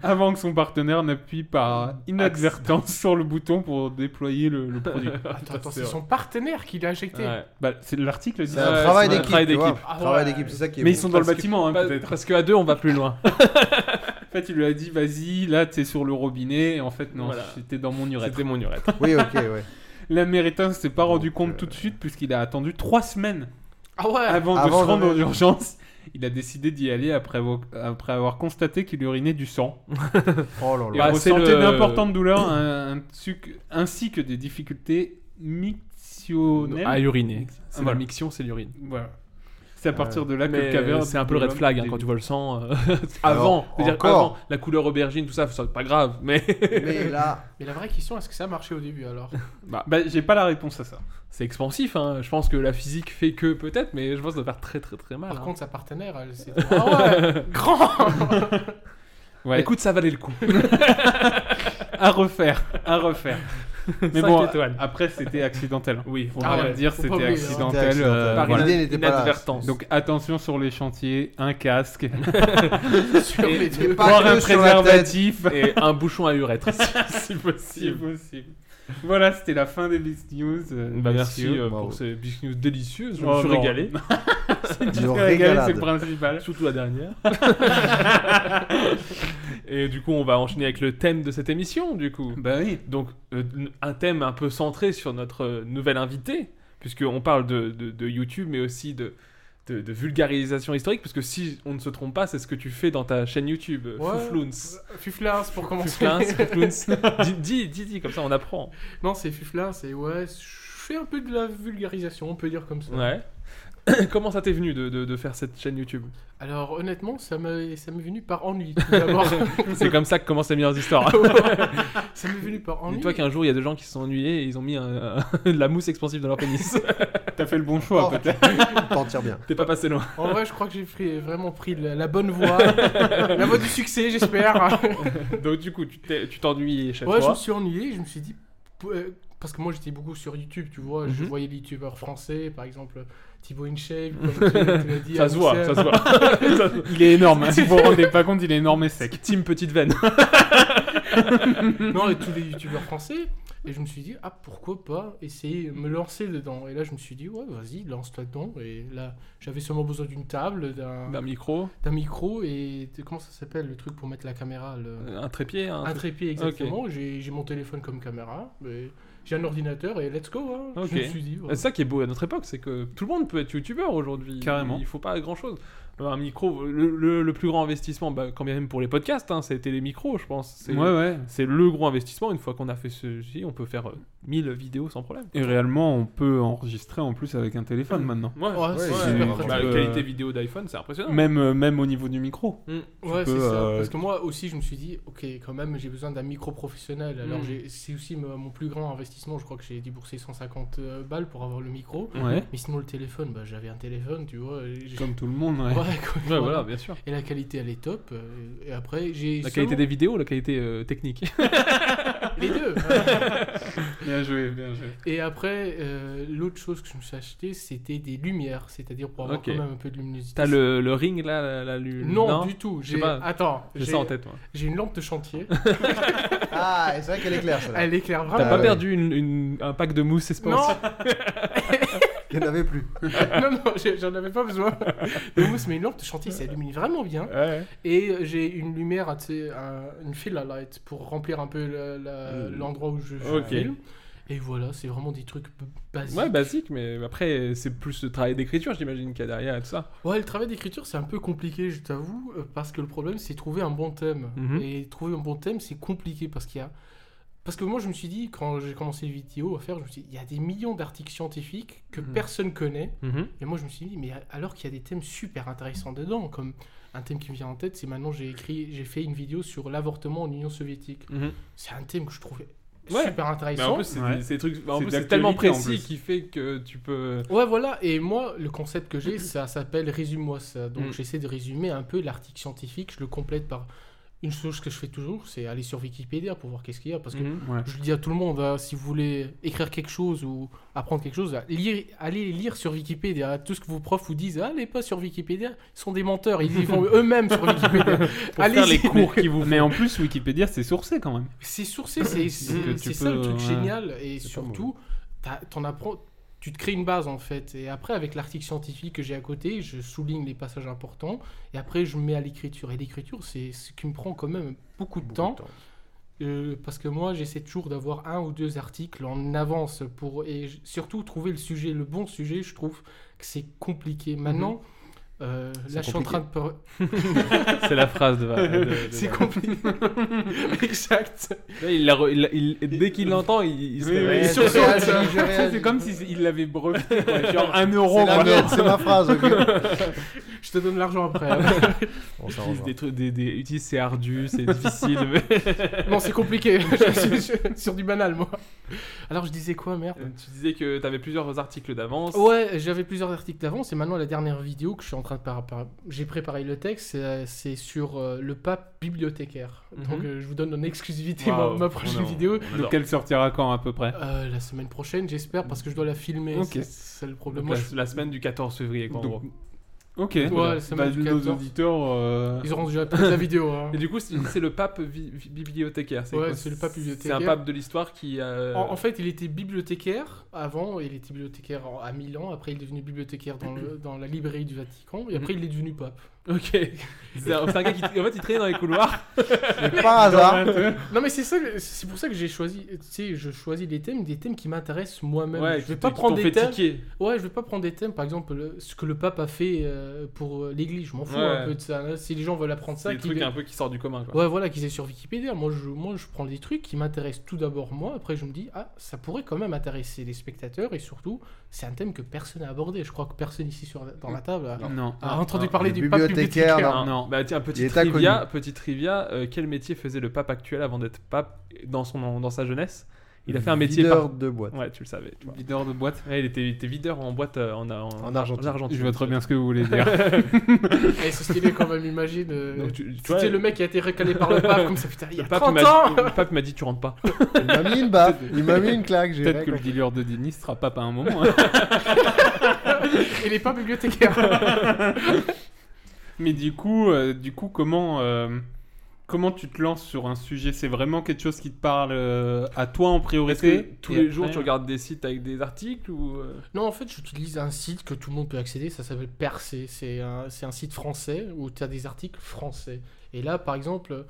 Speaker 7: avant que son partenaire n'appuie par inadvertance sur le bouton pour déployer le, le produit.
Speaker 8: Putain,
Speaker 9: Attends, attends,
Speaker 8: c'est
Speaker 9: c'est
Speaker 8: vrai.
Speaker 9: son partenaire qui l'a injecté.
Speaker 8: Ouais.
Speaker 7: Bah, c'est l'article. dit
Speaker 3: C'est
Speaker 7: ça.
Speaker 3: un
Speaker 8: Ouais,
Speaker 3: travail
Speaker 8: c'est un
Speaker 3: d'équipe.
Speaker 8: travail
Speaker 3: tu vois.
Speaker 8: d'équipe.
Speaker 9: Ah
Speaker 3: Travail
Speaker 9: ouais.
Speaker 3: d'équipe, c'est ça qui est
Speaker 7: Mais
Speaker 3: bon.
Speaker 7: ils sont dans le
Speaker 8: Parce que-
Speaker 7: bâtiment, hein,
Speaker 8: Pas-
Speaker 7: peut-être.
Speaker 8: Parce qu'à deux, on va plus loin.
Speaker 7: En fait, il lui a dit, vas-y, là, t'es sur le robinet. Et en fait, non,
Speaker 8: Voilà.
Speaker 7: c'était dans mon urètre.
Speaker 8: C'était mon urètre.
Speaker 3: Oui, ok, ouais.
Speaker 7: L'Américain s'est pas rendu
Speaker 3: Donc,
Speaker 7: compte
Speaker 3: euh,
Speaker 7: tout de suite puisqu'il a attendu trois semaines
Speaker 9: Ah ouais.
Speaker 7: avant,
Speaker 3: Avant
Speaker 7: de se rendre
Speaker 3: de-
Speaker 7: aux urgences. Il a décidé d'y aller après, avo- après avoir constaté qu'il urinait du sang.
Speaker 3: Oh là
Speaker 7: Il
Speaker 3: là.
Speaker 8: Bah, c'est
Speaker 7: ressentait
Speaker 8: le-
Speaker 7: d'importantes douleurs un- un suc- ainsi que des difficultés mictionnelles.
Speaker 8: À Ah, uriner. C'est
Speaker 7: Voilà.
Speaker 8: La miction, c'est l'urine.
Speaker 7: Voilà. C'est à partir de là que
Speaker 8: Mais,
Speaker 7: le caverne
Speaker 8: Ah, euh, c'est un peu le red flag hein, quand tu vois le sang. euh, avant,
Speaker 3: Alors,
Speaker 8: c'est-à-dire
Speaker 3: encore.
Speaker 8: avant, la couleur aubergine, tout ça, c'est pas grave, mais
Speaker 3: Mais là,
Speaker 9: Mais la vraie question, est-ce que ça a marché au début alors
Speaker 7: Bah, j'ai pas la réponse à ça.
Speaker 8: c'est expansif. hein. Je pense que la physique fait que peut-être, mais je pense que ça va faire très très très mal.
Speaker 9: Par
Speaker 8: hein.
Speaker 9: contre, sa partenaire, elle s'est dit, Ah ouais Grand
Speaker 7: Ouais.
Speaker 8: écoute, ça valait le coup.
Speaker 7: à refaire, à refaire. Mais
Speaker 8: Cinq
Speaker 7: bon,
Speaker 8: étoiles.
Speaker 7: après c'était accidentel.
Speaker 8: Oui,
Speaker 7: On
Speaker 9: Ah
Speaker 7: va
Speaker 9: ouais,
Speaker 7: dire
Speaker 9: faut pas
Speaker 7: c'était
Speaker 9: oublier, hein.
Speaker 3: C'était
Speaker 7: accidentel.
Speaker 3: accidentel.
Speaker 7: euh,
Speaker 3: Par
Speaker 7: voilà.
Speaker 3: l'idée n'était pas là.
Speaker 8: inadvertance.
Speaker 7: Donc attention sur les chantiers, un casque,
Speaker 9: sur les deux.
Speaker 3: pas
Speaker 7: boire
Speaker 3: que
Speaker 7: un
Speaker 3: sur la tête.
Speaker 7: préservatif.
Speaker 8: et un bouchon à urètre, si
Speaker 7: Si
Speaker 8: possible.
Speaker 7: possible. Voilà, c'était la fin des Beast News. euh,
Speaker 8: Bah, merci
Speaker 7: messieurs.
Speaker 8: euh,
Speaker 3: Bravo.
Speaker 8: pour ces big news délicieuses. Je me
Speaker 7: Oh
Speaker 8: suis
Speaker 7: non.
Speaker 8: régalé,
Speaker 7: Tu
Speaker 3: Ils ont
Speaker 7: t'es régalé, c'est
Speaker 3: régalade.
Speaker 7: le principal.
Speaker 8: surtout la dernière. et du coup, on va enchaîner avec le thème de cette émission, du coup.
Speaker 7: Bah oui.
Speaker 8: Donc, euh, un thème un peu centré sur notre euh, nouvel invité, puisqu'on parle de, de- de YouTube, mais aussi de, de, de vulgarisation historique, parce que si on ne se trompe pas, c'est ce que tu fais dans ta chaîne YouTube, euh,
Speaker 9: Ouais.
Speaker 8: Fouflouns.
Speaker 9: Fuflins pour commencer.
Speaker 8: Fouflins, Fouflouns. dis, dis, dis, dis, comme ça on apprend.
Speaker 9: non, c'est Fuflins, c'est ouais, je fais un peu de la vulgarisation, on peut dire comme ça.
Speaker 8: Ouais. Comment ça t'est venu de, de- de faire cette chaîne YouTube
Speaker 9: Alors honnêtement, ça m'est ça m'est venu par ennui tout d'abord.
Speaker 8: C'est comme ça que commencent les meilleures histoires.
Speaker 9: ça m'est venu par ennui.
Speaker 8: Dis-toi qu'un jour, il y a des gens qui se sont ennuyés et ils ont mis un- un- de la mousse expansive dans leur pénis.
Speaker 7: T'as fait le bon choix
Speaker 3: Oh.
Speaker 7: peut-être.
Speaker 3: t'en tires bien.
Speaker 8: T'es pas passé loin.
Speaker 9: En vrai, je crois que j'ai pris- vraiment pris la, la bonne voie, la voie du succès, j'espère.
Speaker 8: Donc, du coup, tu t'es- tu t'ennuies chez
Speaker 9: ouais, je me
Speaker 8: toi.
Speaker 9: suis ennuyé, je me suis dit. p- euh, Parce que moi j'étais beaucoup sur YouTube, tu vois, je
Speaker 8: Mhm.
Speaker 9: voyais les youtubeurs français, par exemple Thibaut InShape, comme tu, tu l'as dit.
Speaker 8: Ça se voit,
Speaker 9: Amoussem.
Speaker 8: ça se voit.
Speaker 7: Il est énorme. hein. Si vous vous rendez pas compte, il est énorme et sec.
Speaker 8: Team Petite Veine.
Speaker 9: Non, et tous les youtubeurs français. Et je me suis dit, ah pourquoi pas essayer de me lancer dedans. Et là, je me suis dit, ouais, vas-y, lance-toi dedans. Et là, j'avais seulement besoin d'une table, d'un
Speaker 8: Un micro,
Speaker 9: d'un micro et de- comment ça s'appelle le truc pour mettre la caméra le...
Speaker 8: euh, un trépied, un,
Speaker 9: Un trépied, exactement. J'ai- J'ai mon téléphone comme caméra. mais J'ai un ordinateur et let's go. hein.
Speaker 8: Ok.
Speaker 9: Je me suis dit,
Speaker 8: C'est
Speaker 9: voilà.
Speaker 8: ça qui est beau à notre époque, c'est que tout le monde peut être youtubeur aujourd'hui.
Speaker 7: Carrément.
Speaker 8: Il faut pas grand chose. Un micro, le, le- le plus grand investissement, bah, quand bien même pour les podcasts, hein, c'était les micros, je pense. C'est
Speaker 7: Ouais ouais.
Speaker 8: c'est le gros investissement. Une fois qu'on a fait ceci, on peut faire euh, 1000 vidéos sans problème.
Speaker 7: Et réellement, on peut enregistrer en plus avec un téléphone maintenant.
Speaker 8: Ouais,
Speaker 9: Ouais, c'est
Speaker 3: Ouais,
Speaker 9: super
Speaker 3: c'est-
Speaker 9: pratique.
Speaker 8: Bah,
Speaker 7: tu
Speaker 8: la
Speaker 7: peux-
Speaker 8: qualité vidéo d'iPhone, c'est impressionnant.
Speaker 7: Même euh, même au niveau du micro.
Speaker 8: Mm.
Speaker 9: Ouais,
Speaker 7: peux,
Speaker 9: c'est ça.
Speaker 7: euh,
Speaker 9: Parce que moi aussi, je me suis dit, ok, quand même, j'ai besoin d'un micro professionnel. Alors,
Speaker 8: Mm.
Speaker 9: j'ai- c'est aussi ma- mon plus grand investissement. Je crois que j'ai déboursé 150 euh, balles pour avoir le micro.
Speaker 8: Hmm.
Speaker 7: Ouais.
Speaker 9: Mais sinon, le téléphone, bah, j'avais un téléphone, tu vois. et j'ai-
Speaker 7: Comme tout le monde.
Speaker 9: Ouais,
Speaker 7: Ouais.
Speaker 8: Ouais,
Speaker 9: quoi, voilà.
Speaker 8: voilà, bien sûr.
Speaker 9: Et la qualité, elle est top. euh, Et après, j'ai.
Speaker 8: La
Speaker 9: seulement-
Speaker 8: qualité des vidéos, la qualité euh, technique.
Speaker 9: Les deux. hein.
Speaker 7: Bien joué, bien joué.
Speaker 9: et après, euh, l'autre chose que je me suis acheté, c'était des lumières. C'est-à-dire pour avoir
Speaker 8: Ok.
Speaker 9: quand même un peu de luminosité.
Speaker 8: T'as le, le ring là, la, la lune.
Speaker 9: Non, du tout.
Speaker 8: je sais
Speaker 9: J'ai...
Speaker 8: pas.
Speaker 9: Attends,
Speaker 8: j'ai
Speaker 9: j'ai...
Speaker 8: ça en tête. moi.
Speaker 9: j'ai une lampe de chantier.
Speaker 3: Ah, et c'est vrai qu'elle est claire, celle-là.
Speaker 9: elle éclaire
Speaker 8: T'as
Speaker 9: vraiment.
Speaker 8: pas
Speaker 10: Ah
Speaker 3: ouais.
Speaker 8: perdu une- une- un pack de mousse
Speaker 9: Non,
Speaker 8: expansive
Speaker 3: Il n'y en avait plus.
Speaker 9: non, non, j'ai- j'en avais pas besoin. Le mousse, mais une lampe de chantier, ça illumine vraiment bien.
Speaker 8: Ouais.
Speaker 9: Et euh, j'ai une lumière, tu sais, un- une file à light pour remplir un peu la- la-
Speaker 8: Mm.
Speaker 9: l'endroit où je, je
Speaker 8: Ok.
Speaker 9: filme. Et voilà, c'est vraiment des trucs b- basiques.
Speaker 8: Ouais, basique, mais après, c'est plus le travail d'écriture, j'imagine, qu'il y a derrière et tout ça.
Speaker 9: Ouais, le travail d'écriture, c'est un peu compliqué, je t'avoue, euh, parce que le problème, c'est trouver un bon thème.
Speaker 8: Mhm.
Speaker 9: Et trouver un bon thème, c'est compliqué parce qu'il y a. Parce que moi, je me suis dit, quand j'ai commencé les vidéos à faire, je me suis dit, il y a des millions d'articles scientifiques que
Speaker 8: Mhm.
Speaker 9: personne connaît.
Speaker 7: Mm-hmm.
Speaker 9: Et moi, je me suis dit, mais alors qu'il y a des thèmes super intéressants dedans, comme un thème qui me vient en tête, c'est maintenant, j'ai écrit, j'ai fait une vidéo sur l'avortement en Union soviétique.
Speaker 8: Mhm.
Speaker 9: C'est un thème que je trouvais
Speaker 8: Ouais.
Speaker 9: super
Speaker 8: Mais en
Speaker 9: intéressant.
Speaker 8: plus, c'est
Speaker 7: Ouais.
Speaker 8: des- c'est des trucs. En
Speaker 7: C'est
Speaker 8: plus,
Speaker 7: de
Speaker 8: c'est tellement
Speaker 7: l'actualité, en
Speaker 8: précis
Speaker 7: plus.
Speaker 8: qui fait que tu peux.
Speaker 9: Ouais, voilà. Et moi, le concept que j'ai, ça s'appelle résume-moi ça. Donc,
Speaker 8: Mm.
Speaker 9: j'essaie de résumer un peu l'article scientifique. Je le complète par Une chose que je fais toujours, c'est aller sur Wikipédia pour voir qu'est-ce qu'il y a. Parce que
Speaker 10: Mhm.
Speaker 7: Ouais.
Speaker 9: je le dis à tout le monde, hein, si vous voulez écrire quelque chose ou apprendre quelque chose, lire- allez lire sur Wikipédia. Tout ce que vos profs vous disent, allez pas sur Wikipédia, ils sont des menteurs, ils y vont eux-mêmes sur Wikipédia.
Speaker 7: Pour faire les
Speaker 9: Allez-y.
Speaker 7: cours qui vous. Mais en plus, Wikipédia, c'est sourcé quand même.
Speaker 9: C'est sourcé, c'est
Speaker 7: que
Speaker 9: c'est-
Speaker 7: tu
Speaker 9: c'est ça le
Speaker 7: peux,
Speaker 9: truc
Speaker 7: ouais.
Speaker 9: génial. Et
Speaker 3: C'est pas
Speaker 9: surtout, t'as- t'en apprends, tu te crées une base en fait. Et après, avec l'article scientifique que j'ai à côté, je souligne les passages importants. Et après, je me mets à l'écriture. Et l'écriture, c'est ce qui me prend quand même beaucoup de temps. Euh, parce que moi, j'essaie toujours d'avoir un ou deux articles en avance pour et j- surtout trouver le sujet, le bon sujet. Je trouve que c'est compliqué. Maintenant, euh, là, je suis en train de par-
Speaker 10: C'est la phrase de. de- de-
Speaker 9: c'est compliqué. exact.
Speaker 10: Là, il la re- il la- il- dès qu'il l'entend, il, il se
Speaker 7: euh, Oui,
Speaker 10: réveille.
Speaker 7: oui,
Speaker 3: je
Speaker 7: sur son-
Speaker 3: réagis,
Speaker 7: ça,
Speaker 3: je
Speaker 7: ça,
Speaker 3: réagis.
Speaker 7: C'est comme s'il l'avait breveté, quoi, genre un euro.
Speaker 3: C'est la
Speaker 7: voilà.
Speaker 3: mienne, c'est ma phrase. ok.
Speaker 9: Je te donne l'argent après. hein.
Speaker 3: Bon, ça
Speaker 10: Utilise
Speaker 3: rejoint.
Speaker 10: des trucs, des, des, utilise, c'est ardu, c'est difficile. mais-
Speaker 9: Non, c'est compliqué. je suis sur du banal, moi. Alors, je disais quoi, merde
Speaker 10: Euh, tu disais que t'avais plusieurs articles d'avance.
Speaker 9: Ouais, j'avais plusieurs articles d'avance et maintenant la dernière vidéo que je suis en train de par- par- j'ai préparé le texte, c'est- c'est sur euh, le pape bibliothécaire. Donc
Speaker 10: Mhm.
Speaker 9: euh, je vous donne en exclusivité ma-
Speaker 10: Waouh,
Speaker 9: ma, prochaine
Speaker 10: on a-
Speaker 9: vidéo
Speaker 10: on adore.
Speaker 7: Donc elle sortira quand à peu près
Speaker 9: Euh, la semaine prochaine, j'espère, parce que je dois la filmer.
Speaker 7: Ok.
Speaker 9: c'est- C'est le problème.
Speaker 10: Donc,
Speaker 9: Moi,
Speaker 10: la,
Speaker 9: je-
Speaker 10: la semaine du 14 février, quoi, en
Speaker 7: Donc,
Speaker 10: gros.
Speaker 7: Ok.
Speaker 9: Ouais, ça
Speaker 7: Bah,
Speaker 9: m'a dit
Speaker 7: nos
Speaker 9: 14.
Speaker 7: auditeurs. euh,
Speaker 9: Ils auront déjà peut-être la vidéo. hein.
Speaker 10: Et du coup, c'est c'est le pape vi- vi- bibliothécaire.
Speaker 9: Ouais,
Speaker 10: quoi
Speaker 9: c'est le pape bibliothécaire.
Speaker 10: C'est un pape de l'histoire qui. euh,
Speaker 9: En, en fait, il était bibliothécaire avant, il était bibliothécaire en- à Milan, après il est devenu bibliothécaire dans, le- dans la librairie du Vatican, et après il est devenu pape.
Speaker 10: Mhm. Ok. C'est un, c'est un gars qui. En fait, il traînait dans les couloirs.
Speaker 3: C'est pas un hasard.
Speaker 9: Non mais c'est ça, que- c'est pour ça que j'ai choisi, tu sais, je choisis des thèmes, des thèmes qui m'intéressent moi-même.
Speaker 10: ouais,
Speaker 9: je vais
Speaker 10: qui-
Speaker 9: pas
Speaker 10: qui
Speaker 9: prendre
Speaker 10: t'ont
Speaker 9: des
Speaker 10: fait
Speaker 9: thèmes.
Speaker 10: tiquer.
Speaker 9: Ouais, je vais pas prendre des thèmes, par exemple le- ce que le pape a fait euh, pour euh, l'Église. Je m'en fous
Speaker 10: Ouais.
Speaker 9: un peu de ça. là. Si les gens veulent apprendre
Speaker 10: C'est
Speaker 9: ça,
Speaker 10: des
Speaker 9: qu'ils
Speaker 10: trucs
Speaker 9: aient-
Speaker 10: un peu qui sortent du commun, quoi.
Speaker 9: ouais, voilà, qu'ils aient sur Wikipédia. Moi, je, moi, je prends des trucs qui m'intéressent tout d'abord moi. Après, je me dis ah, ça pourrait quand même intéresser les spectateurs et surtout, c'est un thème que personne n'a abordé. Je crois que personne ici sur la- dans la table a,
Speaker 7: Non.
Speaker 9: a entendu
Speaker 10: non.
Speaker 9: parler
Speaker 3: Le
Speaker 9: du pape
Speaker 3: bibliothécaire,
Speaker 9: bibliothécaire.
Speaker 3: là.
Speaker 10: Ah,
Speaker 7: Non.
Speaker 10: Bah tiens, petit
Speaker 3: Il est inconnu.
Speaker 10: trivia, petit trivia euh, quel métier faisait le pape actuel avant d'être pape dans, son, dans sa jeunesse Il a fait un métier...
Speaker 3: Leader de boîte.
Speaker 10: par- Ouais, tu le savais. tu vois.
Speaker 7: Videur de boîte.
Speaker 10: Ouais, il, était, il était videur en boîte euh, en, en,
Speaker 3: En Argentine.
Speaker 7: Je vois très bien ce que vous voulez dire.
Speaker 9: Et c'est stylé quand même, imagine. euh,
Speaker 10: Donc, tu, tu
Speaker 9: tu
Speaker 10: vois,
Speaker 9: sais, le mec qui a été recalé par le pape, comme ça, putain, il y a
Speaker 10: le pape
Speaker 9: 30
Speaker 10: m'a
Speaker 9: ans
Speaker 10: dit- le pape m'a dit tu rentres pas.
Speaker 3: Il m'a mis une baffe, il m'a mis une claque. j'ai
Speaker 7: Peut-être
Speaker 3: rien
Speaker 7: que le
Speaker 3: compris.
Speaker 7: dealer de Denis sera pape à un moment. hein.
Speaker 9: Il est pas bibliothécaire.
Speaker 7: Mais du coup, euh, du coup, comment euh, comment tu te lances sur un sujet C'est vraiment quelque chose qui te parle euh, à toi en
Speaker 10: Est-ce que
Speaker 7: priorité
Speaker 10: tous
Speaker 7: Et
Speaker 10: les jours
Speaker 7: après-
Speaker 10: tu regardes des sites avec des articles ou euh,
Speaker 9: non, en fait, j'utilise un site que tout le monde peut accéder, ça s'appelle Percé. C'est un, c'est un site français où tu as des articles français. Et là, par exemple,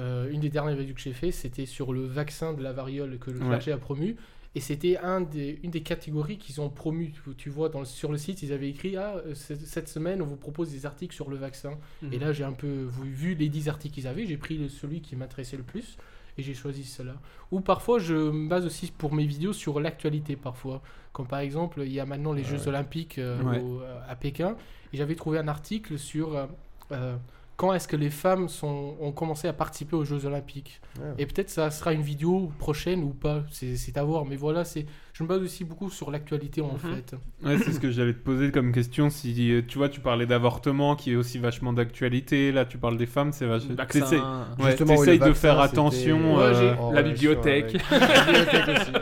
Speaker 9: euh, une des dernières vidéos que j'ai fait, c'était sur le vaccin de la variole que le
Speaker 7: Ouais.
Speaker 9: clergé a promu. Et c'était un des, une des catégories qu'ils ont promu. Tu, tu vois, dans le- sur le site, ils avaient écrit Ah, euh, cette cette semaine, on vous propose des articles sur le vaccin.
Speaker 7: Mhm.
Speaker 9: Et là, j'ai un peu vu, vu les 10 articles qu'ils avaient, j'ai pris le- celui qui m'intéressait le plus et j'ai choisi cela. Ou parfois, je me base aussi pour mes vidéos sur l'actualité parfois. Comme par exemple, il y a maintenant les Jeux Olympiques euh,
Speaker 7: Ah Ouais.
Speaker 9: au- euh, à Pékin et j'avais trouvé un article sur euh, euh, quand est-ce que les femmes sont, ont commencé à participer aux Jeux Olympiques.
Speaker 3: Ouais.
Speaker 9: Et peut-être ça sera une vidéo prochaine ou pas, c'est c'est à voir. Mais voilà, c'est- je me base aussi beaucoup sur l'actualité
Speaker 10: Mhm.
Speaker 9: en fait.
Speaker 7: Ouais, c'est ce que j'allais te poser comme question. Si euh, tu vois, tu parlais d'avortement, qui est aussi vachement d'actualité. Là, tu parles des femmes, c'est vachement.
Speaker 10: vaccin,
Speaker 7: Ouais,
Speaker 3: Justement, oui, le
Speaker 7: t'essayes de
Speaker 3: vaccin,
Speaker 7: faire
Speaker 3: c'était-
Speaker 7: attention.
Speaker 9: Ouais,
Speaker 7: euh,
Speaker 9: j'ai-
Speaker 3: Oh,
Speaker 10: la
Speaker 3: ouais,
Speaker 10: bibliothèque.
Speaker 3: sur- avec- La bibliothèque aussi.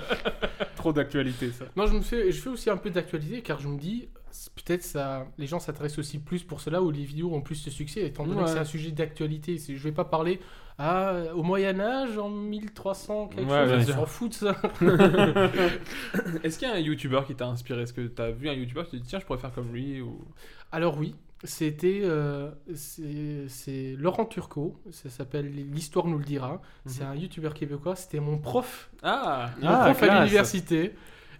Speaker 7: Trop d'actualité, ça.
Speaker 9: Non, je me fais, je fais aussi un peu d'actualité car je me dis c'est- peut-être ça, les gens s'intéressent aussi plus pour cela où les vidéos ont plus de succès étant donné
Speaker 10: Ouais.
Speaker 9: que c'est un sujet d'actualité. C'est- Je vais pas parler ah, au Moyen Âge en 1300 quelque
Speaker 10: Ouais, bien
Speaker 9: chose, on
Speaker 10: sûr.
Speaker 9: s'en fout de ça.
Speaker 10: Est-ce qu'il y a un youtubeur qui t'a inspiré Est-ce que t'as vu un youtubeur qui t'a dit tiens je pourrais faire comme lui ou...
Speaker 9: Alors oui, c'était euh, c'est c'est Laurent Turcot, ça s'appelle l'histoire nous le dira.
Speaker 10: Mhm.
Speaker 9: C'est un youtubeur québécois, c'était mon prof
Speaker 10: Ah
Speaker 9: Mon
Speaker 7: Ah,
Speaker 9: prof à
Speaker 7: classe.
Speaker 9: l'université.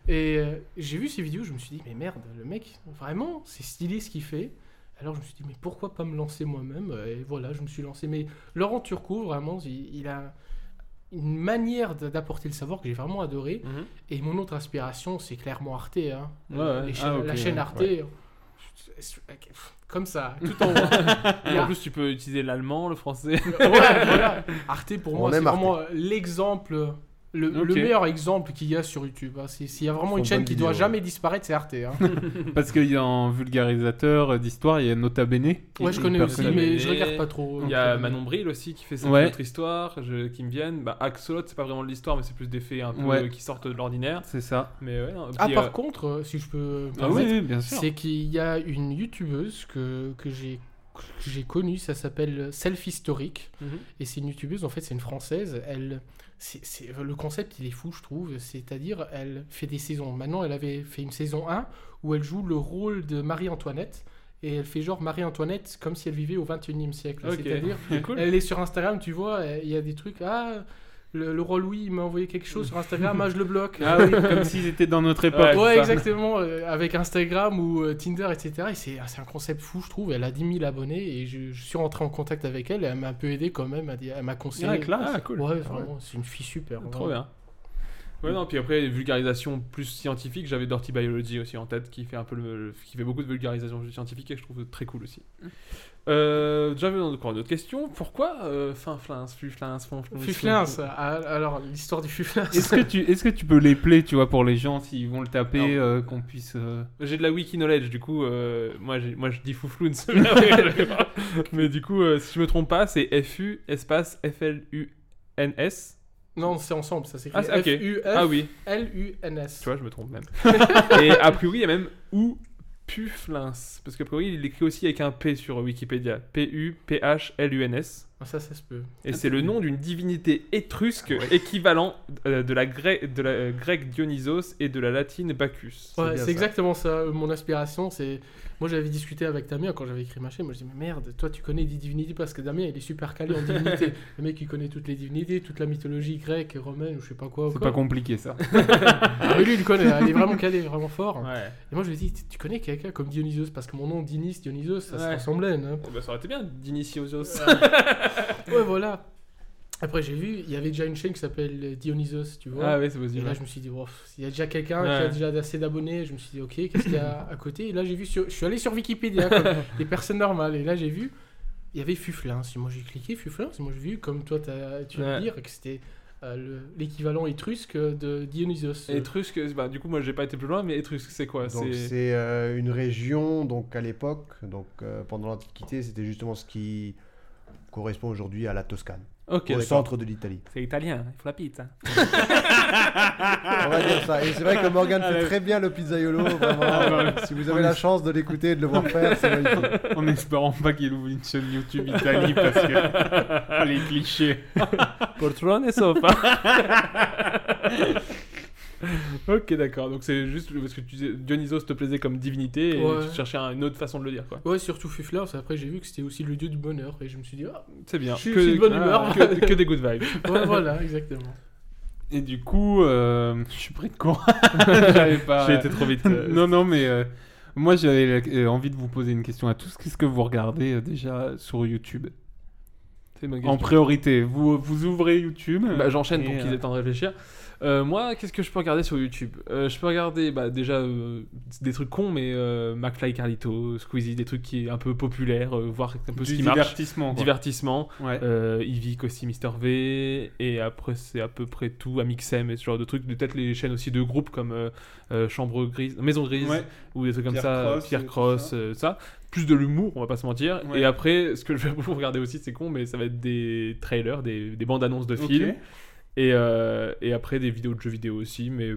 Speaker 9: Et euh, j'ai vu ces vidéos, je me suis dit, mais merde, le mec, vraiment, c'est stylé ce qu'il fait. Alors je me suis dit, mais pourquoi pas me lancer moi-même Et voilà, je me suis lancé. Mais Laurent Turcot, vraiment, il, il a une manière d- d'apporter le savoir que j'ai vraiment adoré.
Speaker 10: Mhm.
Speaker 9: Et mon autre inspiration, c'est clairement Arte. hein.
Speaker 10: Ouais, ouais.
Speaker 9: Les
Speaker 10: Ah,
Speaker 9: chaînes-
Speaker 10: ok,
Speaker 9: la chaîne
Speaker 10: ouais.
Speaker 9: Arte. Comme ça, tout en haut. Il y
Speaker 10: En
Speaker 9: a-
Speaker 10: plus tu peux utiliser l'allemand, le français.
Speaker 9: Ouais, voilà. Arte pour
Speaker 3: On
Speaker 9: moi, c'est
Speaker 3: aime Arte.
Speaker 9: vraiment l'exemple Le, le
Speaker 7: Ok.
Speaker 9: meilleur exemple qu'il y a sur YouTube, hein, c'est- s'il y a vraiment
Speaker 7: Ils
Speaker 9: une
Speaker 7: font
Speaker 9: chaîne
Speaker 7: bonne
Speaker 9: qui doit
Speaker 7: vidéo,
Speaker 9: jamais disparaître, c'est Arte. hein.
Speaker 7: Parce qu'il y a un vulgarisateur d'histoire, il y a Nota Bene. qui
Speaker 9: Ouais,
Speaker 7: est
Speaker 9: je connais
Speaker 7: hyper
Speaker 9: aussi,
Speaker 7: connu.
Speaker 9: mais je regarde pas trop.
Speaker 8: Il y a
Speaker 9: Donc, euh,
Speaker 8: Manon Bril aussi qui fait cette
Speaker 7: Ouais.
Speaker 8: autre histoire je- qui me viennent. Bah, Axolot, c'est pas vraiment de l'histoire, mais c'est plus des faits un peu
Speaker 7: Ouais.
Speaker 8: euh, qui sortent de l'ordinaire.
Speaker 7: C'est ça.
Speaker 8: Mais ouais, non.
Speaker 9: Ah,
Speaker 8: Puis,
Speaker 9: par
Speaker 8: euh,
Speaker 9: contre, euh, si je peux.
Speaker 7: Ah oui, oui, bien sûr.
Speaker 9: C'est qu'il y a une youtubeuse que, que j'ai que j'ai connue, ça s'appelle Self Historique.
Speaker 8: Mhm.
Speaker 9: Et c'est une youtubeuse, en fait, c'est une française. Elle, c'est c'est- le concept, il est fou, je trouve. C'est-à-dire, elle fait des saisons. Maintenant, elle avait fait une saison 1 où elle joue le rôle de Marie-Antoinette. Et elle fait genre Marie-Antoinette comme si elle vivait au 21 e siècle.
Speaker 8: Ok.
Speaker 9: C'est-à-dire,
Speaker 8: cool.
Speaker 9: elle est sur Instagram, tu vois, il y a des trucs. Ah, le, le roi Louis, il m'a envoyé quelque chose sur Instagram, ah, je le bloque.
Speaker 7: Ah oui, comme s'ils étaient dans notre époque.
Speaker 8: Ouais,
Speaker 9: Ouais,
Speaker 8: ça.
Speaker 9: exactement, euh, avec Instagram ou euh, Tinder, etc. Et c'est c'est un concept fou, je trouve. Elle a 10 000 abonnés et je, je suis rentré en contact avec elle et elle m'a un peu aidé quand même. Elle, dit- elle m'a conseillé.
Speaker 8: Ah, classe. Ah, cool.
Speaker 9: Ouais, vraiment, c'est une fille super.
Speaker 8: Trop
Speaker 9: vraiment.
Speaker 8: bien. Ouais, non, puis après, vulgarisation plus scientifique, j'avais Dirty Biology aussi en tête, qui fait un peu le, le- qui fait beaucoup de vulgarisation scientifique et que je trouve très cool aussi. Euh, j'avais encore une autre question. Pourquoi euh, fin flins, flux flins, fond flins
Speaker 9: Fuflins, ah, alors l'histoire du Fuflins.
Speaker 7: Est-ce que, tu, est-ce que tu peux les play, tu vois, pour les gens, s'ils vont le taper, euh, qu'on puisse... euh,
Speaker 8: J'ai de la wiki knowledge, du coup, euh, moi, j'ai- moi je dis foufloune, c'est bien, mais- mais du coup, euh, si je me trompe pas, c'est FU espace F-L-U-N-S.
Speaker 9: Non, c'est ensemble, ça s'écrit
Speaker 8: Ah, c'est- ok. Ah oui,
Speaker 9: F-U-F-L-U-N-S.
Speaker 8: tu vois, je me trompe même. Et a priori, il y a même ou Puflins, parce qu'a priori, il écrit aussi avec un P sur Wikipédia. P-U-P-H-L-U-N-S.
Speaker 9: Ah, ça, ça se peut.
Speaker 8: Et c'est le nom d'une divinité étrusque équivalent euh, de la, grec- de la euh, grecque Dionysos et de la latine Bacchus.
Speaker 9: Ouais,
Speaker 3: bien
Speaker 9: c'est
Speaker 3: ça.
Speaker 9: exactement ça. euh, Mon inspiration, c'est. Moi, j'avais discuté avec Damien quand j'avais écrit ma chaîne. Moi, je dis, mais merde, toi, tu connais des divinités parce que Damien, il est super calé en divinités. Le mec, il connaît toutes les divinités, toute la mythologie grecque, romaine, ou je sais pas quoi.
Speaker 7: C'est
Speaker 9: quoi.
Speaker 7: pas compliqué, ça.
Speaker 9: Ah, mais lui, il le connaît. Il est vraiment calé, vraiment fort.
Speaker 8: Ouais.
Speaker 9: Et moi, je lui dis, tu connais quelqu'un comme Dionysos Parce que mon nom, Dinis, Dionysos, ça se
Speaker 8: Ouais.
Speaker 9: ressemblait. hein.
Speaker 8: Oh, bah, ça aurait été bien d'Initiosos.
Speaker 9: Ouais, voilà. Après, j'ai vu, il y avait déjà une chaîne qui s'appelle Dionysos, tu vois.
Speaker 8: Ah oui, c'est
Speaker 9: Et
Speaker 8: possible.
Speaker 9: là, je me suis dit, Wow, il y a déjà quelqu'un qui
Speaker 8: Ouais.
Speaker 9: a déjà assez d'abonnés. Je me suis dit, ok, qu'est-ce qu'il y a à côté Et là, j'ai vu, sur... je suis allé sur Wikipédia, comme des personnes normales. Et là, j'ai vu, il y avait Fuflins. Et moi, j'ai cliqué Fuflins. Et moi, j'ai vu, comme toi, t'as- tu viens de
Speaker 8: Ouais.
Speaker 9: dire, que c'était euh, le- l'équivalent étrusque de Dionysos.
Speaker 8: Étrusque, bah, du coup, moi, j'ai pas été plus loin, mais Étrusque, c'est quoi
Speaker 3: Donc
Speaker 8: Bah, C'est
Speaker 3: c'est euh, une région, donc à l'époque, donc euh, pendant l'Antiquité, c'était justement ce qui correspond aujourd'hui à la Toscane,
Speaker 8: Ok,
Speaker 3: au
Speaker 8: d'accord.
Speaker 3: centre de l'Italie.
Speaker 8: C'est italien, il faut la pizza. Ah.
Speaker 3: On va dire ça. Et c'est vrai que Morgan fait très bien le pizzaiolo,
Speaker 8: Ah, bah
Speaker 3: vraiment. si vous avez la chance de l'écouter et de le voir faire, c'est magnifique.
Speaker 7: en espérant pas qu'il ouvre une chaîne YouTube Italie, parce que... Ah, les clichés.
Speaker 8: Poltron et sofa. ok, d'accord. Donc c'est juste parce que tu disais Dionysos te plaisait comme divinité et
Speaker 9: Ouais.
Speaker 8: tu cherchais un- une autre façon de le dire, quoi.
Speaker 9: Ouais, surtout Fuflins. Après, j'ai vu que c'était aussi le dieu du bonheur. Et je me suis dit, ah,
Speaker 8: C'est bien.
Speaker 9: Je suis- je suis de bonne humeur.
Speaker 8: Que, que des good vibes.
Speaker 9: ouais, voilà, exactement.
Speaker 7: Et du coup, euh, je suis pris de courage. J'avais pas...
Speaker 8: J'ai été trop vite. euh,
Speaker 7: non, non, mais euh, moi j'avais euh, envie de vous poser une question à tous. Qu'est-ce que vous regardez euh, déjà sur YouTube
Speaker 8: c'est une bonne
Speaker 7: En
Speaker 8: question.
Speaker 7: priorité, vous, vous ouvrez YouTube.
Speaker 8: Bah, J'enchaîne pour
Speaker 7: Et,
Speaker 8: qu'ils aient
Speaker 7: euh,
Speaker 8: le temps de réfléchir. Euh, moi, qu'est-ce que je peux regarder sur YouTube Euh, Je peux regarder bah, déjà euh, des trucs cons, mais euh, McFly Carlito, Squeezie, des trucs qui est un peu populaire, euh, voir un peu
Speaker 7: du
Speaker 8: ce qui marche.
Speaker 7: divertissement. quoi.
Speaker 8: Divertissement.
Speaker 7: Ouais.
Speaker 8: Euh, Yvick aussi, Mister V, et après c'est à peu près tout, Amixem et ce genre de trucs, peut-être les chaînes aussi de groupes comme euh, euh, Chambre Grise, Maison Grise,
Speaker 7: Ouais.
Speaker 8: ou des trucs comme
Speaker 7: Pierre
Speaker 8: ça,
Speaker 7: Cross,
Speaker 8: Pierre
Speaker 7: tout
Speaker 8: Cross,
Speaker 7: ça.
Speaker 8: euh, ça. Plus de l'humour, on va pas se mentir.
Speaker 7: Ouais.
Speaker 8: Et après, ce que je vais beaucoup regarder aussi, c'est con, mais ça va être des trailers, des, des bandes annonces de films,
Speaker 7: Ok.
Speaker 8: et, euh, et après des vidéos de jeux vidéo aussi, mais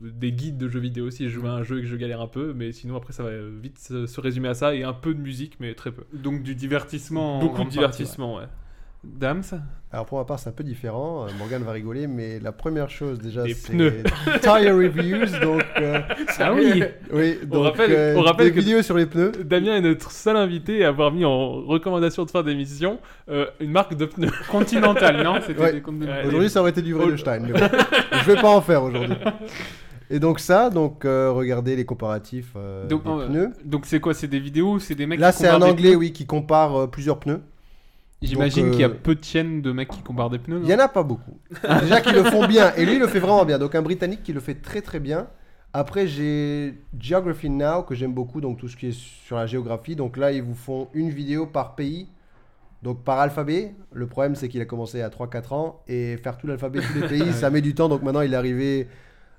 Speaker 8: des guides de jeux vidéo si je joue à un jeu et que je galère un peu, mais sinon après ça va vite se se résumer à ça, et un peu de musique, mais très peu.
Speaker 7: Donc du divertissement. en
Speaker 8: Beaucoup de
Speaker 7: grande
Speaker 8: divertissement, ouais.
Speaker 7: partie, ouais. Dams
Speaker 3: Alors pour ma part, c'est un peu différent. Euh, Morgan va rigoler, mais la première chose déjà,
Speaker 8: Les
Speaker 3: c'est
Speaker 8: pneus.
Speaker 3: tire reviews. Donc euh,
Speaker 8: Ah oui
Speaker 3: oui, donc euh,
Speaker 8: rappelle- on rappelle
Speaker 3: des
Speaker 8: que-
Speaker 3: vidéos sur les pneus.
Speaker 8: Damien est notre seul invité à avoir mis en recommandation de fin d'émission euh, une marque de pneus.
Speaker 7: Continental, non C'était
Speaker 3: Ouais.
Speaker 7: des continentales.
Speaker 8: Ouais.
Speaker 3: Aujourd'hui, ça aurait été du vrai
Speaker 8: Oh.
Speaker 3: de Stein, mais bon. je vais pas en faire aujourd'hui. Et donc ça, donc euh, regardez les comparatifs euh,
Speaker 7: Donc,
Speaker 3: des
Speaker 7: euh,
Speaker 3: pneus.
Speaker 7: donc c'est quoi C'est des vidéos ou c'est des mecs
Speaker 3: Là,
Speaker 7: qui
Speaker 3: c'est un
Speaker 7: comparent des
Speaker 3: anglais,
Speaker 7: pneus
Speaker 3: oui, qui compare euh, plusieurs pneus.
Speaker 7: J'imagine
Speaker 3: Donc, euh,
Speaker 7: qu'il y a peu de chaînes de mecs qui comparent des pneus. non
Speaker 3: Il y en a pas beaucoup. Déjà qui le font bien, et lui, il le fait vraiment bien. Donc un Britannique qui le fait très très bien. Après, j'ai Geography Now que j'aime beaucoup, donc tout ce qui est sur la géographie. Donc là, ils vous font une vidéo par pays Donc par alphabet, le problème c'est qu'il a commencé à 3-4 ans et faire tout l'alphabet de tous les pays, ça met du temps. Donc maintenant il est arrivé,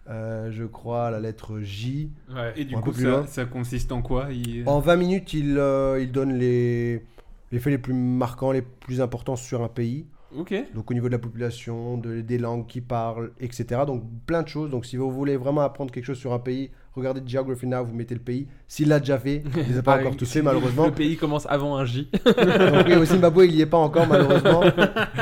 Speaker 3: euh, je crois, à la lettre J.
Speaker 7: Ouais, Et du
Speaker 3: Un peu
Speaker 7: coup,
Speaker 3: plus
Speaker 7: ça,
Speaker 3: loin.
Speaker 7: ça consiste en quoi Il-
Speaker 3: En 20 minutes, il, euh, il donne les, les faits les plus marquants, les plus importants sur un pays.
Speaker 7: Ok.
Speaker 3: Donc au niveau de la population, de- des langues qui parlent, etc. Donc plein de choses. Donc si vous voulez vraiment apprendre quelque chose sur un pays, regardez Geography Now, vous mettez le pays. S'il l'a déjà fait, il les a pas
Speaker 8: Ah,
Speaker 3: encore
Speaker 8: oui.
Speaker 3: tous fait malheureusement.
Speaker 8: Le pays commence avant un J.
Speaker 3: Donc oui, au Zimbabwe, il n'y est pas encore malheureusement.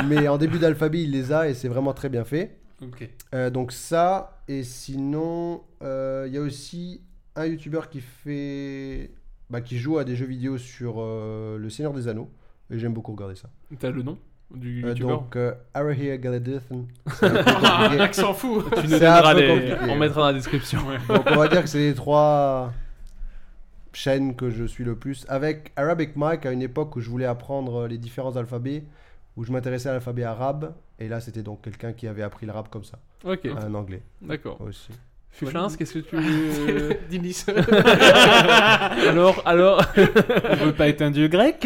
Speaker 3: Mais en début d'alphabet, il les a et c'est vraiment très bien fait.
Speaker 7: Ok.
Speaker 3: Euh, donc ça, et sinon, euh, il y a aussi un youtubeur qui fait... Bah, qui joue à des jeux vidéo sur euh, Le Seigneur des Anneaux. Et j'aime beaucoup regarder ça.
Speaker 8: T'as le nom du
Speaker 3: Euh,
Speaker 8: youtubeur
Speaker 3: donc, euh, Arahia Galadethan.
Speaker 8: Accent Ah, fou Tu nous
Speaker 3: C'est un
Speaker 8: donneras
Speaker 3: peu
Speaker 8: des...
Speaker 3: compliqué.
Speaker 8: On mettra dans la description.
Speaker 3: Donc on va dire que c'est les trois chaînes que je suis le plus. Avec Arabic Mike, à une époque où je voulais apprendre les différents alphabets, où je m'intéressais à l'alphabet arabe. Et là, c'était donc quelqu'un qui avait appris l'arabe comme ça,
Speaker 8: Ok, Ah,
Speaker 3: un anglais
Speaker 8: d'accord.
Speaker 3: aussi.
Speaker 8: Fuflins, qu'est-ce que tu...
Speaker 9: Dinis.
Speaker 8: alors, alors...
Speaker 7: On veut pas être un dieu grec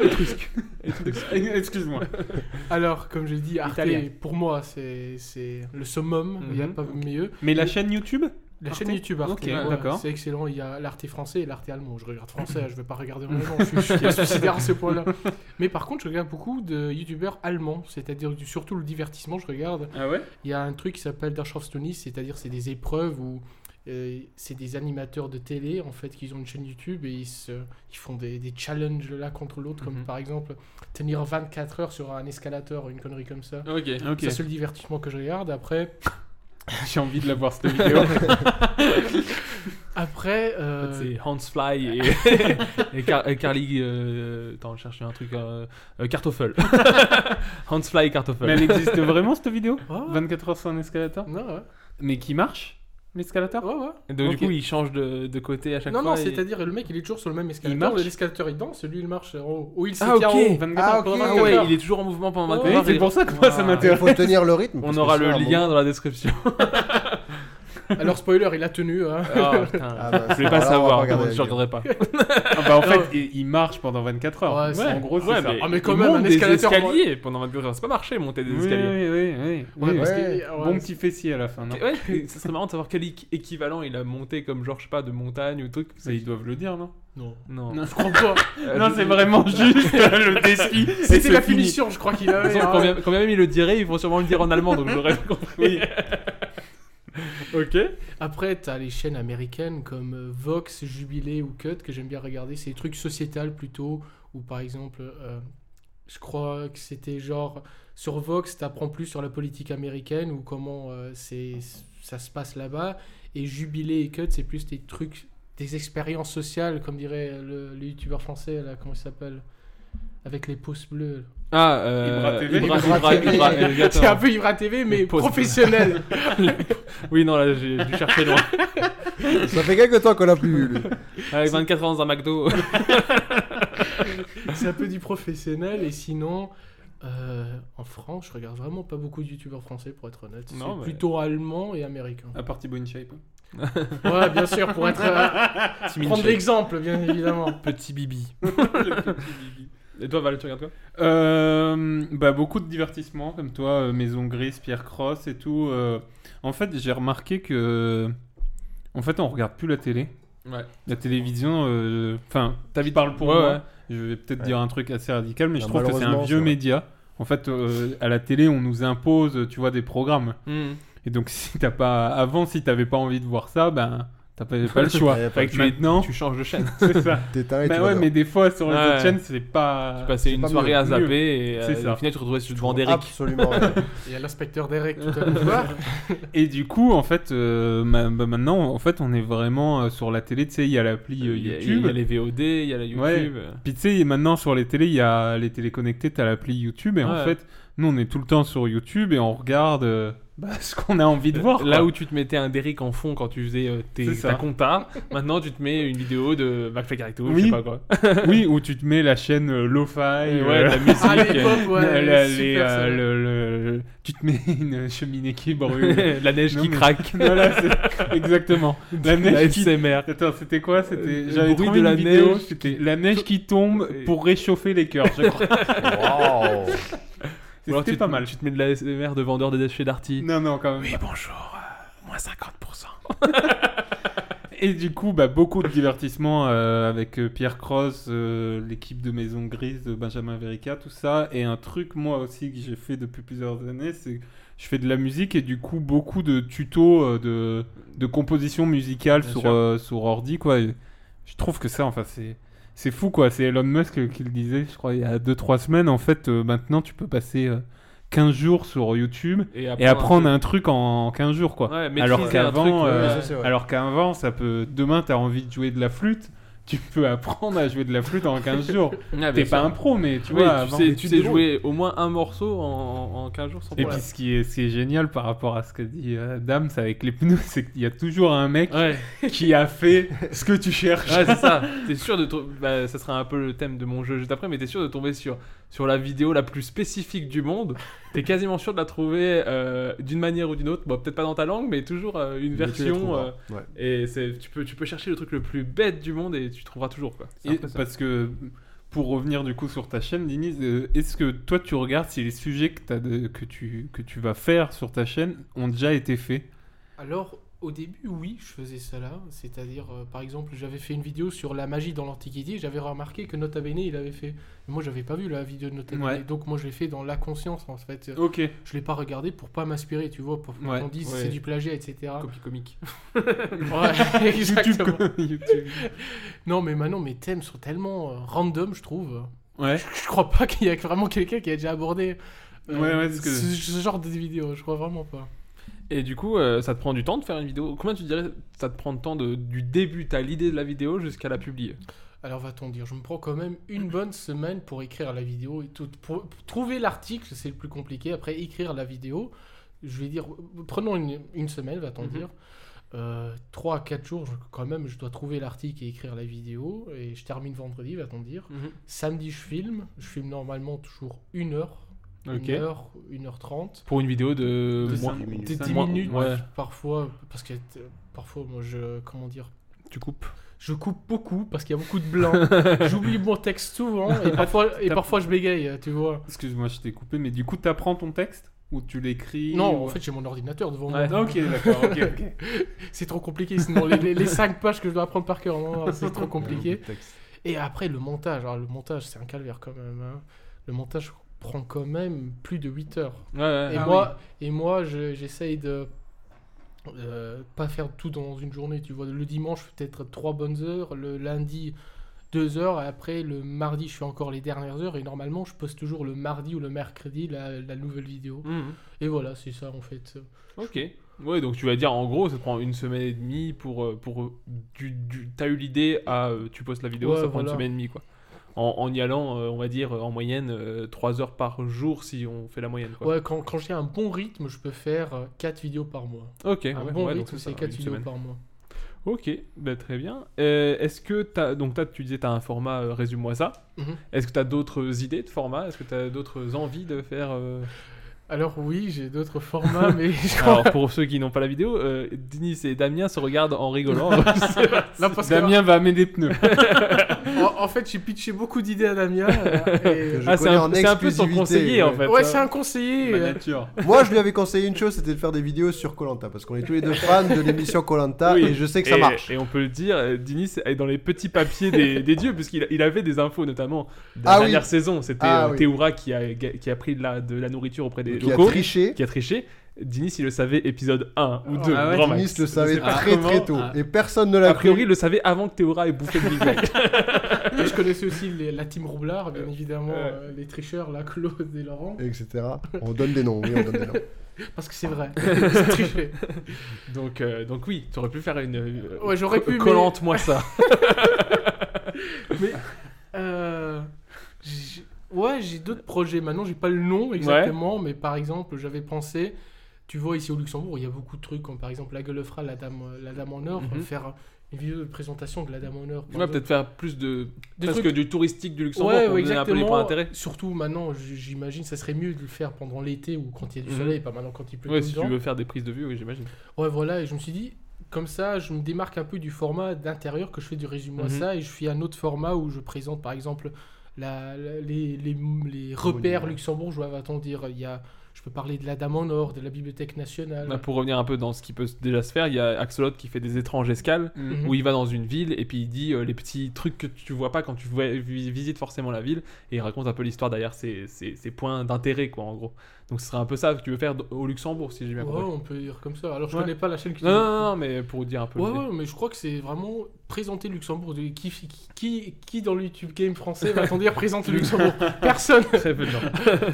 Speaker 7: Étrusque. Excuse-moi.
Speaker 9: Alors, comme je dis, Arte,
Speaker 7: Italien.
Speaker 9: pour moi, c'est c'est le summum. Il n'y a
Speaker 7: Mhm.
Speaker 9: pas mieux.
Speaker 7: Mais la chaîne YouTube
Speaker 9: La
Speaker 7: Arte
Speaker 9: chaîne YouTube Arte,
Speaker 7: Ok,
Speaker 9: ouais,
Speaker 7: d'accord.
Speaker 9: c'est excellent. Il y a l'Arte français et l'Arte allemand. Je regarde français, je ne vais pas regarder en allemand. Je suis, je suis suicidaire à ce point-là. Mais par contre, je regarde beaucoup de youtubeurs allemands, c'est-à-dire du- surtout le divertissement. Je regarde.
Speaker 7: Ah ouais
Speaker 9: Il y a un truc qui s'appelle Der Schaffstonis, c'est-à-dire c'est des épreuves où euh, c'est des animateurs de télé en fait qui ont une chaîne YouTube et ils, se, ils font des, des challenges l'un contre l'autre, comme
Speaker 8: Mhm.
Speaker 9: par exemple tenir 24 heures sur un escalator, une connerie comme ça.
Speaker 8: Ok,
Speaker 7: Ok.
Speaker 9: Ça, c'est le divertissement que je regarde. Après,
Speaker 8: j'ai envie de la voir cette vidéo.
Speaker 9: après euh,
Speaker 8: C'est Hans Fly et, et Car- et Carly... euh, Attends, je cherche un truc... Euh... euh, Kartoffel. Hans Fly et Kartoffel.
Speaker 7: Mais elle existe vraiment cette vidéo
Speaker 9: Ah.
Speaker 7: 24 heures sur un escalator
Speaker 9: non, ouais.
Speaker 7: Mais qui marche L'escalator
Speaker 9: Ouais, ouais.
Speaker 8: Donc
Speaker 7: Ok.
Speaker 8: du coup, il change de, de côté à chaque
Speaker 9: Non,
Speaker 8: fois.
Speaker 9: non,
Speaker 8: et-
Speaker 9: c'est-à-dire le mec il est toujours sur le même
Speaker 7: Il
Speaker 9: escalator.
Speaker 7: marche
Speaker 9: L'escalator il danse, lui il marche euh, en haut. Ou il se
Speaker 8: Ah
Speaker 9: tient
Speaker 8: ok,
Speaker 9: en haut.
Speaker 7: 24
Speaker 3: Ah,
Speaker 7: heures pour
Speaker 3: ok.
Speaker 7: 24
Speaker 8: Ah ouais,
Speaker 7: heures.
Speaker 8: il est toujours en mouvement pendant
Speaker 7: Oui,
Speaker 8: 24 heures.
Speaker 7: c'est
Speaker 8: il-
Speaker 7: pour ça que moi ça
Speaker 3: Il
Speaker 7: m'intéresse.
Speaker 3: faut tenir le rythme. parce
Speaker 8: On
Speaker 3: que
Speaker 8: aura
Speaker 3: sinon,
Speaker 8: le
Speaker 3: à un
Speaker 8: lien dans la description.
Speaker 9: Alors spoiler, il a tenu. hein.
Speaker 8: Ah putain,
Speaker 3: Ah, bah,
Speaker 8: je voulais
Speaker 3: voilà, on va
Speaker 8: pas savoir,
Speaker 3: regarder
Speaker 8: donc
Speaker 3: la
Speaker 8: je
Speaker 3: vidéo.
Speaker 8: regarderai pas.
Speaker 7: Ah bah en fait, il, il marche pendant 24 heures.
Speaker 9: Ouais, c'est-
Speaker 7: en gros, c'est
Speaker 8: Ouais,
Speaker 7: ça.
Speaker 8: mais,
Speaker 9: Ah, mais quand
Speaker 8: ils
Speaker 9: même,
Speaker 8: montent
Speaker 9: un
Speaker 8: des
Speaker 9: escalator,
Speaker 8: escaliers pendant 24 heures, c'est pas marché monter des
Speaker 7: Oui,
Speaker 8: escaliers.
Speaker 7: oui, oui, oui,
Speaker 9: Ouais,
Speaker 7: oui.
Speaker 9: parce que-
Speaker 3: ouais.
Speaker 9: ouais,
Speaker 7: Bon petit fessier à la fin, non
Speaker 8: Ouais, ça serait marrant de savoir quel équ- équivalent il a monté comme genre je sais pas de montagne ou truc.
Speaker 7: Bah, ils doivent le dire, non
Speaker 9: Non.
Speaker 8: Non.
Speaker 7: Non.
Speaker 9: Je crois pas.
Speaker 8: Euh,
Speaker 7: non,
Speaker 8: je-
Speaker 7: c'est vraiment juste le défi.
Speaker 9: C'était la
Speaker 8: fini.
Speaker 9: finition, je crois qu'il
Speaker 8: De toute
Speaker 9: avait.
Speaker 8: façon,
Speaker 9: hein.
Speaker 8: Quand bien- quand bien même ils le diraient, ils vont sûrement le dire en allemand, donc j'aurais compris. ok.
Speaker 9: Après, t'as les chaînes américaines comme euh, Vox, Jubilé ou Cut que j'aime bien regarder. C'est des trucs sociétal plutôt. Ou par exemple, euh, je crois que c'était genre sur Vox, t'apprends plus sur la politique américaine ou comment euh, c'est ça se passe là-bas. Et Jubilé et Cut, c'est plus des trucs, des expériences sociales, comme dirait le, le youtubeur français là, comment il s'appelle, avec les pouces bleus.
Speaker 8: Ah, euh,
Speaker 7: Ibra TV.
Speaker 8: Ibra,
Speaker 3: Ibra
Speaker 8: Ibra,
Speaker 3: TV.
Speaker 8: Ibra, euh, Ibra,
Speaker 9: C'est un peu Ivra TV, mais
Speaker 8: Les pouces bleus.
Speaker 9: professionnel.
Speaker 8: Oui, non, là, j'ai dû chercher loin.
Speaker 3: moment- Ça fait quelques temps qu'on l'a plus eu. lui.
Speaker 8: Avec 24 ans dans un McDo.
Speaker 9: c'est un peu du professionnel et sinon euh, en France je regarde vraiment pas beaucoup de youtubeurs français pour être honnête
Speaker 8: Non,
Speaker 9: c'est
Speaker 8: mais-
Speaker 9: plutôt allemand et américain
Speaker 7: À partie Bonne Shape.
Speaker 9: ouais bien sûr pour être euh, prendre l'exemple bien évidemment
Speaker 8: Petit bibi. Et toi, Val, tu regardes quoi
Speaker 7: Euh, bah, beaucoup de divertissements comme toi, euh, Maison Grise, Pierre Cross et tout. euh. en fait, j'ai remarqué que. En fait, on regarde plus la télé.
Speaker 8: Ouais.
Speaker 7: La télévision, euh, enfin, ta vie parle pour
Speaker 8: Ouais,
Speaker 7: moi.
Speaker 8: ouais. Bah,
Speaker 7: Je vais peut-être dire un truc assez radical, mais
Speaker 3: Non,
Speaker 7: je trouve que c'est un
Speaker 3: malheureusement,
Speaker 7: vieux
Speaker 3: c'est vrai.
Speaker 7: média. En fait, euh, à la télé, on nous impose, tu vois, des programmes.
Speaker 9: Hmm.
Speaker 7: Et donc, si t'as pas. Avant, si t'avais pas envie de voir ça, ben, t'as pas, pas le choix.
Speaker 3: Ouais,
Speaker 7: Fait que maintenant,
Speaker 8: Tu changes de chaîne.
Speaker 7: c'est ça.
Speaker 3: T'éteins et tu
Speaker 7: Bah ouais,
Speaker 3: regardes.
Speaker 7: mais des fois, sur les
Speaker 8: Ouais.
Speaker 7: autres chaînes, c'est pas.
Speaker 8: Tu passais
Speaker 3: c'est
Speaker 8: une
Speaker 3: pas
Speaker 8: soirée
Speaker 3: mieux.
Speaker 8: à zapper
Speaker 7: Mieux.
Speaker 8: et
Speaker 7: C'est
Speaker 8: euh,
Speaker 7: ça.
Speaker 8: au final, tu te retrouvais devant
Speaker 3: Bon,
Speaker 8: Derek.
Speaker 3: Absolument. rien.
Speaker 9: il y a l'inspecteur Derek tout à l'heure
Speaker 7: Et du coup, en fait, euh, ma- bah, maintenant, en fait, on est vraiment euh, sur la télé. Tu sais, il y a l'appli euh,
Speaker 8: Il y a-
Speaker 7: YouTube.
Speaker 8: Il y a les VOD, il y a la YouTube.
Speaker 7: Puis tu sais, maintenant sur les télés, il y a les téléconnectés, t'as l'appli YouTube et en
Speaker 8: Ouais.
Speaker 7: fait, Nous, on est tout le temps sur YouTube et on regarde euh, bah, ce qu'on a envie de voir.
Speaker 8: Là
Speaker 7: quoi.
Speaker 8: où tu te mettais un Derrick en fond quand tu faisais euh, tes,
Speaker 7: C'est ça.
Speaker 8: ta compta, maintenant tu te mets une vidéo de McFly Carito, je
Speaker 7: Oui.
Speaker 8: sais pas quoi.
Speaker 7: oui, où tu te mets la chaîne euh, Lo-Fi,
Speaker 8: Ouais,
Speaker 7: euh,
Speaker 8: la musique.
Speaker 9: À l'époque, ouais,
Speaker 7: la- la-
Speaker 9: super,
Speaker 7: les,
Speaker 9: ça.
Speaker 7: euh, le- le- tu te mets une cheminée qui brûle.
Speaker 8: la neige
Speaker 7: Non,
Speaker 8: qui
Speaker 7: mais-
Speaker 8: craque.
Speaker 7: Voilà, c'est- exactement.
Speaker 8: La
Speaker 7: La neige qui...
Speaker 8: SMR.
Speaker 7: Attends, c'était quoi C'était
Speaker 8: Euh,
Speaker 7: j'avais
Speaker 8: le bruit
Speaker 7: trouvé
Speaker 8: de
Speaker 7: une
Speaker 8: la
Speaker 7: vidéo,
Speaker 8: neige
Speaker 7: c'était la neige qui tombe pour réchauffer les cœurs, je crois.
Speaker 6: Waouh
Speaker 8: Ou alors
Speaker 7: C'était
Speaker 8: tu te-
Speaker 7: pas mal.
Speaker 8: Tu te mets de la SMR de vendeur de déchets d'arty.
Speaker 7: Non non quand même. pas.
Speaker 8: bonjour, euh, moins 50%.
Speaker 7: Et du coup, bah beaucoup de divertissement euh, avec euh, Pierre Cross, euh, l'équipe de Maison Grise de Benjamin Verica, tout ça et un truc moi aussi que j'ai fait depuis plusieurs années, c'est que je fais de la musique et du coup beaucoup de tutos euh, de de composition musicale
Speaker 8: Bien
Speaker 7: sur
Speaker 8: sûr.
Speaker 7: euh, sur ordi quoi. Et je trouve que ça enfin c'est c'est fou quoi, c'est Elon Musk euh, qui le disait, je crois il y a 2 3 semaines en fait, euh, maintenant tu peux passer euh, 15 jours sur YouTube
Speaker 8: Et hein.
Speaker 7: et apprendre un truc en 15 jours quoi.
Speaker 8: Ouais, maîtriser
Speaker 7: Alors
Speaker 8: un
Speaker 7: qu'avant
Speaker 8: truc,
Speaker 7: euh,
Speaker 8: ouais.
Speaker 3: ça, c'est vrai.
Speaker 7: alors qu'avant, ça peut. Demain, t'as envie de jouer de la flûte, tu peux apprendre à jouer de la flûte en 15 jours.
Speaker 8: Ah,
Speaker 7: T'es pas un pro, mais tu
Speaker 8: Tu, vois,
Speaker 7: vois.
Speaker 8: tu
Speaker 7: avant-
Speaker 8: sais, tu sais jouer au moins un morceau en, en 15 jours sans
Speaker 7: Et
Speaker 8: problème.
Speaker 7: puis, ce qui, est, ce qui est génial par rapport à ce que dit euh, Dams avec les pneus, c'est qu'il y a toujours un mec
Speaker 8: Ouais,
Speaker 7: qui a fait ce que tu cherches.
Speaker 8: ouais c'est ça. T'es sûr de trou- bah, ça sera un peu le thème de mon jeu juste après, mais t'es sûr de tomber sur, sur la vidéo la plus spécifique du monde. T'es quasiment sûr de la trouver euh, d'une manière ou d'une autre. Bon, peut-être pas dans ta langue, mais toujours euh, une
Speaker 3: Mais tu les
Speaker 8: version.
Speaker 3: trouveras.
Speaker 8: euh,
Speaker 3: Ouais.
Speaker 8: et c'est- tu peux, tu peux chercher le truc le plus bête du monde et tu trouveras toujours quoi. C'est
Speaker 7: Et-
Speaker 8: un peu ça.
Speaker 7: parce que pour revenir du coup sur ta chaîne, Denise, euh, est-ce que toi tu regardes si les sujets que, t'as de- que, tu, que tu vas faire sur ta chaîne ont déjà été faits
Speaker 9: Alors, au début, oui, je faisais ça là. C'est-à-dire, euh, par exemple, j'avais fait une vidéo sur la magie dans l'Antiquité. et J'avais remarqué que Nota Bene, il avait fait. Moi, j'avais pas vu la vidéo de Nota Bene.
Speaker 7: Ouais.
Speaker 9: Donc, moi, je l'ai fait dans la conscience, en fait.
Speaker 7: Ok.
Speaker 9: Je l'ai pas regardé pour pas m'inspirer, tu vois, pour
Speaker 7: Ouais,
Speaker 9: qu'on dise
Speaker 7: ouais.
Speaker 9: c'est du plagiat, etc.
Speaker 8: Copie comique.
Speaker 9: Ouais, exactement.
Speaker 7: YouTube.
Speaker 9: Non, mais maintenant, mes thèmes sont tellement euh, random, je trouve.
Speaker 7: Ouais.
Speaker 9: Je crois pas qu'il y a vraiment quelqu'un qui a déjà abordé euh,
Speaker 7: Ouais, ouais, c'est que-
Speaker 9: ce, ce genre de vidéo. Je crois vraiment pas.
Speaker 8: Et du coup, euh, ça te prend du temps de faire une vidéo. Combien tu dirais ça te prend de temps de, du début, t'as l'idée de la vidéo jusqu'à la publier
Speaker 9: Alors va-t-on dire, je me prends quand même une bonne semaine pour écrire la vidéo et tout. Pour- pour trouver l'article, c'est le plus compliqué. Après, écrire la vidéo, je vais dire, prenons une, une semaine, va-t-on
Speaker 8: Mhm.
Speaker 9: dire. 3 à 4 jours, je- quand même, je dois trouver l'article et écrire la vidéo. Et je termine vendredi, va-t-on dire.
Speaker 8: Mhm.
Speaker 9: Samedi, je filme. Je filme normalement toujours une heure.
Speaker 8: Ok.
Speaker 9: Une heure, une heure trente.
Speaker 8: Pour une vidéo de,
Speaker 7: De
Speaker 8: moins-
Speaker 7: cinq minutes.
Speaker 9: Des
Speaker 7: Ça,
Speaker 9: 10
Speaker 8: moi-
Speaker 9: minutes,
Speaker 8: ouais.
Speaker 9: parfois, parce que euh, parfois, moi, je. Comment dire
Speaker 8: Tu coupes.
Speaker 9: je coupe beaucoup parce qu'il y a beaucoup de blanc. J'oublie mon texte souvent et parfois, et
Speaker 7: Ah, t'as-
Speaker 9: parfois je bégaye, tu vois.
Speaker 7: Excuse-moi, je t'ai coupé, mais du coup, t'apprends ton texte Ou tu l'écris
Speaker 9: Non,
Speaker 7: ou-
Speaker 9: en fait, j'ai mon ordinateur devant
Speaker 7: Ouais.
Speaker 9: moi.
Speaker 7: Ok, d'accord, ok, ok.
Speaker 9: C'est trop compliqué, sinon les, les, les cinq pages que je dois apprendre par cœur, non, c'est trop compliqué. Et après, le montage. Alors, le montage, c'est un calvaire quand même. hein. Le montage prend quand même plus de 8 heures.
Speaker 8: Ouais, ouais.
Speaker 9: Et moi, et moi je- j'essaye de euh, pas faire tout dans une journée. Tu vois, le dimanche, peut-être trois bonnes heures. Le lundi, deux heures. Et après, le mardi, je fais encore les dernières heures. Et normalement, je poste toujours le mardi ou le mercredi la, la nouvelle vidéo.
Speaker 8: Mhm.
Speaker 9: Et voilà, c'est ça en fait.
Speaker 8: Ok. Ouais, donc tu vas dire en gros, ça te prend une semaine et demie pour. euh, pour euh, du, du- t'as eu l'idée à. euh, Tu postes la vidéo,
Speaker 9: Ouais,
Speaker 8: ça prend une
Speaker 9: voilà.
Speaker 8: semaine et demie quoi. En, en y allant, euh, on va dire euh, en moyenne 3 heures par jour si on fait la moyenne quoi.
Speaker 9: Ouais, quand, quand j'ai un bon rythme, je peux faire euh, quatre vidéos par mois.
Speaker 8: Ok,
Speaker 9: un
Speaker 8: ouais,
Speaker 9: bon
Speaker 8: ouais, donc
Speaker 9: rythme,
Speaker 8: ça,
Speaker 9: c'est
Speaker 8: une
Speaker 9: quatre vidéos
Speaker 8: semaine.
Speaker 9: par mois.
Speaker 8: Ok, bah, très bien. Euh, Est-ce que t'as donc t'as- tu disais t'as un format euh, résume-moi ça.
Speaker 9: Mhm.
Speaker 8: Est-ce que t'as d'autres idées de format Est-ce que t'as d'autres envies de faire euh,
Speaker 9: Alors oui, j'ai d'autres formats, mais
Speaker 8: Ah,
Speaker 9: je crois...
Speaker 8: Alors pour ceux qui n'ont pas la vidéo, euh, Denis et Damien se regardent en rigolant. C'est pas-
Speaker 9: Non, parce que-
Speaker 7: Damien va amener des pneus.
Speaker 9: en, en fait, j'ai pitché beaucoup d'idées à Damien. euh,
Speaker 3: Je
Speaker 8: ah, c'est
Speaker 3: connais
Speaker 8: un,
Speaker 3: en
Speaker 8: c'est un peu son
Speaker 3: exclusivité,
Speaker 8: conseiller en
Speaker 3: ouais.
Speaker 8: fait.
Speaker 9: et- Ouais,
Speaker 8: hein.
Speaker 9: c'est un conseiller.
Speaker 7: La
Speaker 9: euh,
Speaker 7: nature.
Speaker 3: Moi, je lui avais conseillé une chose, c'était de faire des vidéos sur Colanta, parce qu'on est tous les deux fans de l'émission Colanta,
Speaker 8: Oui.
Speaker 3: et je sais que ça
Speaker 8: Et-
Speaker 3: marche.
Speaker 8: Et on peut le dire, euh, Dinis est dans les petits papiers des, des dieux, puisqu'il il avait des infos, notamment de la
Speaker 3: Ah oui.
Speaker 8: dernière saison. C'était
Speaker 3: Ah
Speaker 8: euh,
Speaker 3: oui.
Speaker 8: Théoura qui a, qui a pris de la, de la nourriture auprès des
Speaker 3: Qui a
Speaker 8: locaux,
Speaker 3: triché. Oh,
Speaker 8: qui a triché. Dinis, il le savait, épisode 1 ou 2,
Speaker 7: Ah ouais,
Speaker 8: grand max.
Speaker 3: Nice le savait
Speaker 7: pas
Speaker 3: très
Speaker 7: comment.
Speaker 3: très tôt,
Speaker 7: Ah.
Speaker 3: et personne ne l'a
Speaker 8: A
Speaker 3: cru.
Speaker 8: priori, il le savait avant que Théora ait bouffé le Big
Speaker 9: Et je connaissais aussi les- la team Roublard, bien évidemment,
Speaker 8: ouais.
Speaker 9: euh, les tricheurs, là, Claude et Laurent,
Speaker 3: Etc. On donne des noms, oui, on donne des noms.
Speaker 9: parce que c'est vrai, c'est triché.
Speaker 8: donc, euh, donc oui, tu aurais pu faire une. euh,
Speaker 9: Ouais, j'aurais
Speaker 8: co-
Speaker 9: pu, mais-
Speaker 8: Collante-moi ça.
Speaker 9: Euh, j'ai- Ouais, j'ai d'autres projets. Maintenant, j'ai pas le nom exactement, mais par exemple, j'avais pensé, tu vois, ici au Luxembourg, il y a beaucoup de trucs, comme par exemple la Gueule fera, la Dame, euh, la Dame en Or,
Speaker 8: Mhm.
Speaker 9: faire une vidéo de présentation de la Dame en Or.
Speaker 8: On va peut-être faire plus de.
Speaker 9: Des
Speaker 8: presque
Speaker 9: trucs-
Speaker 8: du touristique du Luxembourg
Speaker 9: Ouais,
Speaker 8: pour
Speaker 9: ouais,
Speaker 8: donner un peu les
Speaker 9: exactement.
Speaker 8: points d'intérêt.
Speaker 9: Surtout maintenant, j- j'imagine, ça serait mieux de le faire pendant l'été ou quand il y a du
Speaker 8: Mhm.
Speaker 9: soleil, pas maintenant quand il pleut.
Speaker 8: Ouais,
Speaker 9: tout le
Speaker 8: si
Speaker 9: temps.
Speaker 8: tu veux faire des prises de vue, oui, j'imagine.
Speaker 9: Ouais, voilà, et je me suis dit, comme ça, je me démarque un peu du format d'intérieur que je fais du résumé à
Speaker 8: Mhm.
Speaker 9: ça, et je fais un autre format où je présente, par exemple, la, la- les, les, les repères
Speaker 3: Monument.
Speaker 9: luxembourgeois, va-t-on dire. Il y a, je peux parler de la Dame en Or, de la Bibliothèque nationale.
Speaker 8: Là, pour revenir un peu dans ce qui peut déjà se faire, il y a Axolot qui fait des étranges escales,
Speaker 9: Mhm.
Speaker 8: où il va dans une ville et puis il dit euh, les petits trucs que tu vois pas quand tu vois- vi- visites forcément la ville, et il raconte un peu l'histoire derrière ses, ses- ses points d'intérêt, quoi, en gros. Donc ce serait un peu ça que tu veux faire d- au Luxembourg, si j'ai bien
Speaker 9: Ouais,
Speaker 8: compris.
Speaker 9: on peut dire comme ça. Alors, je
Speaker 8: Ouais.
Speaker 9: connais pas la chaîne qui
Speaker 8: Non, non, non, mais pour dire un peu.
Speaker 9: Ouais,
Speaker 8: l'idée.
Speaker 9: ouais, mais je crois que c'est vraiment présenter le Luxembourg. de- Qui, qui, qui dans le YouTube Game français va t'en dire présente le Luxembourg Personne
Speaker 8: Très peu de gens.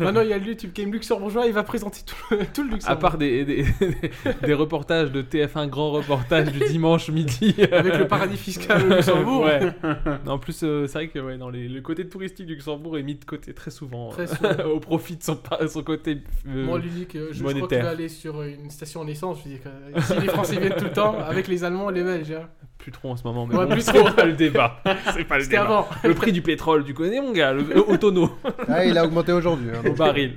Speaker 9: Maintenant, il y a le YouTube Game luxembourgeois, il va présenter tout le, tout le
Speaker 8: À
Speaker 9: Luxembourg.
Speaker 8: part des, des, des reportages de TF1 grand reportage du dimanche midi.
Speaker 9: Avec le paradis fiscal au Luxembourg.
Speaker 8: Ouais. Non, en plus, euh, c'est vrai que ouais, non, les- le côté touristique du Luxembourg est mis de côté très souvent.
Speaker 9: Très
Speaker 8: euh,
Speaker 9: souvent.
Speaker 8: au profit de son, pa- son côté. euh,
Speaker 9: Moi, l'unique, euh, je, je crois qu'il
Speaker 8: monétaire.
Speaker 9: va aller sur euh, une station en essence. Je dis que euh, si les Français viennent tout le temps, avec les Allemands, les Belges. hein.
Speaker 8: plus trop en ce moment, mais
Speaker 9: Ouais,
Speaker 8: bon,
Speaker 9: plus
Speaker 8: c'est
Speaker 9: trop.
Speaker 8: pas le débat. C'est pas le
Speaker 9: C'était
Speaker 8: débat.
Speaker 9: avant.
Speaker 8: Le prix du pétrole, tu connais mon gars, le, le- au tonneau,
Speaker 3: Ah, il a augmenté aujourd'hui. hein,
Speaker 8: au
Speaker 3: donc-
Speaker 8: baril.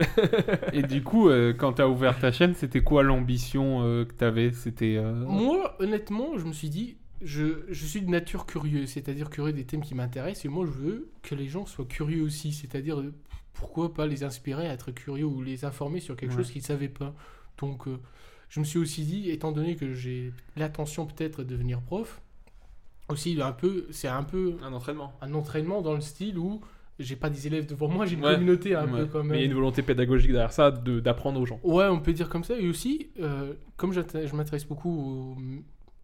Speaker 7: Et du coup, euh, quand t'as ouvert ta chaîne, c'était quoi l'ambition euh, que t'avais C'était. euh,
Speaker 9: Moi, honnêtement, je me suis dit, je, je suis de nature curieux, c'est-à-dire curieux des thèmes qui m'intéressent, et moi, je veux que les gens soient curieux aussi, c'est-à-dire euh, pourquoi pas les inspirer à être curieux ou les informer sur quelque
Speaker 7: Ouais.
Speaker 9: chose qu'ils ne savaient pas. Donc, euh, je me suis aussi dit, étant donné que j'ai l'attention peut-être de devenir prof, aussi un peu, c'est un peu
Speaker 8: Un entraînement.
Speaker 9: un entraînement dans le style où j'ai pas des élèves devant moi, j'ai une
Speaker 8: Ouais.
Speaker 9: communauté un peu
Speaker 8: Ouais.
Speaker 9: quand même.
Speaker 8: Mais il y a une volonté pédagogique derrière ça de- d'apprendre aux gens.
Speaker 9: Ouais, on peut dire comme ça. Et aussi, euh, comme j'atta- je m'intéresse beaucoup au,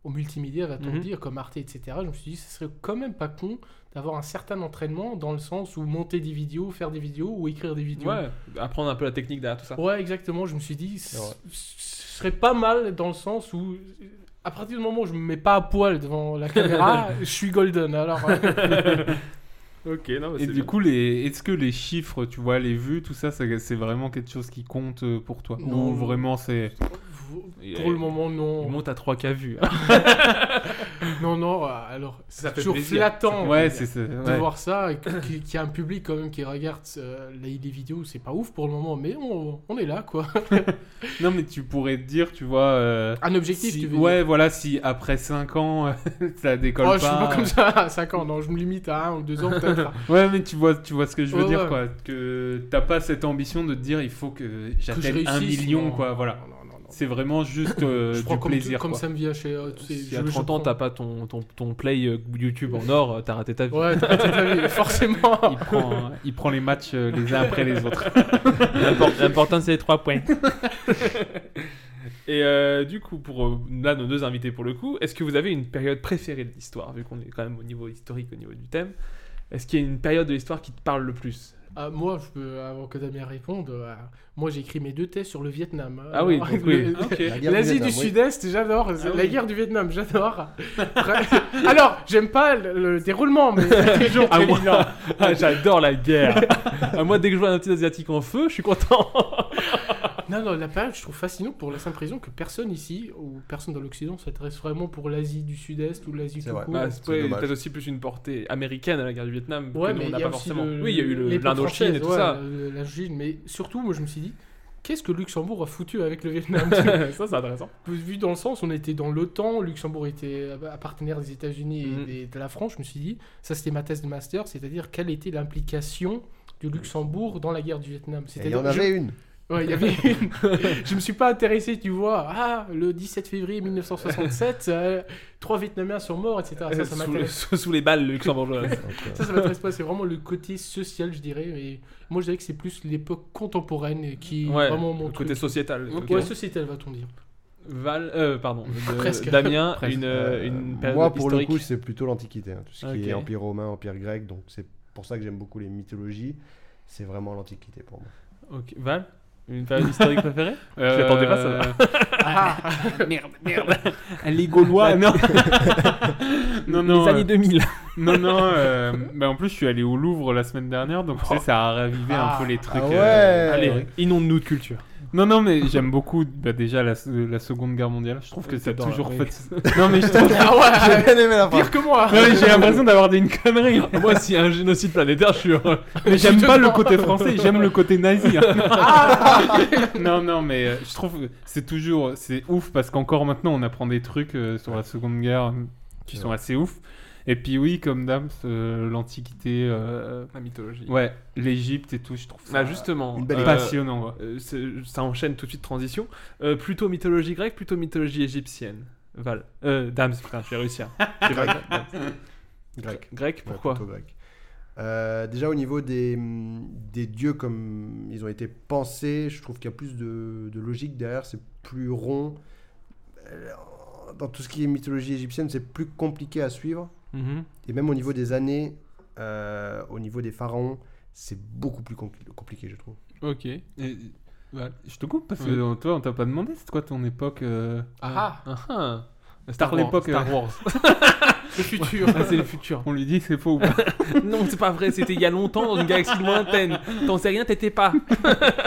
Speaker 9: au multimédia, va-t-on
Speaker 8: Mhm.
Speaker 9: dire, comme Arte, etc., je me suis dit, ce serait quand même pas con d'avoir un certain entraînement dans le sens où monter des vidéos, faire des vidéos ou écrire des vidéos.
Speaker 8: Ouais, bah, apprendre un peu la technique derrière tout ça.
Speaker 9: Ouais, exactement. Je me suis dit, ce
Speaker 3: Ouais.
Speaker 9: ce serait pas mal dans le sens où, euh, à partir du moment où je me mets pas à poil devant la caméra, je suis golden. Alors, euh,
Speaker 8: Ok, non, bah, mais
Speaker 7: Et du coup, les... est-ce que les chiffres, tu vois, les vues, tout ça, ça- c'est vraiment quelque chose qui compte euh, pour toi
Speaker 9: Non.
Speaker 7: Ou vraiment c'est.
Speaker 9: vous-
Speaker 8: Il
Speaker 9: pour
Speaker 8: est-
Speaker 9: le moment,
Speaker 8: on
Speaker 9: non.
Speaker 8: monte à 3K vues. hein.
Speaker 9: Non, non. euh, Alors, c'est
Speaker 8: Ça fait
Speaker 9: toujours
Speaker 8: plaisir.
Speaker 9: flattant.
Speaker 7: Ouais, c'est. c'est-
Speaker 9: de
Speaker 7: ouais.
Speaker 9: voir ça, et que- qu'il y a un public quand même qui regarde euh, les, les vidéos, c'est pas ouf pour le moment, mais on, on est là quoi.
Speaker 7: Non, mais tu pourrais te dire, tu vois. euh,
Speaker 9: Un objectif,
Speaker 7: si-
Speaker 9: tu veux
Speaker 7: Ouais,
Speaker 9: dire.
Speaker 7: voilà, si après 5 ans, ça
Speaker 9: Oh,
Speaker 7: décolle
Speaker 9: je suis pas comme ça à 5 ans, non, je me limite à 1 ou 2 ans peut-être.
Speaker 7: Ouais, mais tu vois, tu vois ce que je veux
Speaker 9: Ouais,
Speaker 7: dire,
Speaker 9: ouais.
Speaker 7: quoi. Que t'as pas cette ambition de te dire, il faut que
Speaker 9: Que je
Speaker 7: j'atteigne un
Speaker 9: réussisse,
Speaker 7: million,
Speaker 9: non.
Speaker 7: quoi. Voilà.
Speaker 9: Non, non, non, non.
Speaker 7: C'est vraiment juste euh,
Speaker 9: je prends
Speaker 7: du
Speaker 9: comme,
Speaker 7: plaisir,
Speaker 9: comme
Speaker 7: quoi.
Speaker 9: ça me vient chez. euh, tu sais,
Speaker 8: Si
Speaker 9: je-
Speaker 8: à
Speaker 9: je
Speaker 8: 30 ans,
Speaker 9: prends.
Speaker 8: t'as pas ton, ton, ton play euh, YouTube en or, euh, t'as raté ta vie.
Speaker 9: Ouais, t'as raté ta vie, forcément.
Speaker 7: Il prend, il prend les matchs euh, les uns après les autres.
Speaker 8: L'import- L'important, c'est les 3 points. Et euh, du coup, pour euh, là, nos deux invités, pour le coup, est-ce que vous avez une période préférée de l'histoire, vu qu'on est quand même au niveau historique, au niveau du thème Est-ce qu'il y a une période de l'histoire qui te parle le plus
Speaker 9: Ah, moi, je peux, avant que Damien réponde, euh, moi j'ai écrit mes deux thèses sur le Vietnam. hein.
Speaker 8: Ah oui,
Speaker 9: Alors,
Speaker 8: donc
Speaker 9: le-
Speaker 8: oui.
Speaker 9: le-
Speaker 8: Ok.
Speaker 3: La guerre
Speaker 9: L'Asie du,
Speaker 3: Vietnam, oui.
Speaker 9: Sud-Est, j'adore.
Speaker 8: Ah
Speaker 9: La
Speaker 8: oui.
Speaker 9: guerre du Vietnam, j'adore. Alors, j'aime pas le, le déroulement, mais c'est toujours
Speaker 8: Ah, moi,
Speaker 9: préliminaire.
Speaker 8: ah, j'adore la guerre. Ah, moi, dès que je vois un petit asiatique en feu, je suis content.
Speaker 9: Non, non, la période, je trouve fascinant pour la simple raison que personne ici, ou personne dans l'Occident, s'intéresse vraiment pour l'Asie du Sud-Est ou l'Asie
Speaker 3: C'est
Speaker 9: tout
Speaker 3: vrai.
Speaker 9: court.
Speaker 8: Bah,
Speaker 3: c'est
Speaker 8: c'est ouais,
Speaker 3: dommage.
Speaker 8: peut-être aussi plus une portée américaine à la guerre du Vietnam
Speaker 9: Ouais,
Speaker 8: que nous,
Speaker 9: mais
Speaker 8: on
Speaker 9: il
Speaker 8: n'a
Speaker 9: y a
Speaker 8: pas
Speaker 9: aussi
Speaker 8: forcément.
Speaker 9: le-
Speaker 8: oui, il y a eu le-
Speaker 9: l'époque
Speaker 8: l'Indochine et
Speaker 9: française,
Speaker 8: tout
Speaker 9: ouais,
Speaker 8: ça.
Speaker 9: le- L'Indochine, mais surtout, moi, je me suis dit, qu'est-ce que le Luxembourg a foutu avec le Vietnam
Speaker 8: ça, c'est intéressant.
Speaker 9: Vu dans le sens, on était dans l'OTAN, Luxembourg était euh, partenaire des États-Unis et
Speaker 8: Mhm.
Speaker 9: des- de la France, je me suis dit, ça c'était ma thèse de master, c'est-à-dire quelle était l'implication du Luxembourg dans la guerre du Vietnam.
Speaker 3: Et il y
Speaker 9: C'est-à-dire,
Speaker 3: en
Speaker 9: je-
Speaker 3: avait une.
Speaker 9: Ouais, il y avait une- je me suis pas intéressé, tu vois. Ah, le 17 février 1967, euh, trois Vietnamiens sont morts, etc. Ah, Ça,
Speaker 8: sous,
Speaker 9: ça m'intéresse.
Speaker 8: sous- sous les balles luxembourgeoises.
Speaker 3: Donc, euh,
Speaker 9: Ça, ça m'intéresse pas. C'est vraiment le côté social, je dirais. Mais moi, je dirais que c'est plus l'époque contemporaine qui est
Speaker 8: ouais,
Speaker 9: vraiment mon
Speaker 8: le côté
Speaker 9: truc.
Speaker 8: sociétal.
Speaker 9: Ouais,
Speaker 8: Ok.
Speaker 9: sociétal, va-t-on dire.
Speaker 8: Val, euh, pardon, de-
Speaker 9: Presque.
Speaker 8: Damien,
Speaker 7: Presque.
Speaker 8: Une,
Speaker 3: euh,
Speaker 8: une période
Speaker 3: moi, pour
Speaker 8: historique.
Speaker 3: le coup, c'est plutôt l'Antiquité. hein, Tout ce qui
Speaker 8: Ok.
Speaker 3: est Empire romain, Empire grec. Donc, c'est pour ça que j'aime beaucoup les mythologies. C'est vraiment l'Antiquité pour moi.
Speaker 8: Ok, Val Une période historique préférée
Speaker 7: Euh,
Speaker 8: l'attendais pas, ça va.
Speaker 7: merde, merde. Les Gaulois. Bah, non. non, non.
Speaker 12: Les
Speaker 7: euh,
Speaker 12: années 2000.
Speaker 7: Non, non. euh, bah, en plus, je suis allé au Louvre la semaine dernière, donc tu sais, ça a ravivé un
Speaker 9: Ah.
Speaker 7: peu les trucs.
Speaker 3: Ah ouais
Speaker 7: euh,
Speaker 8: Allez,
Speaker 3: ouais.
Speaker 8: inonde-nous de culture.
Speaker 7: Non, non, mais j'aime beaucoup bah, déjà la, la Seconde Guerre mondiale. Je trouve que ça a
Speaker 8: Dans la-
Speaker 7: toujours
Speaker 8: oui.
Speaker 7: fait. non, mais je trouve.
Speaker 3: Ah J'ai bien aimé la fin.
Speaker 8: que moi
Speaker 7: Non, mais j'ai l'impression d'avoir dit une connerie.
Speaker 8: Moi, s'il y a un génocide planétaire, je suis heureux.
Speaker 7: Mais j'aime pas le côté français, j'aime le côté nazi.
Speaker 8: Ah.
Speaker 7: hein. non, non, mais euh, je trouve que c'est toujours c'est ouf parce qu'encore maintenant on apprend des trucs euh, sur la Seconde Guerre euh, qui sont assez ouf. Et puis oui, comme dame, euh, l'Antiquité, euh,
Speaker 8: La mythologie.
Speaker 7: ouais, l'Égypte et tout, je trouve ça
Speaker 8: Bah justement,
Speaker 3: Une belle
Speaker 8: euh,
Speaker 7: passionnant. ouais.
Speaker 8: euh, c'est- ça enchaîne tout de suite transition. Euh, plutôt mythologie grecque, plutôt mythologie égyptienne. Val. Euh, Dams, putain, je vais réussir. J'ai pas-
Speaker 3: Grec.
Speaker 8: Dams.
Speaker 3: Grec.
Speaker 8: Grec,
Speaker 3: Ouais,
Speaker 8: pourquoi
Speaker 3: Bah, plutôt grec. Euh, déjà au niveau des, hum, des dieux comme ils ont été pensés, je trouve qu'il y a plus de, de logique derrière, c'est plus rond. Euh, Dans tout ce qui est mythologie égyptienne, c'est plus compliqué à suivre.
Speaker 8: Mhm.
Speaker 3: Et même au niveau des années, euh, au niveau des pharaons, c'est beaucoup plus compli- compliqué, je trouve.
Speaker 7: Ok. Et- bah, je te coupe parce que
Speaker 8: Oui.
Speaker 7: euh, toi, on t'a pas demandé c'est quoi ton époque. euh,
Speaker 9: Ah,
Speaker 8: Ah, ah.
Speaker 7: Star
Speaker 8: Star
Speaker 7: Wars,
Speaker 8: l'époque
Speaker 7: Star
Speaker 8: Wars.
Speaker 9: le futur.
Speaker 8: Ah, c'est le futur.
Speaker 7: euh, On lui dit c'est faux. ou pas
Speaker 8: Non, c'est pas vrai, c'était il y a longtemps dans une galaxie lointaine. T'en sais rien, t'étais pas.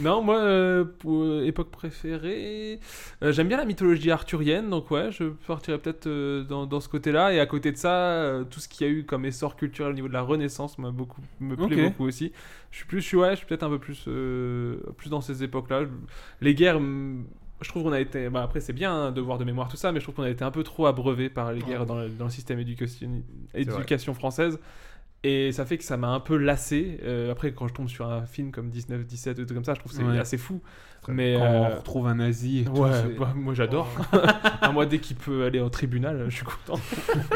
Speaker 8: non, moi, euh, pour, euh, époque préférée, euh, j'aime bien la mythologie arthurienne, donc ouais, je partirais peut-être euh, dans, dans ce côté-là. Et à côté de ça, euh, tout ce qu'il y a eu comme essor culturel au niveau de la Renaissance m'a beaucoup, me plaît
Speaker 7: Ok.
Speaker 8: beaucoup aussi. Je suis plus, je suis, ouais, je suis peut-être un peu plus, euh, plus dans ces époques-là. Les guerres. hum, je trouve qu'on a été. bah, après, c'est bien hein, de voir de mémoire tout ça, mais je trouve qu'on a été un peu trop abreuvé par les guerres dans le, dans le système éducation-
Speaker 3: vrai.
Speaker 8: éducation française. Et ça fait que ça m'a un peu lassé. Euh, après, quand je tombe sur un film comme 19, 17, ou tout comme ça, je trouve que c'est
Speaker 7: Ouais.
Speaker 8: assez fou.
Speaker 3: Très
Speaker 8: Mais.
Speaker 7: Quand
Speaker 8: euh,
Speaker 7: on retrouve un nazi. Et tout,
Speaker 8: ouais,
Speaker 7: c'est-
Speaker 8: bah, moi j'adore. Ah, moi, dès qu'il peut aller au tribunal, je suis content.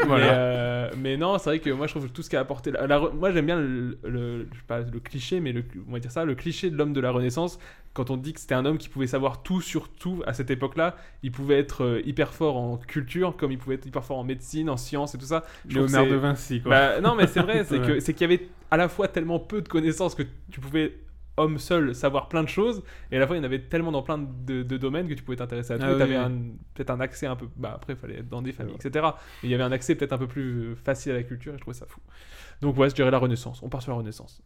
Speaker 8: Mais, euh, mais non, c'est vrai que moi je trouve que tout ce qu'a apporté. La, la re- moi j'aime bien le, le- je sais pas, le cliché, mais le, on va dire ça, le cliché de l'homme de la Renaissance. Quand on dit que c'était un homme qui pouvait savoir tout sur tout à cette époque-là, il pouvait être euh, hyper fort en culture, comme il pouvait être hyper fort en médecine, en sciences et tout ça. Je trouve que
Speaker 7: Léonard
Speaker 8: c'est-
Speaker 7: de Vinci, quoi.
Speaker 8: bah, non, mais c'est vrai, c'est
Speaker 7: Ouais.
Speaker 8: que c'est qu'il y avait à la fois tellement peu de connaissances que tu pouvais homme seul savoir plein de choses et à la fois il y en avait tellement dans plein de, de domaines que tu pouvais t'intéresser à tout
Speaker 7: Ah
Speaker 8: et
Speaker 7: oui,
Speaker 8: t'avais
Speaker 7: oui.
Speaker 8: un- peut-être un accès un peu bah après il fallait être dans des familles etc mais il y avait un accès peut-être un peu plus euh, facile à la culture et je trouvais ça fou donc ouais je dirais la renaissance on part sur la renaissance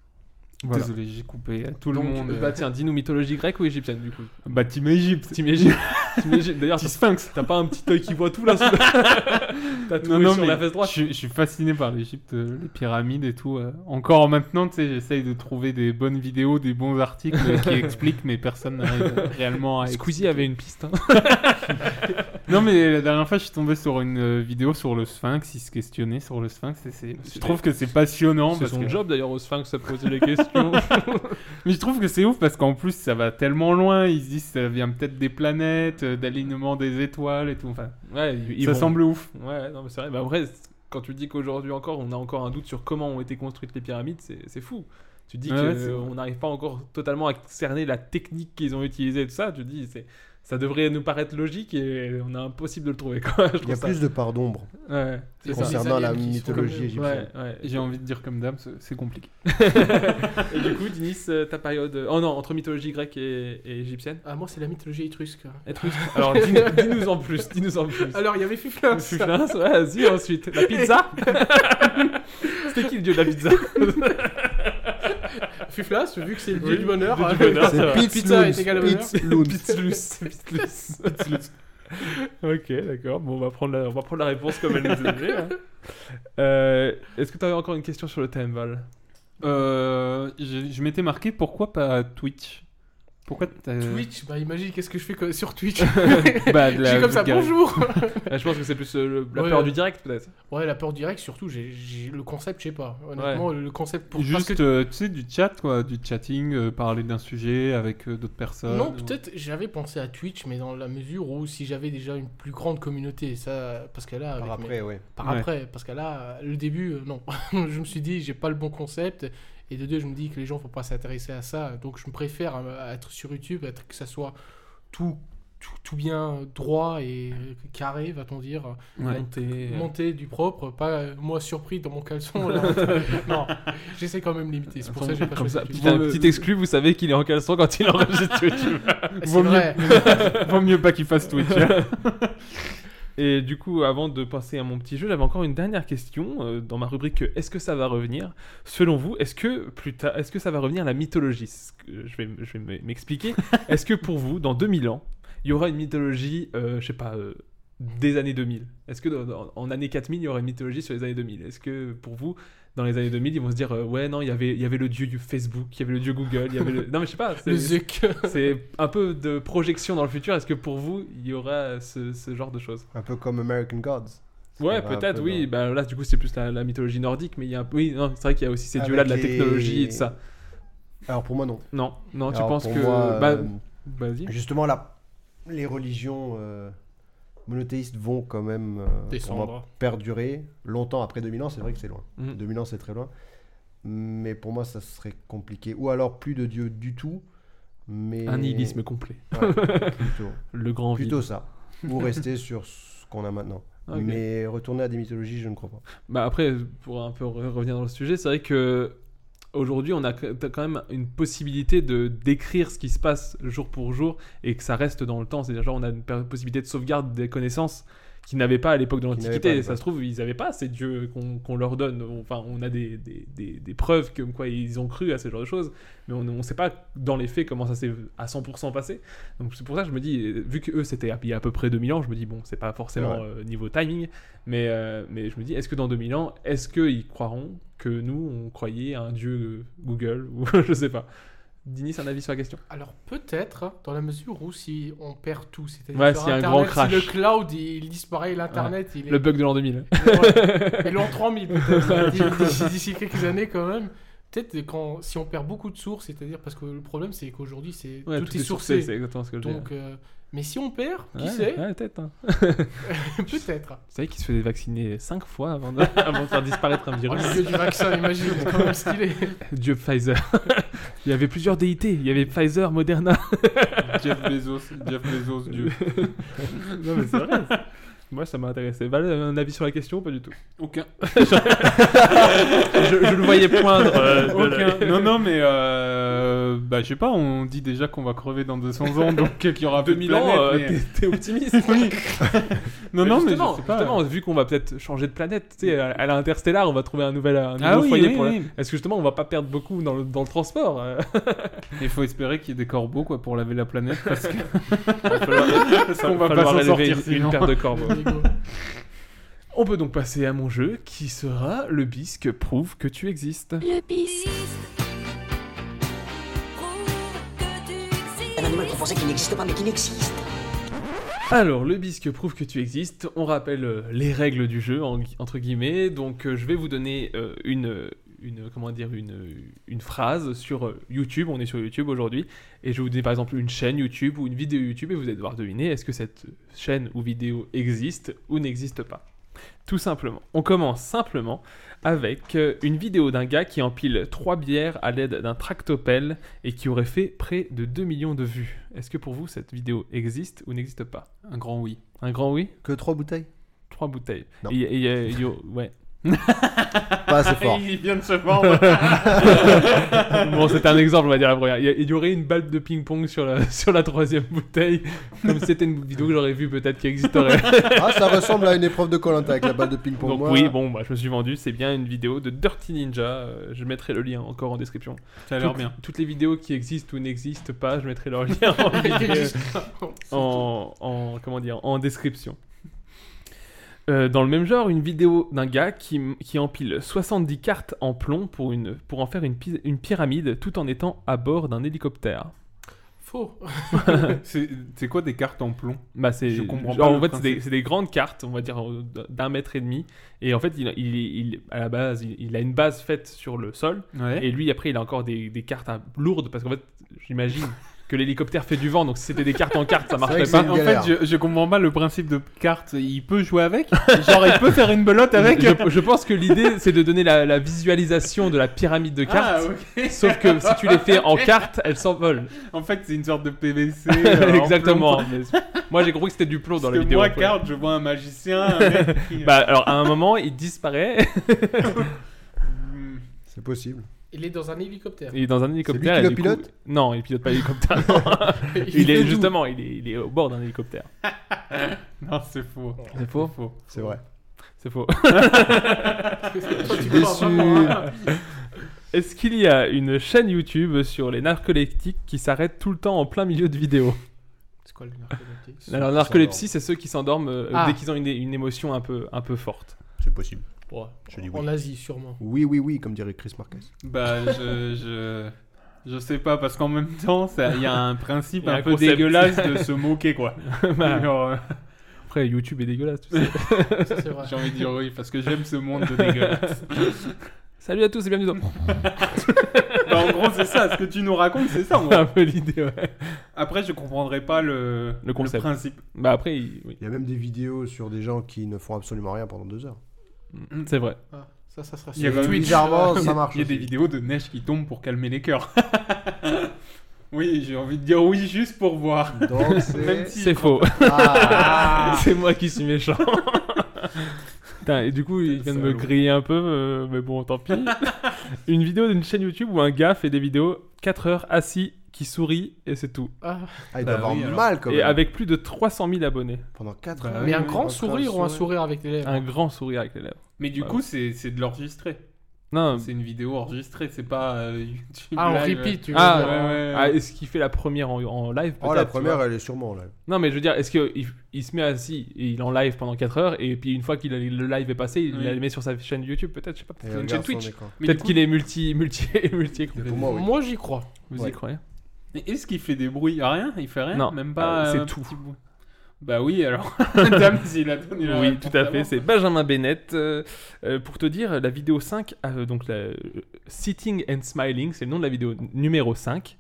Speaker 8: Voilà.
Speaker 7: Désolé, j'ai coupé à tout
Speaker 8: Donc,
Speaker 7: le monde.
Speaker 8: euh, bah tiens dis-nous mythologie grecque ou égyptienne du coup
Speaker 7: Bah, Team Égypte.
Speaker 8: Team Égypte Team Égypte. d'ailleurs
Speaker 7: Petit
Speaker 8: t'as-
Speaker 7: sphinx.
Speaker 8: t'as pas un petit œil qui voit tout là sous- t'as tout sur la fesse droite
Speaker 7: Je, je suis fasciné par l'Égypte, euh, les pyramides et tout. euh. Encore maintenant, tu sais, j'essaye de trouver des bonnes vidéos, des bons articles euh, qui expliquent, mais personne n'arrive euh, réellement à.
Speaker 8: Squeezie avait une piste hein.
Speaker 7: Non, mais la dernière fois, je suis tombé sur une euh, vidéo sur le sphinx. Ils se questionnaient sur le sphinx. Et c'est- je
Speaker 8: C'est-
Speaker 7: trouve que c'est passionnant.
Speaker 8: c'est
Speaker 7: parce
Speaker 8: son
Speaker 7: que-
Speaker 8: job d'ailleurs au sphinx de poser les questions
Speaker 7: Mais je trouve que c'est ouf parce qu'en plus, ça va tellement loin. Ils se disent ça vient peut-être des planètes, euh, d'alignement des étoiles et tout. Enfin,
Speaker 8: Ouais, ils, ils
Speaker 7: ça
Speaker 8: vont-
Speaker 7: semble ouf.
Speaker 8: Ouais, non, mais c'est vrai. Bah, après, c- quand tu dis qu'aujourd'hui encore, on a encore un doute sur comment ont été construites les pyramides, c'est c'est fou. Tu dis
Speaker 7: Ouais, ouais, c'est vrai.
Speaker 8: qu'on n'arrive pas encore totalement à cerner la technique qu'ils ont utilisée, et tout ça. Tu dis, c'est- ça devrait nous paraître logique et on a impossible de le trouver. Quoi. Je
Speaker 3: Il y a
Speaker 8: trouve ça-
Speaker 3: plus de part d'ombre
Speaker 8: Ouais, c'est ça.
Speaker 3: concernant
Speaker 9: Des
Speaker 3: la
Speaker 9: aliens qui sont comme
Speaker 3: mythologie
Speaker 9: eux.
Speaker 3: égyptienne.
Speaker 8: Ouais, ouais.
Speaker 7: J'ai envie de dire comme dame, c'est- c'est compliqué.
Speaker 8: Et du coup, Dinis, euh, ta période. Oh non, entre mythologie grecque et, et égyptienne
Speaker 9: Ah, moi, c'est la mythologie étrusque.
Speaker 8: Étrusque. Alors, dis- dis-nous en plus. Dis-nous en
Speaker 7: Ah,
Speaker 8: plus.
Speaker 9: Alors, il y avait Fuflin.
Speaker 8: Le Fuflins, ouais, vas-y, ensuite. La pizza C'était qui le dieu de la pizza
Speaker 9: Fuflin, vu que c'est le dieu
Speaker 8: Oui,
Speaker 9: du bonheur. hein.
Speaker 8: le dieu du bonheur, c'est
Speaker 3: Pete
Speaker 9: Pizza est
Speaker 3: Loons.
Speaker 9: égal à bonheur.
Speaker 3: Pete Loons.
Speaker 8: Pitlus, Pitlus. ok, d'accord. Bon, on va prendre la, on va prendre la réponse comme elle nous est donnée. hein. Euh, Est-ce que tu avais encore une question sur le thème, Val
Speaker 7: Euh, je je m'étais marqué pourquoi pas Twitch Pourquoi euh, t'as-
Speaker 9: Twitch, bah imagine qu'est-ce que je fais que- sur Twitch.
Speaker 7: Bah, de
Speaker 9: Je
Speaker 7: la
Speaker 9: suis comme ça,
Speaker 7: vulgaire-
Speaker 9: bonjour.
Speaker 8: Ah, Je pense que c'est plus euh, le- la
Speaker 9: Ouais,
Speaker 8: peur
Speaker 9: ouais.
Speaker 8: du direct, peut-être.
Speaker 9: Ouais, la peur directe, surtout, j'ai- j'ai le concept, je sais pas. Honnêtement, le concept pour. parce
Speaker 7: Juste,
Speaker 9: que-
Speaker 7: euh, tu sais, du chat, quoi, du chatting, euh, parler d'un sujet avec euh, d'autres personnes.
Speaker 9: Non,
Speaker 7: ou-
Speaker 9: peut-être j'avais pensé à Twitch, mais dans la mesure où si j'avais déjà une plus grande communauté, ça, parce que là,
Speaker 3: par
Speaker 9: avec mes-
Speaker 3: après, ouais.
Speaker 9: par
Speaker 7: Ouais.
Speaker 9: après, parce que là, euh, le début, euh, non. je me suis dit, j'ai pas le bon concept. Et de deux, je me dis que les gens vont pas s'intéresser à ça. Donc, je me préfère euh, à être sur YouTube, être que ça soit tout tout, tout bien droit et euh, carré, va-t-on dire,
Speaker 7: Ouais.
Speaker 8: Monter.
Speaker 9: monté du propre, pas euh, moi surpris dans mon caleçon. là. non, j'essaie quand même de limiter. C'est pour ça que j'ai pas
Speaker 8: Comme
Speaker 9: choisi.
Speaker 8: ça,
Speaker 9: YouTube.
Speaker 8: putain,
Speaker 7: Vaut mieux-
Speaker 8: petit exclu, vous savez qu'il est en caleçon quand il enregistre YouTube.
Speaker 9: C'est vrai.
Speaker 7: Vaut mieux pas qu'il fasse Twitch. hein.
Speaker 8: Et du coup, avant de passer à mon petit jeu, j'avais encore une dernière question euh, dans ma rubrique euh, Est-ce que ça va revenir Selon vous, est-ce que plus tard, est-ce que ça va revenir la mythologie C'est ce que Je vais, m- je vais m- m'expliquer. est-ce que pour vous, dans 2000 ans, il y aura une mythologie, euh, je sais pas, euh, des années 2000 Est-ce que dans- dans- en années 4000, il y aura une mythologie sur les années 2000 Est-ce que pour vous, dans les années 2000, ils vont se dire euh, ouais non, il y avait, il y avait le dieu du Facebook, il y avait le dieu Google, il y avait le... non mais je sais pas.
Speaker 9: Le
Speaker 8: c'est-
Speaker 9: Zuck.
Speaker 8: c'est un peu de projection dans le futur. Est-ce que pour vous, il y aura ce, ce genre de choses
Speaker 3: Un peu comme American Gods.
Speaker 8: Ouais,
Speaker 3: Ça va un
Speaker 8: peut-être,
Speaker 3: peu
Speaker 8: oui. Bah, là, du coup, c'est plus la, la mythologie nordique, mais il y a, oui, non, c'est vrai qu'il y a aussi ces
Speaker 3: Avec
Speaker 8: dieux-là de la
Speaker 3: les-
Speaker 8: technologie et de ça.
Speaker 3: Alors pour moi, non.
Speaker 8: Non, non, tu
Speaker 3: Alors,
Speaker 8: penses
Speaker 3: pour
Speaker 8: que.
Speaker 3: moi,
Speaker 8: bah,
Speaker 3: euh,
Speaker 8: vas-y.
Speaker 3: Justement, là, les religions euh, monothéistes vont quand même euh, pour moi,
Speaker 9: Descendre.
Speaker 3: perdurer longtemps après 2000 ans. C'est vrai que c'est loin.
Speaker 8: Mhm.
Speaker 3: 2000 ans, c'est très loin. Mais pour moi, ça serait compliqué. Ou alors plus de Dieu du tout. Mais...
Speaker 8: Un nihilisme complet.
Speaker 3: Ouais, plutôt.
Speaker 8: Le grand vide.
Speaker 3: Plutôt ça. Ou rester sur ce qu'on a maintenant.
Speaker 8: Ok.
Speaker 3: Mais retourner à des mythologies, je ne crois pas.
Speaker 8: Bah après, pour un peu re- revenir dans le sujet, c'est vrai que aujourd'hui, on a qu- t'as quand même une possibilité de décrire ce qui se passe jour pour jour et que ça reste dans le temps. C'est-à-dire, genre, on a une per- possibilité de sauvegarde des connaissances qu'ils n'avaient pas à l'époque de
Speaker 3: n'avaient pas à
Speaker 8: l'Antiquité.
Speaker 3: l'époque.
Speaker 8: Ça se trouve, ils n'avaient pas ces dieux qu'on qu'on leur donne. Enfin, on a des, des, des- des preuves comme quoi ils ont cru à ce genre de choses, mais on ne sait pas dans les faits comment ça s'est à 100% passé. Donc c'est pour ça que je me dis, euh, vu que eux c'était il y a à peu près 2000 ans, je me dis bon, c'est pas forcément
Speaker 3: Ouais.
Speaker 8: euh, niveau timing, mais, euh, mais je me dis, est-ce que dans 2000 ans, est-ce qu'ils croiront que nous on croyait à un dieu euh, Google ou je sais pas. Dinis, un avis sur la question
Speaker 9: Alors peut-être, dans la mesure où si on perd tout, c'est-à-dire
Speaker 8: Ouais,
Speaker 9: sur
Speaker 8: s'il y a un
Speaker 9: Internet,
Speaker 8: grand
Speaker 9: si
Speaker 8: crash.
Speaker 9: le cloud il disparaît, l'internet il est
Speaker 8: Le bug de l'an 2000.
Speaker 9: Ouais. Et l'an 3000 peut-être, d'ici- d'ici quelques années quand même. Peut-être quand si on perd beaucoup de sources, c'est-à-dire parce que le problème c'est qu'aujourd'hui c'est
Speaker 8: Ouais,
Speaker 9: tout, est sourcé.
Speaker 8: c'est exactement ce que je dis.
Speaker 9: donc, euh, mais si on perd, qui
Speaker 8: Ouais,
Speaker 9: sait
Speaker 8: ouais, peut-être. hein.
Speaker 9: Peut-être.
Speaker 8: Vous savez qu'il se faisait vacciner 5 fois avant de, avant de faire disparaître un
Speaker 9: Oh,
Speaker 8: virus.
Speaker 9: le dieu du vaccin, imagine, c'est quand même stylé.
Speaker 8: Dieu Pfizer. il y avait plusieurs déités. Il y avait Pfizer, Moderna.
Speaker 7: Jeff Bezos, Jeff Bezos, Dieu.
Speaker 8: non, mais c'est vrai. Moi, ça m'a intéressé. Val, un avis sur la question ou pas du tout
Speaker 7: Aucun.
Speaker 8: je, je le voyais poindre. euh, de la-
Speaker 7: Aucun. Non, non, mais euh, bah, je sais pas, on dit déjà qu'on va crever dans 200 ans, donc qu'il y aura plus de
Speaker 8: 2000 ans, euh,
Speaker 7: planète, mais-
Speaker 8: t'es- t'es optimiste.
Speaker 7: Oui. Non, non, mais
Speaker 8: justement,
Speaker 7: je sais pas.
Speaker 8: justement, vu qu'on va peut-être changer de planète, tu sais, à, à l'interstellar, on va trouver un nouvel, un nouveau
Speaker 7: Ah oui,
Speaker 8: foyer
Speaker 7: oui,
Speaker 8: pour la-
Speaker 7: oui.
Speaker 8: Est-ce que justement, on va pas perdre beaucoup dans le, dans le transport euh
Speaker 7: Il faut espérer qu'il y ait des corbeaux quoi, pour laver la planète, parce que-
Speaker 8: Parce
Speaker 7: qu'on va pas s'en sortir
Speaker 8: une,
Speaker 7: sinon.
Speaker 8: paire de corbeaux.
Speaker 9: Le Lego.
Speaker 8: on peut donc passer à mon jeu, qui sera le bisque prouve que tu existes.
Speaker 12: Le bis. Prouve que tu existes. Un animal qu'on pensait qu'il n'existe pas, mais qu'il existe.
Speaker 8: Alors, le bisque prouve que tu existes. On rappelle euh, les règles du jeu, en- entre guillemets. Donc, euh, je vais vous donner euh, une, une, comment dire, une, une phrase sur euh, YouTube. On est sur YouTube aujourd'hui. Et je vais vous donner par exemple une chaîne YouTube ou une vidéo YouTube. Et vous allez devoir deviner est-ce que cette chaîne ou vidéo existe ou n'existe pas. Tout simplement. On commence simplement avec euh, une vidéo d'un gars qui empile trois bières à l'aide d'un tractopelle et qui aurait fait près de 2 millions de vues. Est-ce que pour vous, cette vidéo existe ou n'existe pas
Speaker 7: Un grand oui.
Speaker 8: un grand oui
Speaker 3: Que trois bouteilles
Speaker 8: Trois bouteilles.
Speaker 3: Non.
Speaker 8: Et- et- et- yo- ouais.
Speaker 3: Pas assez fort.
Speaker 7: Il vient de se vendre.
Speaker 8: bon, c'était un exemple, on va dire la première. Il y a- il y aurait une balle de ping-pong sur la, sur la troisième bouteille. Comme c'était une vidéo que j'aurais vue, peut-être qui existerait.
Speaker 3: Ah, ça ressemble à une épreuve de Colanta avec la balle de ping pour
Speaker 8: Donc,
Speaker 3: moi.
Speaker 8: oui, bon, bah, je me suis vendu. C'est bien une vidéo de Dirty Ninja. Euh, Je mettrai le lien encore en description.
Speaker 7: Ça a l'air
Speaker 8: Toutes,
Speaker 7: bien.
Speaker 8: toutes les vidéos qui existent ou n'existent pas, je mettrai leur lien en, vidéo-
Speaker 9: Oh,
Speaker 8: en, en- comment dire, en description. Euh, dans le même genre, une vidéo d'un gars qui, qui empile 70 cartes en plomb pour, une, pour en faire une, pi- une pyramide tout en étant à bord d'un hélicoptère.
Speaker 9: Faux.
Speaker 7: C'est c'est quoi des cartes en plomb
Speaker 8: Bah, c'est,
Speaker 7: Je comprends
Speaker 8: genre,
Speaker 7: pas le
Speaker 8: en fait, c'est des,
Speaker 7: principe.
Speaker 8: c'est des grandes cartes, on va dire euh, d'un mètre et demi. Et en fait, il, il, il- à la base, il, il a une base faite sur le sol.
Speaker 7: Ouais.
Speaker 8: Et lui, après, il a encore des, des cartes à- lourdes parce qu'en fait, j'imagine que l'hélicoptère fait du vent, donc si c'était des cartes en cartes, ça
Speaker 3: vrai
Speaker 8: marcherait
Speaker 3: que
Speaker 8: pas.
Speaker 3: c'est une
Speaker 7: En fait,
Speaker 3: galère.
Speaker 7: je, je comprends pas le principe de carte. Il peut jouer avec Genre, il peut faire une belote avec
Speaker 8: Je, je pense que l'idée, c'est de donner la, la visualisation de la pyramide de
Speaker 7: Ah,
Speaker 8: cartes. Sauf que si tu les fais en cartes, elles s'envolent.
Speaker 7: En fait, c'est une sorte de PVC.
Speaker 8: Exactement. Mais moi, j'ai compris que c'était du plomb dans la vidéo.
Speaker 7: moi,
Speaker 8: après.
Speaker 7: carte, je vois un magicien. un mec qui- euh,
Speaker 8: Bah, alors à un moment, il disparaît.
Speaker 7: hmm.
Speaker 3: C'est possible.
Speaker 9: Il est dans un hélicoptère.
Speaker 8: Il est dans un hélicoptère.
Speaker 3: lui qui
Speaker 8: et
Speaker 3: le
Speaker 8: du
Speaker 3: pilote
Speaker 8: coup- Non, il pilote pas l'hélicoptère. non. il est justement, il est, il est au bord d'un hélicoptère.
Speaker 7: Non, c'est faux.
Speaker 8: C'est faux.
Speaker 3: C'est vrai.
Speaker 8: C'est faux.
Speaker 9: Je
Speaker 8: Est-ce qu'il y a une chaîne YouTube sur les narcoleptiques qui s'arrête tout le temps en plein milieu de vidéo
Speaker 9: C'est quoi le narcoleptique
Speaker 8: Alors,
Speaker 3: qui
Speaker 8: narcolepsie, c'est ceux qui s'endorment euh,
Speaker 9: Ah.
Speaker 8: dès qu'ils ont une, une émotion un peu, un peu forte.
Speaker 13: C'est possible.
Speaker 9: Ouais.
Speaker 13: Je dis
Speaker 9: En
Speaker 13: oui.
Speaker 9: Asie, sûrement.
Speaker 3: Oui, oui, oui, comme dirait Chris Marquez.
Speaker 7: Bah, je, je, je sais pas, parce qu'en même temps, ça- il y a un principe
Speaker 8: Il y a
Speaker 7: un,
Speaker 8: un
Speaker 7: peu
Speaker 8: concept.
Speaker 7: dégueulasse de se moquer, quoi.
Speaker 8: Bah,
Speaker 7: Genre, euh,
Speaker 8: Après, YouTube est dégueulasse. tu sais.
Speaker 9: Ça, c'est vrai.
Speaker 7: J'ai envie de dire oui, parce que j'aime ce monde de dégueulasse.
Speaker 8: Salut à tous et bienvenue dans.
Speaker 7: bah, en gros, c'est ça, ce que tu nous racontes, c'est ça,
Speaker 8: C'est
Speaker 7: moi.
Speaker 8: un peu l'idée, ouais.
Speaker 7: Après, je comprendrais pas le,
Speaker 8: Le concept.
Speaker 7: principe.
Speaker 8: Bah, après, il- oui.
Speaker 3: Il y a même des vidéos sur des gens qui ne font absolument rien pendant deux heures.
Speaker 8: Mm. C'est vrai.
Speaker 9: Ah, ça, ça sera
Speaker 7: Il y a
Speaker 9: sur
Speaker 7: quand même-
Speaker 9: Twitch.
Speaker 3: Bizarrement, ça marche.
Speaker 7: Il y a des
Speaker 3: aussi.
Speaker 7: vidéos de neige qui tombe pour calmer les cœurs. oui, j'ai envie de dire oui juste pour voir.
Speaker 3: Donc,
Speaker 7: Même
Speaker 3: c'est.
Speaker 7: si-
Speaker 8: C'est faux.
Speaker 3: Ah.
Speaker 8: c'est moi qui suis méchant. Putain, et du coup, il vient de me
Speaker 7: Salaud.
Speaker 8: griller un peu, euh, mais bon, tant pis. Une vidéo d'une chaîne YouTube où un gars fait des vidéos 4 heures assis, qui sourit, et c'est tout.
Speaker 9: Ah,
Speaker 3: Ah, il doit
Speaker 7: Bah
Speaker 3: avoir
Speaker 7: oui, alors.
Speaker 3: mal quand même.
Speaker 8: Et avec plus de 300 000 abonnés.
Speaker 3: Pendant 4
Speaker 7: Bah
Speaker 3: heures.
Speaker 9: mais
Speaker 7: oui,
Speaker 9: un
Speaker 7: oui,
Speaker 9: grand
Speaker 3: en train de
Speaker 9: sourire ou un
Speaker 3: sourire.
Speaker 9: sourire avec les lèvres.
Speaker 8: Un grand sourire avec les lèvres.
Speaker 7: Mais du
Speaker 8: Ouais.
Speaker 7: coup, c'est c'est de l'enregistrer.
Speaker 8: Non,
Speaker 7: C'est une vidéo enregistrée, c'est pas euh, YouTube.
Speaker 9: Ah, on
Speaker 7: live.
Speaker 9: repeat, tu veux
Speaker 8: Ah,
Speaker 9: dire.
Speaker 7: ouais, ouais.
Speaker 8: Ah, est-ce qu'il fait la première en, en live peut-être
Speaker 3: Oh, la
Speaker 8: tu
Speaker 3: première,
Speaker 8: vois
Speaker 3: elle est sûrement là.
Speaker 8: Non, mais je veux dire, est-ce qu'il il se met assis et il est en live pendant 4 heures et puis une fois que le live est passé, il
Speaker 7: Oui.
Speaker 8: la met sur sa chaîne YouTube peut-être, je sais pas,
Speaker 3: Et
Speaker 8: peut-être une chaîne
Speaker 3: regarde son
Speaker 8: Twitch.
Speaker 3: écran.
Speaker 7: Mais du
Speaker 8: Peut-être
Speaker 7: coup,
Speaker 8: qu'il est multi, multi, multi.
Speaker 3: Pour moi, oui.
Speaker 9: Moi, j'y crois.
Speaker 8: Vous y
Speaker 3: Ouais.
Speaker 8: croyez
Speaker 7: mais est-ce qu'il fait des bruits Ah, Rien Il fait rien
Speaker 8: Non.
Speaker 7: Même pas.
Speaker 8: Ah, c'est
Speaker 7: un
Speaker 8: tout.
Speaker 7: petit bout Bah oui, alors. Dame, il a donné la
Speaker 8: Oui,
Speaker 7: réponse
Speaker 8: tout à fait.
Speaker 7: avant.
Speaker 8: C'est Benjamin Bennett. Euh, euh, pour te dire, la vidéo 5, euh, donc la, euh, Sitting and Smiling, c'est le nom de la vidéo n- numéro 5.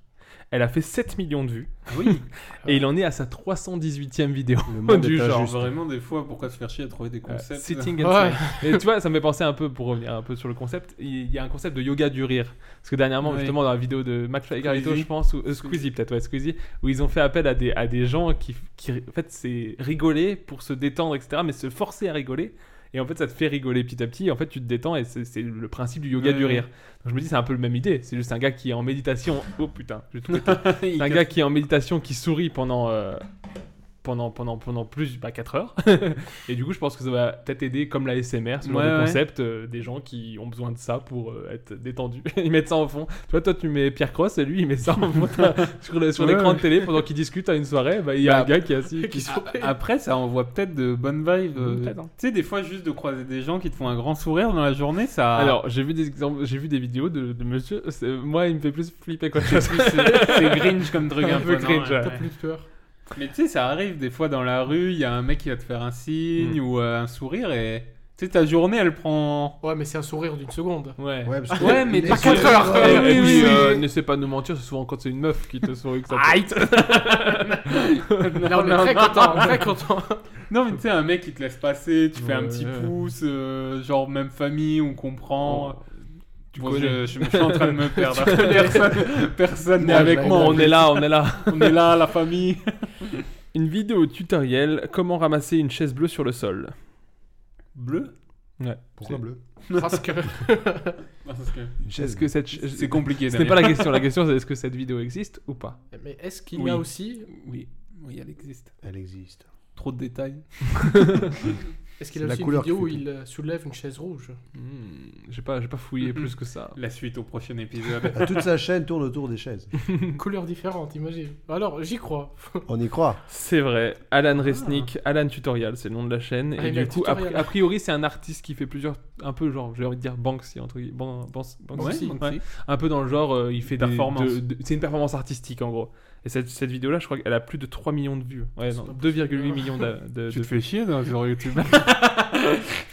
Speaker 8: Elle a fait 7 millions de vues.
Speaker 7: Oui,
Speaker 8: Et il en est à sa 318e vidéo.
Speaker 3: Le monde
Speaker 8: Du
Speaker 3: est
Speaker 8: genre,
Speaker 3: injuste.
Speaker 7: vraiment, des fois, pourquoi se faire chier à trouver des
Speaker 8: Euh,
Speaker 7: concepts
Speaker 8: sitting and
Speaker 9: Ouais.
Speaker 8: Smiling. Et tu vois, ça me fait penser un peu, pour revenir un peu sur le concept, il il y a un concept de yoga du rire. Parce que dernièrement,
Speaker 7: Oui.
Speaker 8: justement, dans la vidéo de McFly et Carlito,
Speaker 7: Squeezie.
Speaker 8: je pense, ou euh, Squeezie peut-être, ouais, Squeezie, où ils ont fait appel à des, à des gens qui, qui, en fait, c'est rigoler pour se détendre, etc., mais se forcer à rigoler. Et en fait, ça te fait rigoler petit à petit. Et en fait, tu te détends et c'est c'est le principe du yoga
Speaker 7: Ouais,
Speaker 8: du
Speaker 7: ouais.
Speaker 8: rire. Donc, je me dis, c'est un peu le même idée. C'est juste un gars qui est en méditation. Oh putain, j'ai tout pété.
Speaker 7: Il
Speaker 8: C'est un
Speaker 7: casse-
Speaker 8: gars qui est en méditation, qui sourit pendant, euh, pendant, pendant, pendant plus bah, 4 heures. et du coup, je pense que ça va peut-être aider, comme la SMR, ce genre
Speaker 7: Ouais,
Speaker 8: de
Speaker 7: ouais.
Speaker 8: concept, euh, des gens qui ont besoin de ça pour euh, être détendus. Ils mettent ça en fond. Tu vois, toi, tu mets Pierre Cross et lui, il met ça en fond sur, le- sur
Speaker 7: Ouais,
Speaker 8: l'écran
Speaker 7: ouais.
Speaker 8: de télé pendant qu'ils discutent à une soirée. Bah, Il y a
Speaker 7: Bah,
Speaker 8: un gars qui est assis.
Speaker 9: Qui sont-
Speaker 7: A- Après, ça envoie peut-être de bonnes vibes. euh,
Speaker 8: Peut-être,
Speaker 7: tu
Speaker 8: hein.
Speaker 7: sais, des fois, juste de croiser des gens qui te font un grand sourire dans la journée, ça.
Speaker 8: Alors, j'ai vu des exemples, j'ai vu des vidéos de, de monsieur. c'est- Moi, il me fait plus flipper quoi.
Speaker 7: c'est plus, euh, c'est gringe comme truc un,
Speaker 8: Un peu
Speaker 7: non,
Speaker 8: cringe,
Speaker 7: ouais.
Speaker 8: ouais.
Speaker 9: Plus peur.
Speaker 7: Mais tu sais, ça arrive des fois dans la rue, il y a un mec qui va te faire un signe
Speaker 8: Mm.
Speaker 7: ou euh, un sourire et tu sais, ta journée elle prend.
Speaker 9: Ouais, mais c'est un sourire d'une seconde.
Speaker 8: Ouais.
Speaker 3: Ouais, parce que-
Speaker 7: Ouais, mais
Speaker 3: les
Speaker 7: pas quatre
Speaker 3: yeux-
Speaker 7: heures.
Speaker 8: Et,
Speaker 3: Ouais,
Speaker 8: et
Speaker 7: Oui,
Speaker 8: puis,
Speaker 7: oui,
Speaker 8: euh,
Speaker 7: oui.
Speaker 8: ne sais pas nous mentir, c'est souvent quand c'est une meuf qui te sourit que ça. te-
Speaker 7: Aïe
Speaker 9: Là, on est très content, très content.
Speaker 7: Non, mais tu sais, un mec qui te laisse passer, tu fais un
Speaker 8: Ouais.
Speaker 7: petit pouce, euh, genre même famille, on comprend.
Speaker 8: Oh, Tu
Speaker 7: Bon,
Speaker 8: connais.
Speaker 7: je, je me- je suis en train de me perdre. personne personne n'est
Speaker 9: Moi, je
Speaker 7: avec
Speaker 9: l'ai
Speaker 7: moi,
Speaker 8: Oh, on est là, on est là.
Speaker 7: on est là, la famille.
Speaker 8: Une vidéo tutoriel comment ramasser une chaise bleue sur le sol.
Speaker 7: Bleu
Speaker 3: Pourquoi bleu
Speaker 9: Parce que.
Speaker 3: Une
Speaker 8: Est-ce
Speaker 3: chaise.
Speaker 8: que cette ch-
Speaker 7: C'est compliqué.
Speaker 8: ce n'est pas la question. La question c'est est-ce que cette vidéo existe ou pas
Speaker 9: Mais est-ce qu'il
Speaker 7: Oui.
Speaker 9: y a aussi.
Speaker 7: Oui. oui, elle existe.
Speaker 3: Elle existe.
Speaker 7: Trop de détails.
Speaker 9: Est-ce qu'il y a
Speaker 3: La
Speaker 9: aussi une
Speaker 3: couleur
Speaker 9: vidéo
Speaker 3: qui
Speaker 9: où
Speaker 3: fait
Speaker 9: il euh, soulève une chaise rouge
Speaker 8: Hmm, J'ai pas, j'ai pas fouillé
Speaker 7: Mhm.
Speaker 8: plus que ça.
Speaker 7: La suite au prochain épisode.
Speaker 3: Ah, Toute sa chaîne tourne autour des chaises.
Speaker 9: Couleur différente, imagine. Alors, j'y crois.
Speaker 3: On y croit.
Speaker 8: C'est vrai. Alan Resnick, Alan Tutorial, c'est le nom de la chaîne.
Speaker 9: Ah,
Speaker 8: et
Speaker 9: il
Speaker 8: du
Speaker 9: a
Speaker 8: coup, a,
Speaker 9: tutoriel.
Speaker 8: pri- a priori, c'est un artiste qui fait plusieurs, un peu genre, j'ai envie de dire Banksy entre guillemets, Ban- Ban- Banksy,
Speaker 7: donc
Speaker 8: ouais.
Speaker 7: si.
Speaker 8: un peu dans le genre, euh, il fait des
Speaker 7: Performance.
Speaker 8: de- de- c'est une performance artistique en gros. Et cette, cette vidéo-là, je crois qu'elle a plus de 3 millions de vues. Ouais, non, 2,8 millions de, de-
Speaker 7: Tu
Speaker 8: de-
Speaker 7: te fais chier dans- sur YouTube.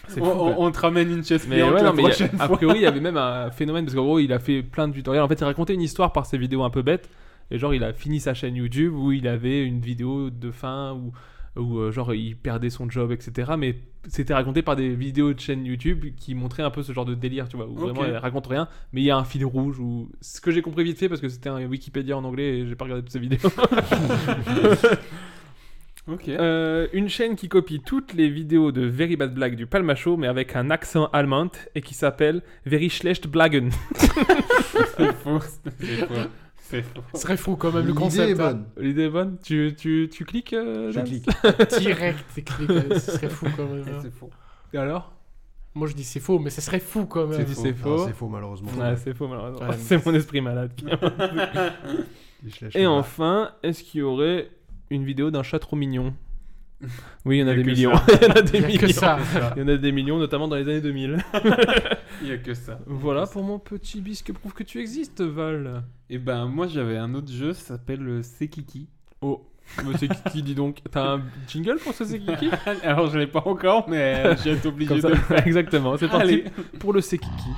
Speaker 8: C'est
Speaker 7: on,
Speaker 8: fou,
Speaker 7: on-
Speaker 8: quoi.
Speaker 7: on te ramène une chaise
Speaker 8: Mais
Speaker 7: pliante
Speaker 8: ouais,
Speaker 7: la
Speaker 8: non, mais il y a-
Speaker 7: prochaine
Speaker 8: a
Speaker 7: fois.
Speaker 8: priori, il y avait même un phénomène parce qu'en gros, il a fait plein de tutoriels. En fait, il racontait une histoire par ses vidéos un peu bêtes. Et genre, il a fini sa chaîne YouTube où il avait une vidéo de fin où, où euh, genre, il perdait son job, etc. Mais c'était raconté par des vidéos de chaîne YouTube qui montraient un peu ce genre de délire, tu vois, où vraiment,
Speaker 10: Ok.
Speaker 8: il raconte rien, mais il y a un fil rouge. Où... Ce que j'ai compris vite fait parce que c'était un Wikipédia en anglais et j'ai pas regardé toutes ces vidéos.
Speaker 10: Ok.
Speaker 8: Euh, une chaîne qui copie toutes les vidéos de Very Bad Blague du Palma Show, mais avec un accent allemand et qui s'appelle Very Schlecht Blagen.
Speaker 7: C'est faux, c'est faux. C'est faux.
Speaker 9: Ce serait fou quand même le
Speaker 3: L'idée
Speaker 9: concept.
Speaker 3: est
Speaker 9: hein.
Speaker 3: bonne.
Speaker 8: L'idée est bonne tu, tu, tu cliques euh,
Speaker 3: Je
Speaker 8: Dan
Speaker 3: clique.
Speaker 9: Direct, c'est clic, euh, ce serait fou quand même. hein.
Speaker 7: faux.
Speaker 8: Et alors
Speaker 9: Moi je dis c'est faux, mais ce serait fou quand
Speaker 8: Tu
Speaker 9: même.
Speaker 8: dis
Speaker 7: faux.
Speaker 8: c'est
Speaker 3: Ah,
Speaker 8: faux.
Speaker 3: C'est faux, malheureusement.
Speaker 8: Oh. Ouais, c'est faux, malheureusement.
Speaker 9: Ouais, mais
Speaker 8: c'est mon esprit malade. qui-
Speaker 3: Il se lèche
Speaker 8: et
Speaker 3: le
Speaker 8: enfin, est-ce qu'il y aurait une vidéo d'un chat trop mignon Oui, il y en a,
Speaker 7: Il y
Speaker 8: des
Speaker 7: a que
Speaker 8: millions.
Speaker 7: ça.
Speaker 8: Il y en a des
Speaker 9: Il y a que
Speaker 8: millions.
Speaker 9: ça.
Speaker 8: Il y en a des millions, notamment dans les années 2000.
Speaker 7: Il y a que ça.
Speaker 8: voilà pour mon petit bisque prouve que tu existes, Val.
Speaker 7: Et ben moi j'avais un autre jeu, ça s'appelle euh, C'est Kiki.
Speaker 8: Oh, mais c'est Kiki, dis donc. T'as un jingle pour ce C'est Kiki
Speaker 7: Alors je l'ai pas encore, mais euh, je vais être obligé
Speaker 8: Comme
Speaker 7: de
Speaker 8: ça.
Speaker 7: le faire.
Speaker 8: Exactement, c'est parti
Speaker 7: Allez.
Speaker 8: pour le C'est Kiki.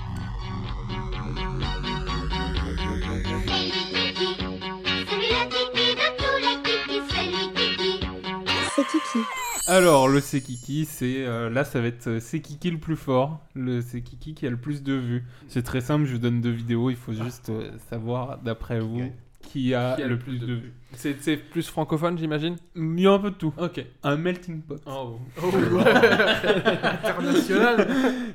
Speaker 7: Alors le C'est Kiki, c'est euh, là ça va être euh, C'est Kiki le plus fort, le C'est Kiki qui a le plus de vues. C'est très simple, je vous donne deux vidéos, il faut juste euh, savoir d'après vous qui a, le plus de vues.
Speaker 8: C'est c'est plus francophone, j'imagine
Speaker 7: Il y a un peu de tout.
Speaker 8: Ok.
Speaker 7: Un melting pot.
Speaker 9: Oh, International.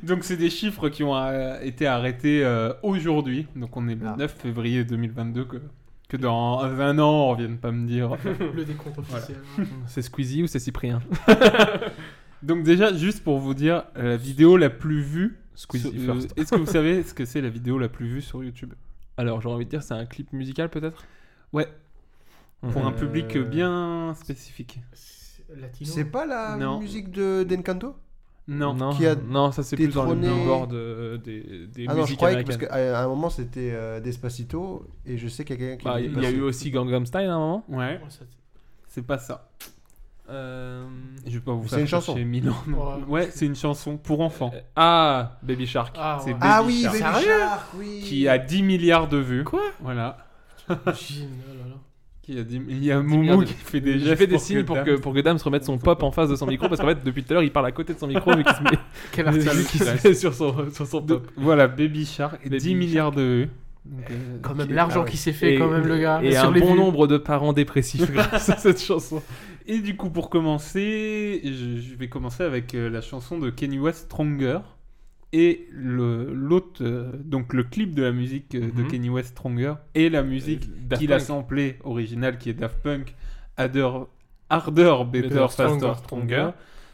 Speaker 7: Donc c'est des chiffres qui ont euh, été arrêtés euh, aujourd'hui. Donc on est le
Speaker 3: Ah.
Speaker 7: 9 février 2022 que que dans un an on revienne pas me dire.
Speaker 9: Le décompte officiel.
Speaker 8: C'est Squeezie ou c'est Cyprien
Speaker 7: Donc déjà juste pour vous dire euh, la vidéo la plus vue.
Speaker 8: Squeezie
Speaker 7: sur- euh,
Speaker 8: first.
Speaker 7: Est-ce que vous savez ce que c'est la vidéo la plus vue sur YouTube
Speaker 8: Alors, j'aurais envie de dire, c'est un clip musical peut-être
Speaker 7: Ouais. pour un
Speaker 8: Euh,
Speaker 7: public bien spécifique
Speaker 9: C'est
Speaker 3: bras.
Speaker 9: Latino.
Speaker 3: C'est pas la
Speaker 7: Non.
Speaker 3: musique de d'Encanto
Speaker 7: Non.
Speaker 8: non,
Speaker 3: Qui a
Speaker 8: non, ça c'est plus dans le
Speaker 3: détrôné-
Speaker 8: billboard euh, des, des
Speaker 3: Ah non, je
Speaker 8: musiques
Speaker 3: croyais que parce
Speaker 8: américaines.
Speaker 3: qu'à un moment c'était euh, Despacito et je sais qu'il y a quelqu'un qui.
Speaker 8: Bah,
Speaker 3: l'a
Speaker 8: Il y a
Speaker 3: passé.
Speaker 8: eu aussi Gangnam Style à un moment.
Speaker 7: Ouais.
Speaker 9: Oh, ça-
Speaker 7: C'est pas ça.
Speaker 8: Euh,
Speaker 7: Je vais pas vous
Speaker 3: C'est
Speaker 7: faire
Speaker 3: une
Speaker 7: chercher
Speaker 3: chanson.
Speaker 7: mille ans, non.
Speaker 9: Ouais.
Speaker 7: Ouais, c'est une chanson pour enfants.
Speaker 8: Ah, Baby Shark.
Speaker 9: Ah,
Speaker 7: C'est
Speaker 9: ouais.
Speaker 3: Ah
Speaker 7: Baby
Speaker 3: oui,
Speaker 7: Shark.
Speaker 3: Baby
Speaker 9: Sérieux
Speaker 3: Shark, oui.
Speaker 7: Qui a 10 milliards de vues.
Speaker 8: Euh, Quoi
Speaker 7: Voilà.
Speaker 9: Jean, oh là là.
Speaker 7: Qui a dit- Il y a
Speaker 8: milliards
Speaker 7: Momo
Speaker 8: de-
Speaker 7: qui fait des
Speaker 8: J'ai
Speaker 7: gestes
Speaker 8: fait des
Speaker 7: pour
Speaker 8: signes pour que,
Speaker 7: Dame-
Speaker 8: pour que Dame se remette son pop en face de son micro parce qu'en fait, depuis tout à l'heure, il parle à côté de son micro vu qu'il se met,
Speaker 9: Quel
Speaker 8: vu
Speaker 9: artiste.
Speaker 8: qu'il se met sur, son, sur son
Speaker 7: de-
Speaker 8: pop.
Speaker 7: Voilà, Baby Shark,
Speaker 8: Baby
Speaker 7: 10 milliards de vues. Donc, euh,
Speaker 9: Quand même l'argent qui s'est fait quand même le gars.
Speaker 8: Ah Et
Speaker 9: sur
Speaker 8: un
Speaker 9: les
Speaker 8: bon
Speaker 9: vues.
Speaker 8: nombre de parents dépressifs grâce à cette chanson.
Speaker 7: Et du coup, pour commencer, je, je vais commencer avec euh, la chanson de Kenny West, Stronger. Et le- l'autre, euh, donc le clip de la musique euh, de
Speaker 8: Mhm. Euh,
Speaker 7: Kenny West, Stronger, et la musique
Speaker 8: Daft
Speaker 7: qu'il a
Speaker 8: Punk.
Speaker 7: samplée originale, qui est Daft Punk, Harder, Harder Better,
Speaker 8: Better,
Speaker 7: Faster,
Speaker 8: Stronger.
Speaker 7: Stronger.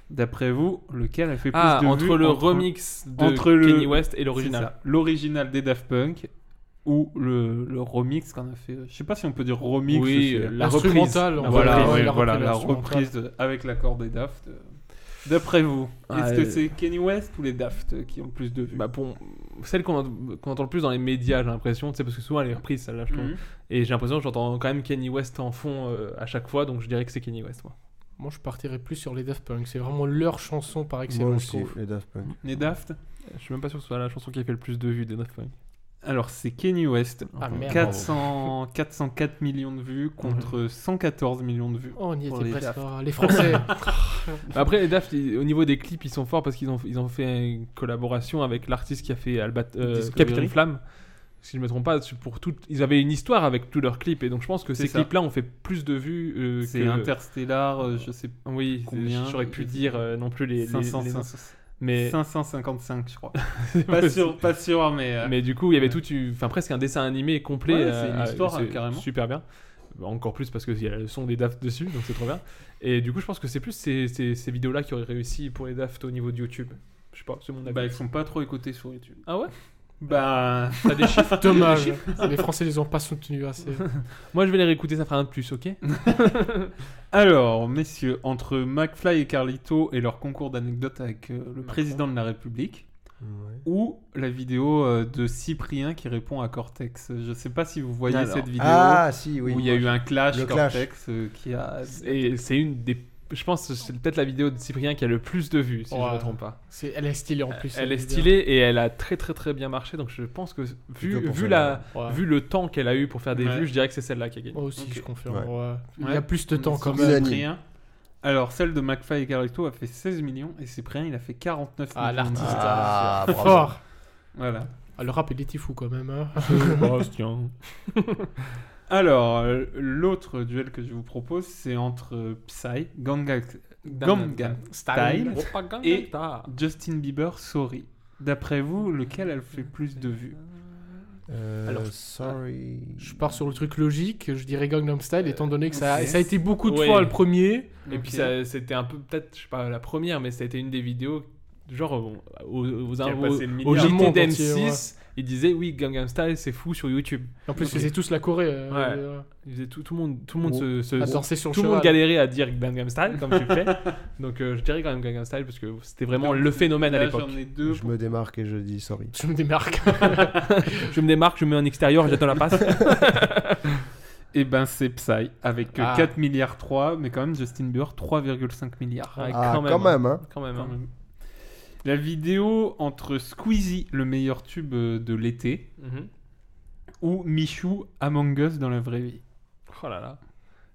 Speaker 7: D'après vous, lequel a fait plus
Speaker 8: Ah,
Speaker 7: de vues
Speaker 8: entre le
Speaker 7: entre-
Speaker 8: remix de
Speaker 7: entre le-
Speaker 8: Kenny West et
Speaker 7: C'est
Speaker 8: l'original.
Speaker 7: ça, L'original des Daft Punk ou le, le remix qu'on a fait. euh, Je sais pas si on peut dire remix.
Speaker 8: Oui,
Speaker 7: c'est-
Speaker 8: la reprise.
Speaker 9: Instrumental, on va
Speaker 7: Voilà,
Speaker 9: dire.
Speaker 7: ouais,
Speaker 9: Ouais, la
Speaker 7: voilà,
Speaker 9: reprise,
Speaker 7: la
Speaker 9: l'instrumental.
Speaker 7: reprise euh, avec l'accord des Daft. euh. D'après vous,
Speaker 8: Ah,
Speaker 7: est-ce que
Speaker 8: euh,
Speaker 7: c'est Kenny West ou les Daft euh, qui ont le plus de vues
Speaker 8: Bah pour celle qu'on ent- qu'on entend le plus dans les médias, j'ai l'impression, tu sais, parce que souvent elle est reprise celle-là, je trouve.
Speaker 7: Mhm.
Speaker 8: Et j'ai l'impression que j'entends quand même Kenny West en fond euh, à chaque fois, donc je dirais que c'est Kenny West, moi.
Speaker 9: Moi, je partirais plus sur les Daft Punk. C'est vraiment leur chanson par excellence. je trouve.
Speaker 3: les Daft Punk.
Speaker 7: Les Daft
Speaker 8: Euh, Je suis même pas sûr que ce soit la chanson qui a fait le plus de vues des Daft Punk.
Speaker 7: Alors c'est Kenny West.
Speaker 9: Ah merde.
Speaker 7: 400, 404 millions de vues
Speaker 8: Mhm.
Speaker 7: contre 114 millions de vues.
Speaker 9: Oh, on y
Speaker 7: Pour
Speaker 9: était
Speaker 7: les
Speaker 9: presque.
Speaker 7: Daft.
Speaker 9: Ah, Les Français.
Speaker 8: Bah Après, les Daft, ils- au niveau des clips, ils sont forts parce qu'ils ont, ils ont fait une collaboration avec l'artiste qui a fait Albat, euh,
Speaker 7: Discovery.
Speaker 8: Capitaine Flamme. Si je me trompe pas, c'est pour tout, ils avaient une histoire avec tous leurs clips, et donc je pense que
Speaker 7: C'est
Speaker 8: ces
Speaker 7: ça.
Speaker 8: clips-là ont fait plus de vues euh,
Speaker 7: C'est
Speaker 8: que-
Speaker 7: Interstellar, euh, je sais pas.
Speaker 8: Oui,
Speaker 7: Combien
Speaker 8: j'aurais pu dire euh, non plus les, les-
Speaker 7: 500,
Speaker 8: les-
Speaker 7: 500,
Speaker 8: mais
Speaker 7: 555, je crois. pas, sûr, pas sûr, mais. euh,
Speaker 8: Mais du coup, il y avait
Speaker 7: Ouais.
Speaker 8: tout, une- enfin presque un dessin animé complet.
Speaker 7: Ouais, c'est une
Speaker 8: euh,
Speaker 7: histoire,
Speaker 8: c'est
Speaker 7: carrément.
Speaker 8: Super bien. Bah, Encore plus parce qu'il y a le son des Daft dessus, donc c'est trop bien. Et du coup, je pense que c'est plus ces, ces- ces vidéos-là qui auraient réussi pour les Daft au niveau de YouTube. Je sais pas, c'est mon avis.
Speaker 7: Bah, ils sont pas trop écoutés sur YouTube.
Speaker 8: ah ouais
Speaker 7: Bah,
Speaker 8: T'as des chiffres
Speaker 9: Dommage. les Français les ont pas soutenus assez.
Speaker 8: Moi, je vais les réécouter, ça fera un de plus, ok
Speaker 7: alors, messieurs, entre McFly et Carlito et leur concours d'anecdotes avec euh, le président de la République, ou la vidéo euh, de Cyprien qui répond à Cortex. Je sais pas si vous voyez
Speaker 8: Alors.
Speaker 7: cette vidéo
Speaker 3: Ah si, oui.
Speaker 7: où il y a eu un clash
Speaker 3: Le clash.
Speaker 7: Cortex euh, qui a.
Speaker 8: Et c'est une des je pense que c'est peut-être la vidéo de Cyprien qui a le plus de vues, si je ne
Speaker 9: Ouais.
Speaker 8: me trompe pas.
Speaker 9: C'est- Elle est stylée en plus.
Speaker 8: elle
Speaker 9: cette
Speaker 8: est
Speaker 9: vidéo.
Speaker 8: stylée et elle a très très très bien marché, donc je pense que vu,
Speaker 3: Plutôt pour
Speaker 8: vu, la,
Speaker 3: celle-là.
Speaker 9: Ouais.
Speaker 8: vu le temps qu'elle a eu pour faire des
Speaker 7: Ouais.
Speaker 8: vues, je dirais que c'est celle-là qui a gagné.
Speaker 9: Moi aussi,
Speaker 7: Ok.
Speaker 9: je confirme.
Speaker 3: Ouais.
Speaker 9: ouais. Il y
Speaker 7: Ouais.
Speaker 9: a plus de
Speaker 7: Mais
Speaker 9: temps
Speaker 7: sur
Speaker 9: quand même.
Speaker 3: Unanime.
Speaker 7: Cyprien. Alors, celle de McFly et Carlito a fait 16 millions et Cyprien, il a fait 49
Speaker 9: Ah,
Speaker 7: millions.
Speaker 9: l'artiste.
Speaker 3: Ah,
Speaker 8: hein.
Speaker 3: bravo.
Speaker 9: Fort.
Speaker 7: Voilà.
Speaker 9: Ah, le rap, il était fou quand même. hein.
Speaker 7: Alors, euh, l'autre duel que je vous propose, c'est entre euh, Psy, Gangnam Gangnam Style et Justin Bieber, Sorry. D'après vous, lequel a fait plus de vues
Speaker 3: Euh,
Speaker 8: Alors,
Speaker 3: sorry.
Speaker 9: Je pars sur le truc logique. Je dirais Gangnam Style, étant donné que ça,
Speaker 7: ok.
Speaker 9: ça a été beaucoup de
Speaker 8: Euh, Ouais.
Speaker 9: fois le premier.
Speaker 8: Et puis ça, c'était un peu, peut-être, je sais pas, la première, mais ça a été une des vidéos, genre, au- aux, aux,
Speaker 10: Qui a
Speaker 8: aux-
Speaker 10: passé le
Speaker 8: au
Speaker 10: milliard.
Speaker 9: Le monde
Speaker 8: JT
Speaker 9: entier, ouais.
Speaker 8: d'M6, ils disaient, oui, Gangnam Style, c'est fou sur YouTube.
Speaker 9: En plus,
Speaker 8: Ok.
Speaker 9: ils faisaient tous la Corée. euh,
Speaker 8: Ouais.
Speaker 9: euh,
Speaker 8: Ils disaient, tout, tout le monde, tout le monde
Speaker 3: Oh.
Speaker 8: se... se-
Speaker 9: à danser sur le
Speaker 8: tout le monde
Speaker 9: cheval.
Speaker 8: galérait à dire Gangnam Style, comme tu le fais. Donc euh, je dirais quand même Gangnam Style, parce que c'était vraiment le phénomène à
Speaker 7: Là,
Speaker 8: l'époque.
Speaker 7: j'en ai deux.
Speaker 3: Je me démarque et je dis sorry.
Speaker 8: Euh,
Speaker 9: Je me démarque.
Speaker 8: Je me démarque, je me mets en extérieur, j'attends la passe.
Speaker 7: Et ben, c'est Psy, avec euh,
Speaker 9: Ah.
Speaker 7: 4 milliards 3, mais quand même Justin Bieber, 3,5 milliards.
Speaker 8: Ouais,
Speaker 3: Ah, quand même, hein.
Speaker 8: Quand même,
Speaker 7: Quand
Speaker 8: hein.
Speaker 7: même. La vidéo entre Squeezie, le meilleur tube euh, de l'été,
Speaker 8: Mhm.
Speaker 7: ou Michou Among Us dans la vraie vie.
Speaker 8: Oh là là.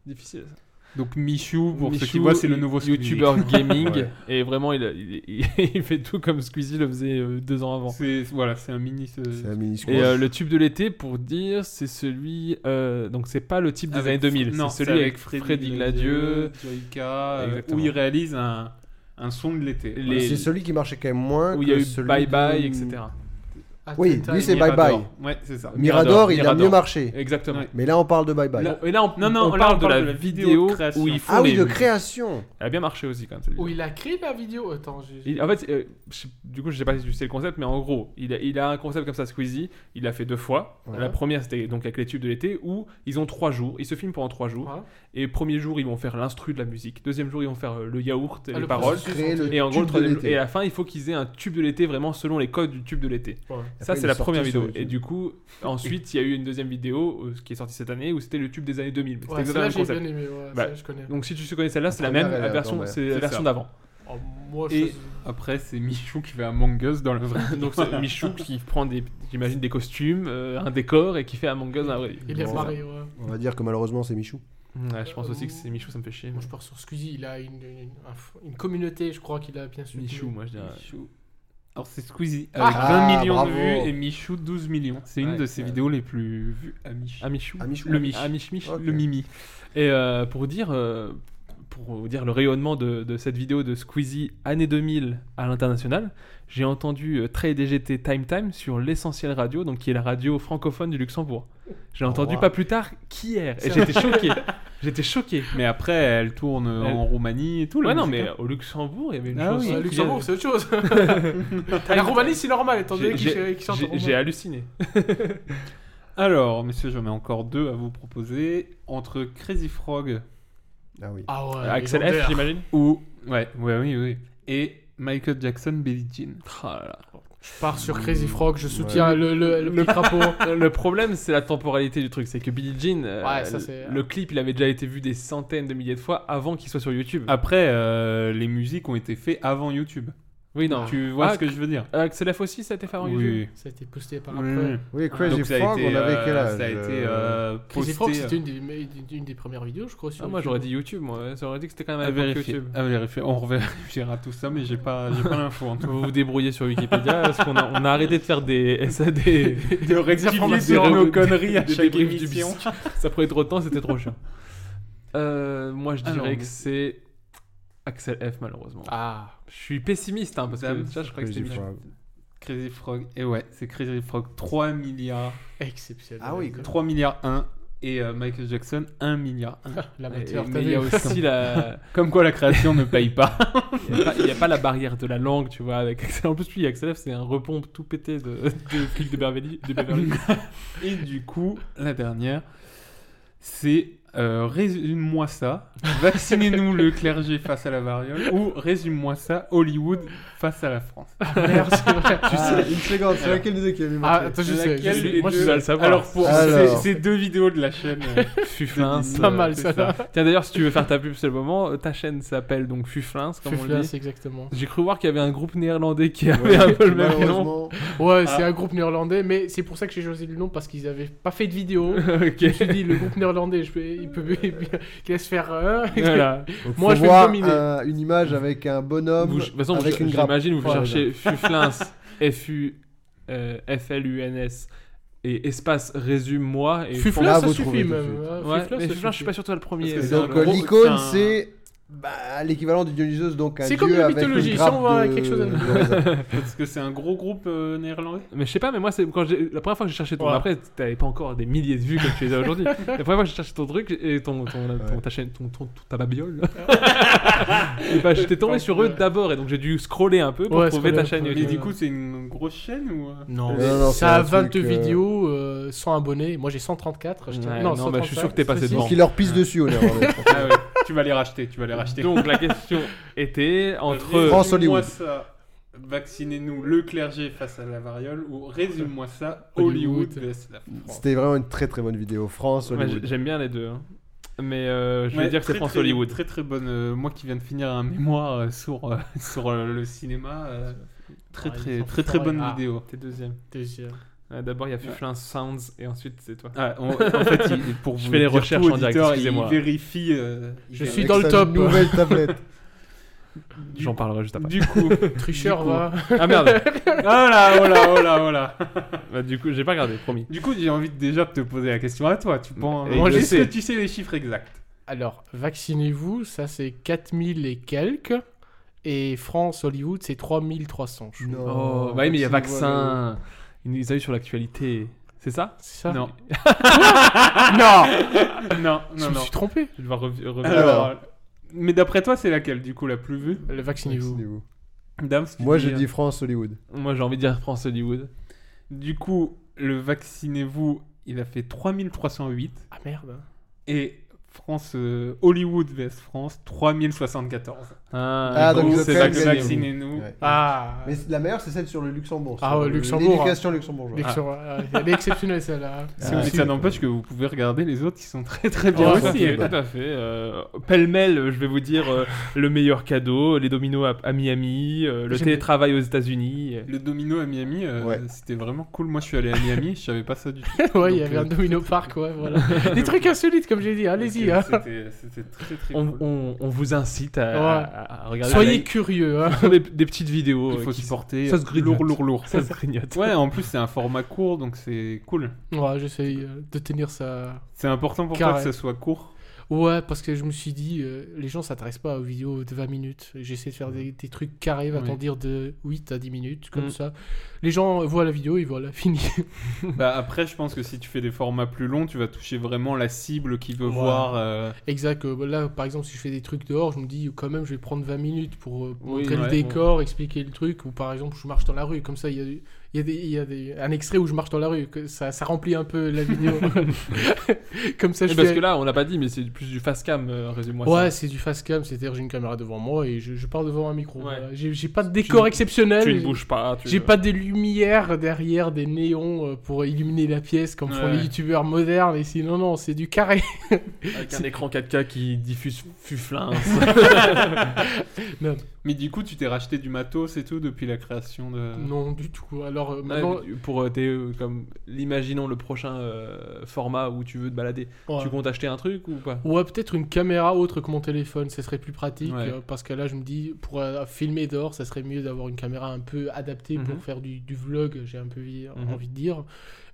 Speaker 8: Difficile. ça.
Speaker 7: Donc Michou, pour ceux qui
Speaker 8: Michou,
Speaker 7: voient, c'est le nouveau Squeezie.
Speaker 8: youtubeur gaming.
Speaker 3: Ouais.
Speaker 8: Et vraiment, il, a- il- il- il fait tout comme Squeezie le faisait euh, deux ans avant.
Speaker 7: C'est voilà, c'est un mini. euh,
Speaker 3: C'est un mini
Speaker 8: Et euh, le tube de l'été, pour dire, c'est celui. euh, donc, c'est pas le type des
Speaker 7: avec-
Speaker 8: années 2000.
Speaker 7: Non,
Speaker 8: c'est celui avec Freddy, Gladieux.
Speaker 7: Joyka, euh,
Speaker 8: Exactement.
Speaker 7: où il réalise un, un son de l'été.
Speaker 8: Les-
Speaker 7: Voilà.
Speaker 3: C'est celui qui marchait quand même moins.
Speaker 8: Où il y a
Speaker 3: que
Speaker 8: eu
Speaker 3: celui
Speaker 8: Bye Bye,
Speaker 3: de-
Speaker 8: etc.
Speaker 3: Oui, lui c'est Bye
Speaker 8: Mirador.
Speaker 3: Bye.
Speaker 7: Ouais, c'est ça.
Speaker 3: Mirador, il a
Speaker 8: Mirador.
Speaker 3: mieux marché.
Speaker 8: Exactement.
Speaker 7: Ouais.
Speaker 3: Mais là, on parle de Bye Bye.
Speaker 8: Là- et là, on,
Speaker 7: Non, non,
Speaker 8: on
Speaker 7: là,
Speaker 8: parle de la, vidéo
Speaker 7: création.
Speaker 8: où ils font
Speaker 3: Ah oui,
Speaker 8: les-
Speaker 3: de création.
Speaker 8: Elle a bien marché aussi, quand même. cette
Speaker 9: Où
Speaker 8: vidéo.
Speaker 9: il a créé la vidéo. Attends, j'ai-
Speaker 8: Il- en fait, euh, je sais- du coup, je sais pas si tu sais le concept, mais en gros, il a, il a un concept comme ça, Squeezie. Il l'a fait deux fois.
Speaker 3: Ouais.
Speaker 8: La première, c'était donc avec les tubes de l'été, où ils ont trois jours. Ils se filment pendant trois jours.
Speaker 9: Ouais.
Speaker 8: Et premier jour, ils vont faire l'instru de la musique. Deuxième jour, ils vont faire euh, le yaourt et
Speaker 9: Ah,
Speaker 8: les
Speaker 9: le
Speaker 8: paroles.
Speaker 9: processus.
Speaker 3: Créer le
Speaker 8: Et en gros, le
Speaker 3: tube de
Speaker 8: troisième-
Speaker 3: l'été.
Speaker 8: et à la fin, il faut qu'ils aient un tube de l'été vraiment selon les codes du tube de l'été.
Speaker 9: Ouais.
Speaker 8: Ça,
Speaker 3: Après,
Speaker 8: c'est
Speaker 3: il
Speaker 8: la
Speaker 3: est sorti
Speaker 8: première
Speaker 3: sur
Speaker 8: vidéo.
Speaker 3: YouTube.
Speaker 8: Et du coup, ensuite, il y a eu une deuxième vidéo euh, qui est sortie cette année où c'était le tube des années 2000. C'était
Speaker 9: Ouais,
Speaker 8: exactement
Speaker 9: celle-là,
Speaker 8: le
Speaker 9: j'ai
Speaker 8: concept.
Speaker 9: bien aimé. ouais,
Speaker 8: Bah,
Speaker 9: celle-là, je connais.
Speaker 8: Donc, si tu connais celle-là, c'est la
Speaker 3: première,
Speaker 8: même
Speaker 3: elle est
Speaker 8: la version,
Speaker 3: attendue.
Speaker 8: c'est la
Speaker 7: C'est
Speaker 8: version
Speaker 7: ça.
Speaker 8: d'avant.
Speaker 9: Oh, moi,
Speaker 8: et-
Speaker 9: je-
Speaker 7: Après, c'est Michou qui fait Among Us dans le vrai.
Speaker 8: Donc c'est Michou qui prend des, j'imagine des costumes, euh, un décor et qui fait Among Us dans la vraie vie.
Speaker 9: Il est
Speaker 3: Bon.
Speaker 9: marré, ouais.
Speaker 3: On va dire que malheureusement, c'est Michou.
Speaker 8: Ouais, je pense aussi que c'est Michou, ça me fait chier.
Speaker 9: Moi, je pars sur Squeezie. Il a une, une, un- une communauté, je crois qu'il a bien soutenu.
Speaker 8: Michou, moi je dirais.
Speaker 7: Michou. Alors, c'est Squeezie avec 20
Speaker 3: Ah,
Speaker 7: millions de
Speaker 3: bravo.
Speaker 7: vues et Michou 12 millions. C'est une
Speaker 8: Ouais,
Speaker 7: de ses
Speaker 8: ouais.
Speaker 7: vidéos les plus vues à Michou.
Speaker 8: Ah Michou.
Speaker 3: Ah, Michou.
Speaker 8: Le
Speaker 3: Ah,
Speaker 8: Mich. Ah, Mich, Mich.
Speaker 3: Ok.
Speaker 8: Le Mimi. Et euh, pour dire, euh, pour vous dire le rayonnement de, de cette vidéo de Squeezie année 2000 à l'international, j'ai entendu euh, Trey DGT Time Time sur l'essentiel radio, donc qui est la radio francophone du Luxembourg. J'ai entendu
Speaker 3: wow.
Speaker 8: pas plus tard qu'hier et j'étais choqué. J'étais choqué.
Speaker 7: Mais après, elle tourne
Speaker 8: Elle-
Speaker 7: en Roumanie et tout. la
Speaker 8: Ouais, non,
Speaker 7: musique,
Speaker 8: mais euh,
Speaker 7: hein.
Speaker 8: au Luxembourg, il y avait une
Speaker 7: Ah
Speaker 8: chose.
Speaker 7: oui,
Speaker 9: Ouais,
Speaker 8: qui-
Speaker 9: Luxembourg, c'est autre chose. la Roumanie, c'est normal, étant donné
Speaker 8: J'ai-
Speaker 9: qu'ils
Speaker 8: J'ai
Speaker 9: qu'ils chantent en
Speaker 8: j'ai- j'ai
Speaker 9: roumain.
Speaker 8: halluciné.
Speaker 7: Alors, messieurs, j'en ai encore deux à vous proposer. Entre Crazy Frog
Speaker 3: Ah oui.
Speaker 9: Ah ouais,
Speaker 8: Axel F,
Speaker 9: légendaire.
Speaker 8: j'imagine.
Speaker 7: ou. Ouais, ouais, oui, oui. Et Michael Jackson, Billie Jean.
Speaker 9: Je pars sur Crazy Frog, je soutiens le, le, le petit crapaud.
Speaker 8: Mm. Le problème, c'est la temporalité du truc. C'est que Billie Jean, euh,
Speaker 9: Ouais, ça, c'est-
Speaker 8: le clip, il avait déjà été vu des centaines de milliers de fois avant qu'il soit sur YouTube.
Speaker 7: Après, euh, les musiques ont été faites avant YouTube.
Speaker 8: oui, non.
Speaker 7: Tu vois
Speaker 8: Ah,
Speaker 7: ce que je veux dire
Speaker 8: Axel F aussi, ça a été fait avant YouTube.
Speaker 9: Ça a été posté par après.
Speaker 7: Oui.
Speaker 3: Oui, Crazy
Speaker 7: Donc, ça a
Speaker 3: Frog,
Speaker 7: été,
Speaker 3: on avait
Speaker 7: euh,
Speaker 3: quel âge
Speaker 7: Ça a été
Speaker 3: euh,
Speaker 7: euh, posté,
Speaker 9: Crazy Frog,
Speaker 7: euh,
Speaker 9: c'était une, des- mais une- une des premières vidéos, je crois. sur
Speaker 8: Ah, moi,
Speaker 9: YouTube.
Speaker 8: j'aurais dit YouTube, moi. J'aurais dit que c'était quand même
Speaker 7: euh, à
Speaker 8: à l'époque
Speaker 7: vérifier.
Speaker 8: YouTube.
Speaker 7: À vérifier. On revérifiera tout ça, mais j'ai pas, j'ai pas l'info. en tout cas.
Speaker 8: Vous vous débrouillez sur Wikipédia parce qu'on a, on a arrêté de faire des SAD. de
Speaker 7: rectifier sur nos conneries à chaque émission.
Speaker 8: Ça prenait trop de temps, c'était trop chiant. Euh, moi, je
Speaker 7: Ah non,
Speaker 8: dirais
Speaker 7: mais-
Speaker 8: que c'est Axel F, malheureusement.
Speaker 9: Ah,
Speaker 8: Je suis pessimiste, hein, parce que
Speaker 7: Dame,
Speaker 8: ça, je crois que
Speaker 3: Crazy
Speaker 8: c'était Michou.
Speaker 3: Frog.
Speaker 7: Crazy Frog. Et ouais, c'est Crazy Frog. 3 milliards.
Speaker 9: exceptionnel.
Speaker 3: Ah oui,
Speaker 7: 3 milliards 1. Et euh, Michael Jackson, 1 milliard 1.
Speaker 9: L'amateur,
Speaker 8: Et-
Speaker 9: t'as
Speaker 8: mais il y a
Speaker 9: vu.
Speaker 8: aussi la.
Speaker 7: Comme quoi la création ne paye pas.
Speaker 8: Il n'y a, pas- il y a pas la barrière de la langue, tu vois. Avec Axel. En plus, lui, Axel F, c'est un repompe tout pété de, de clip de Beverly. De Beverly.
Speaker 7: Et du coup, la dernière, c'est euh, résume-moi ça, vaccinez-nous le clergé face à la variole, ou résume-moi ça, Hollywood face à la France.
Speaker 9: Merde, c'est vrai.
Speaker 3: Tu sais, une seconde, c'est laquelle des deux qui avait
Speaker 9: Ah,
Speaker 3: marqué
Speaker 9: attends, je sais.
Speaker 7: Laquelle
Speaker 9: je
Speaker 7: des
Speaker 9: sais. Moi, je
Speaker 7: deux-
Speaker 9: sais.
Speaker 8: dois le savoir.
Speaker 7: Alors, pour
Speaker 3: Alors.
Speaker 7: Ces, ces deux vidéos de la chaîne euh, Fuflins.
Speaker 9: C'est pas
Speaker 7: euh,
Speaker 9: mal,
Speaker 7: c'est
Speaker 9: ça, là.
Speaker 8: Tiens, d'ailleurs, si tu veux faire ta pub, c'est le moment. euh, Ta chaîne s'appelle donc Fuflins, comme on le
Speaker 9: Fuflas,
Speaker 8: dit.
Speaker 9: exactement.
Speaker 8: J'ai cru voir qu'il y avait un groupe néerlandais qui Ah, avait un peu le même nom.
Speaker 3: Malheureusement,
Speaker 9: Ouais,
Speaker 8: Ah.
Speaker 9: c'est un groupe néerlandais, mais c'est pour ça que j'ai choisi le nom parce qu'ils avaient pas fait de vidéo. Je me suis
Speaker 8: ok.
Speaker 9: dit, le groupe néerlandais, je vais- il peut il laisse faire. euh,
Speaker 8: Voilà.
Speaker 3: donc
Speaker 9: Moi,
Speaker 3: faut
Speaker 9: je vais
Speaker 3: voir euh,
Speaker 9: le dominer.
Speaker 3: un- une image avec un bonhomme
Speaker 8: Vous- de toute façon,
Speaker 3: avec
Speaker 8: je-
Speaker 3: une grappe.
Speaker 8: j'imagine, vous
Speaker 3: Voilà.
Speaker 8: cherchez Fuflins, F-U, euh, F-L-U-N-S, et espace résume-moi. et
Speaker 9: Fuflas,
Speaker 3: Là,
Speaker 9: ça
Speaker 3: vous
Speaker 9: suffit
Speaker 3: trouvez tout de
Speaker 9: même.
Speaker 3: suite.
Speaker 9: hein,
Speaker 8: Ouais,
Speaker 9: Fuflas,
Speaker 8: mais
Speaker 9: ça
Speaker 8: Fuflins, je suis pas
Speaker 9: suffit.
Speaker 8: sûr que toi le premier.
Speaker 7: Parce que
Speaker 8: euh,
Speaker 3: Et donc
Speaker 8: le
Speaker 3: euh,
Speaker 8: gros-
Speaker 3: l'icône,
Speaker 8: un-
Speaker 3: c'est bah, l'équivalent du Dionysos, donc un
Speaker 9: C'est
Speaker 3: dieu
Speaker 9: comme la
Speaker 3: avec une
Speaker 9: mythologie, ça,
Speaker 3: grappe
Speaker 9: on voit
Speaker 3: de-
Speaker 9: quelque chose à-
Speaker 3: de raisin.
Speaker 7: Parce que c'est un gros groupe euh, néerlandais.
Speaker 8: Mais je sais pas, mais moi, c'est quand j'ai- la première fois que j'ai cherché ton.
Speaker 9: Ouais.
Speaker 8: Après, t'avais pas encore des milliers de vues comme tu les as aujourd'hui. la première fois que j'ai cherché ton truc et ton, ton, ton-
Speaker 3: Ouais.
Speaker 8: ta chaîne, ton, ton- ta babiole. et bah, j'étais tombé sur eux d'abord, et donc j'ai dû scroller un peu pour
Speaker 9: Ouais,
Speaker 8: trouver ta
Speaker 9: scroller un
Speaker 8: chaîne
Speaker 9: peu.
Speaker 7: Mais
Speaker 8: YouTube.
Speaker 7: du coup, c'est une grosse chaîne ou. euh,
Speaker 9: Non,
Speaker 3: Non, non, c'est
Speaker 9: ça a
Speaker 3: un truc,
Speaker 9: 22
Speaker 3: euh,
Speaker 9: vidéos, euh, 100 abonnés. Moi j'ai 134. je t'ai-
Speaker 8: Ouais, non, bah, je suis
Speaker 9: 135,
Speaker 8: sûr que t'es passé
Speaker 9: ceci.
Speaker 8: devant.
Speaker 3: Donc il leur pisse dessus au néerlandais.
Speaker 7: Ah ouais, tu vas les racheter, tu vas les racheter.
Speaker 8: Donc la question était entre.
Speaker 3: France, Hollywood.
Speaker 7: Résume-moi ça, vaccinez-nous le clergé face à la variole, ou résume-moi ça,
Speaker 9: Hollywood.
Speaker 7: Hollywood vs la France.
Speaker 3: C'était vraiment une très très bonne vidéo. France,
Speaker 8: Ouais,
Speaker 3: Hollywood.
Speaker 8: J'aime bien les deux. hein. Mais euh, je
Speaker 7: Ouais,
Speaker 8: vais dire que c'est
Speaker 7: très,
Speaker 8: France
Speaker 7: très-
Speaker 8: Hollywood.
Speaker 7: Très très bonne. euh, moi qui viens de finir un mémoire euh, sur, euh, sur euh, le cinéma. euh, très
Speaker 9: Ah,
Speaker 7: très
Speaker 9: ils
Speaker 7: très
Speaker 9: sont
Speaker 7: très,
Speaker 9: forts,
Speaker 7: bonne
Speaker 9: ah.
Speaker 7: vidéo.
Speaker 8: T'es deuxième.
Speaker 9: Deuxième.
Speaker 8: Ouais, Euh, D'abord, il y a Fuflin Sounds et ensuite, c'est toi.
Speaker 7: Ah, on- en fait, il- pour
Speaker 8: Je
Speaker 7: vous
Speaker 8: fais les
Speaker 7: dire
Speaker 8: recherches
Speaker 7: tout,
Speaker 8: en direct,
Speaker 7: auditeur,
Speaker 8: excusez-moi.
Speaker 7: Il vérifie. euh, il
Speaker 9: Je
Speaker 7: vérifie.
Speaker 9: suis
Speaker 3: Avec
Speaker 9: dans le
Speaker 3: sa
Speaker 9: top.
Speaker 3: nouvelle tablette.
Speaker 7: Du-
Speaker 8: J'en parlerai juste après.
Speaker 7: Du coup.
Speaker 9: Tricheur,
Speaker 7: Du coup.
Speaker 9: va.
Speaker 8: Ah merde
Speaker 7: oh là, oh là, oh là, oh là.
Speaker 8: Bah, Du coup, j'ai pas regardé, promis.
Speaker 7: Du coup, j'ai envie de déjà te poser la question à toi. Tu penses.
Speaker 8: Mm. Et je
Speaker 7: Est-ce que
Speaker 8: sais.
Speaker 7: tu sais les chiffres exacts
Speaker 9: Alors, vaccinez-vous, ça c'est 4000 et quelques. Et France, Hollywood, c'est 3300. je crois.
Speaker 8: Oh, bah oui, mais il y a vaccin. Il nous a eu sur l'actualité. C'est ça
Speaker 9: C'est ça
Speaker 7: Non. Non,
Speaker 9: Je
Speaker 7: non,
Speaker 9: me
Speaker 7: non.
Speaker 9: suis trompé.
Speaker 8: Je vais revenir.
Speaker 7: Alors, mais d'après toi, c'est laquelle du coup la plus vue
Speaker 9: Le vaccinez-vous.
Speaker 3: Vaccinez-vous.
Speaker 7: Dame, si tu
Speaker 3: Moi
Speaker 7: dis,
Speaker 3: je
Speaker 7: euh,
Speaker 3: dis France, Hollywood.
Speaker 8: Moi, j'ai envie de dire France Hollywood.
Speaker 7: Du coup, le vaccinez-vous, il a fait 3308
Speaker 9: Ah merde.
Speaker 7: et France euh, Hollywood vs France 3074.
Speaker 3: Ah,
Speaker 8: et
Speaker 3: donc
Speaker 8: donc,
Speaker 3: le
Speaker 7: c'est
Speaker 3: fait,
Speaker 7: ça que
Speaker 3: gagnez-vous.
Speaker 7: vaccinez-nous.
Speaker 3: Ouais.
Speaker 9: Ah.
Speaker 3: Mais la meilleure c'est celle sur le Luxembourg.
Speaker 9: Ah
Speaker 3: sur
Speaker 9: ouais,
Speaker 3: le-
Speaker 9: Luxembourg,
Speaker 3: L'éducation luxembourgeoise.
Speaker 9: Luxembourg, ah, Elle est exceptionnelle celle-là.
Speaker 7: Si vous-
Speaker 3: Ah,
Speaker 7: mais
Speaker 3: si.
Speaker 7: ça n'empêche que vous pouvez regarder les autres qui sont très très
Speaker 8: Bien
Speaker 7: bien
Speaker 3: Ouais,
Speaker 8: aussi,
Speaker 3: ça
Speaker 7: aussi.
Speaker 3: fait
Speaker 8: euh,
Speaker 3: mal.
Speaker 8: tout à fait. euh, Pêle-mêle, euh, je vais vous dire euh, le meilleur cadeau, les dominos à, à Miami, euh, le
Speaker 9: J'aime-
Speaker 8: télétravail aux États-Unis. euh.
Speaker 7: Le domino à Miami, euh,
Speaker 3: Ouais.
Speaker 7: c'était vraiment cool. Moi, je suis allé à Miami, je savais pas ça du tout.
Speaker 9: ouais, il y
Speaker 7: Donc,
Speaker 9: avait
Speaker 7: euh,
Speaker 9: un domino park, ouais, voilà. Des trucs insolites, comme j'ai dit, allez-y.
Speaker 7: donc,
Speaker 9: hein.
Speaker 7: euh, C'était c'était très très
Speaker 8: On,
Speaker 7: cool.
Speaker 8: on- on vous incite à,
Speaker 9: Ouais.
Speaker 8: à- à regarder
Speaker 9: Soyez
Speaker 8: la-
Speaker 9: curieux. hein.
Speaker 8: des, des petites vidéos.
Speaker 7: Il
Speaker 8: euh,
Speaker 7: faut
Speaker 8: qui-
Speaker 7: s'y porter.
Speaker 8: ça se grignote.
Speaker 7: Lourd, lourd, lourd.
Speaker 8: ça se grignote.
Speaker 7: Ouais, en plus, c'est un format court, donc c'est cool.
Speaker 9: Ouais, j'essaye euh, de tenir ça.
Speaker 7: C'est important pour toi
Speaker 9: Carré.
Speaker 7: que ça soit court.
Speaker 9: Ouais, parce que je me suis dit, euh, les gens s'intéressent pas aux vidéos de 20 minutes. J'essaie de faire des, des trucs carrés, va
Speaker 7: Oui.
Speaker 9: dire de 8 à 10 minutes, comme
Speaker 8: Mm.
Speaker 9: ça. Les gens voient la vidéo et voilà, fini.
Speaker 7: Bah après, je pense que si tu fais des formats plus longs, tu vas toucher vraiment la cible qui veut
Speaker 9: Ouais.
Speaker 7: voir. euh,
Speaker 9: exact. euh, là, par exemple, si je fais des trucs dehors, je me dis quand même, je vais prendre 20 minutes pour euh,
Speaker 8: Oui,
Speaker 9: montrer le
Speaker 8: ouais,
Speaker 9: décor, expliquer le truc. Ou par exemple, je marche dans la rue, comme ça, il y a, il y a des- il y a des- un extrait où je marche dans la rue. Que ça, ça remplit un peu la vidéo. comme ça,
Speaker 8: Et
Speaker 9: je
Speaker 8: parce
Speaker 9: fais-
Speaker 8: que là, on l'a pas dit, mais c'est plus du fast cam, euh, résume-moi ça.
Speaker 9: Ouais, c'est du fast cam, c'est-à-dire j'ai une caméra devant moi et je, je parle devant un micro.
Speaker 8: Ouais.
Speaker 9: voilà. J'ai j'ai pas de décor exceptionnel.
Speaker 8: Tu ne
Speaker 9: j'ai-
Speaker 8: bouges pas. tu-
Speaker 9: J'ai pas des lumières derrière, des néons euh, pour illuminer la pièce comme font
Speaker 7: Ouais.
Speaker 9: les youtubeurs modernes. Et si non, non, c'est du carré.
Speaker 8: Avec un écran 4K qui diffuse fuflin.
Speaker 7: Mais du coup, tu t'es racheté du matos et tout depuis la création de.
Speaker 9: Non, du tout. Alors euh, maintenant,
Speaker 8: pour euh, tes, euh, comme l'imaginons le prochain euh, format où tu veux te balader.
Speaker 9: ouais.
Speaker 8: Tu comptes acheter un truc ou pas
Speaker 9: Ouais, peut-être une caméra autre que mon téléphone, ce serait plus pratique.
Speaker 8: Ouais.
Speaker 9: euh, parce que là, je me dis, pour euh, filmer dehors, ça serait mieux d'avoir une caméra un peu adaptée
Speaker 8: Mhm.
Speaker 9: pour faire du, du vlog, j'ai un peu vi-
Speaker 8: Mhm.
Speaker 9: envie de dire.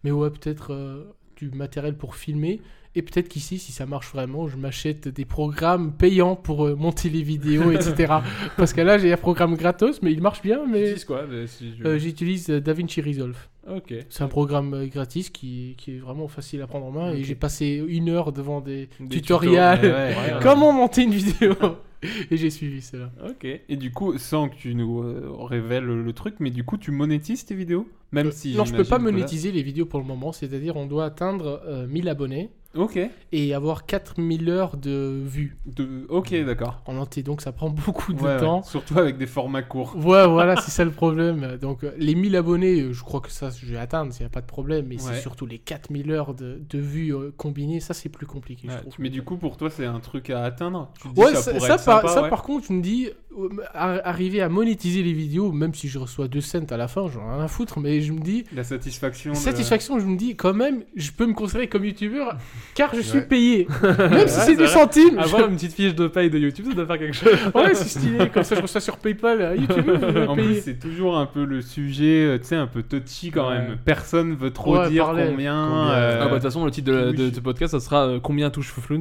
Speaker 9: Mais ouais, peut-être euh, du matériel pour filmer. Et peut-être qu'ici, si ça marche vraiment, je m'achète des programmes payants pour euh, monter les vidéos, etc. parce que là, j'ai un programme gratos, mais il marche bien. Mais
Speaker 8: Utilise quoi mais si tu veux.
Speaker 9: euh, j'utilise euh, DaVinci Resolve.
Speaker 8: Ok.
Speaker 9: C'est un programme euh, gratis qui, qui est vraiment facile à prendre en main. Et
Speaker 8: Ok.
Speaker 9: j'ai passé une heure devant des,
Speaker 8: Des
Speaker 9: tutoriels.
Speaker 8: tutos, ouais, ouais, ouais.
Speaker 9: Comment monter une vidéo Et j'ai suivi celle-là.
Speaker 8: Ok.
Speaker 7: Et du coup, sans que tu nous euh, révèles le truc, mais du coup, tu monétises tes vidéos Même si.
Speaker 9: Euh,
Speaker 8: Euh,
Speaker 9: non, je peux
Speaker 7: j'imagine
Speaker 9: pas
Speaker 7: que là-
Speaker 9: monétiser les vidéos pour le moment. C'est-à-dire, on doit atteindre euh, 1000 abonnés.
Speaker 7: Ok.
Speaker 9: et avoir 4000 heures de vues.
Speaker 7: De- Ok, d'accord.
Speaker 9: En entier, donc ça prend beaucoup de
Speaker 7: Ouais, ouais.
Speaker 9: temps.
Speaker 7: Surtout avec des formats courts.
Speaker 9: Ouais, voilà, c'est ça le problème. Donc, euh, les 1000 abonnés, euh, je crois que ça, je vais atteindre, il n'y a pas de problème. Mais
Speaker 7: Ouais.
Speaker 9: c'est surtout les 4000 heures de, de vues euh, combinées, ça, c'est plus compliqué, je
Speaker 7: Ouais,
Speaker 9: trouve.
Speaker 7: mais du coup, pour toi, c'est un truc à atteindre. Tu te dis,
Speaker 9: Ouais,
Speaker 7: ça,
Speaker 9: ça,
Speaker 7: pourrait
Speaker 9: ça,
Speaker 7: être
Speaker 9: par,
Speaker 7: sympa,
Speaker 9: ça,
Speaker 7: ouais.
Speaker 9: par contre, je me dis, euh, ar- arriver à monétiser les vidéos, même si je reçois 2 cents à la fin, j'en ai rien à foutre, mais je me dis,
Speaker 7: La satisfaction. de-
Speaker 9: satisfaction, je me dis, quand même, je peux me considérer comme youtubeur, car je suis payé. Même si c'est 2 centimes, je-
Speaker 8: Avoir une petite fiche de paye de YouTube, ça doit faire quelque chose.
Speaker 9: ouais, c'est stylé, comme ça, je reçois sur PayPal, euh, YouTube, euh,
Speaker 7: En
Speaker 9: payé.
Speaker 7: plus, c'est toujours un peu le sujet, euh, tu sais, un peu touchy quand
Speaker 8: Ouais.
Speaker 7: même. Personne veut trop
Speaker 9: Ouais,
Speaker 7: dire
Speaker 9: parler.
Speaker 7: combien.
Speaker 3: Combien.
Speaker 7: euh,
Speaker 8: Ah bah de toute façon le titre de,
Speaker 7: oui.
Speaker 8: de ce podcast ça sera euh, combien touche Foufloun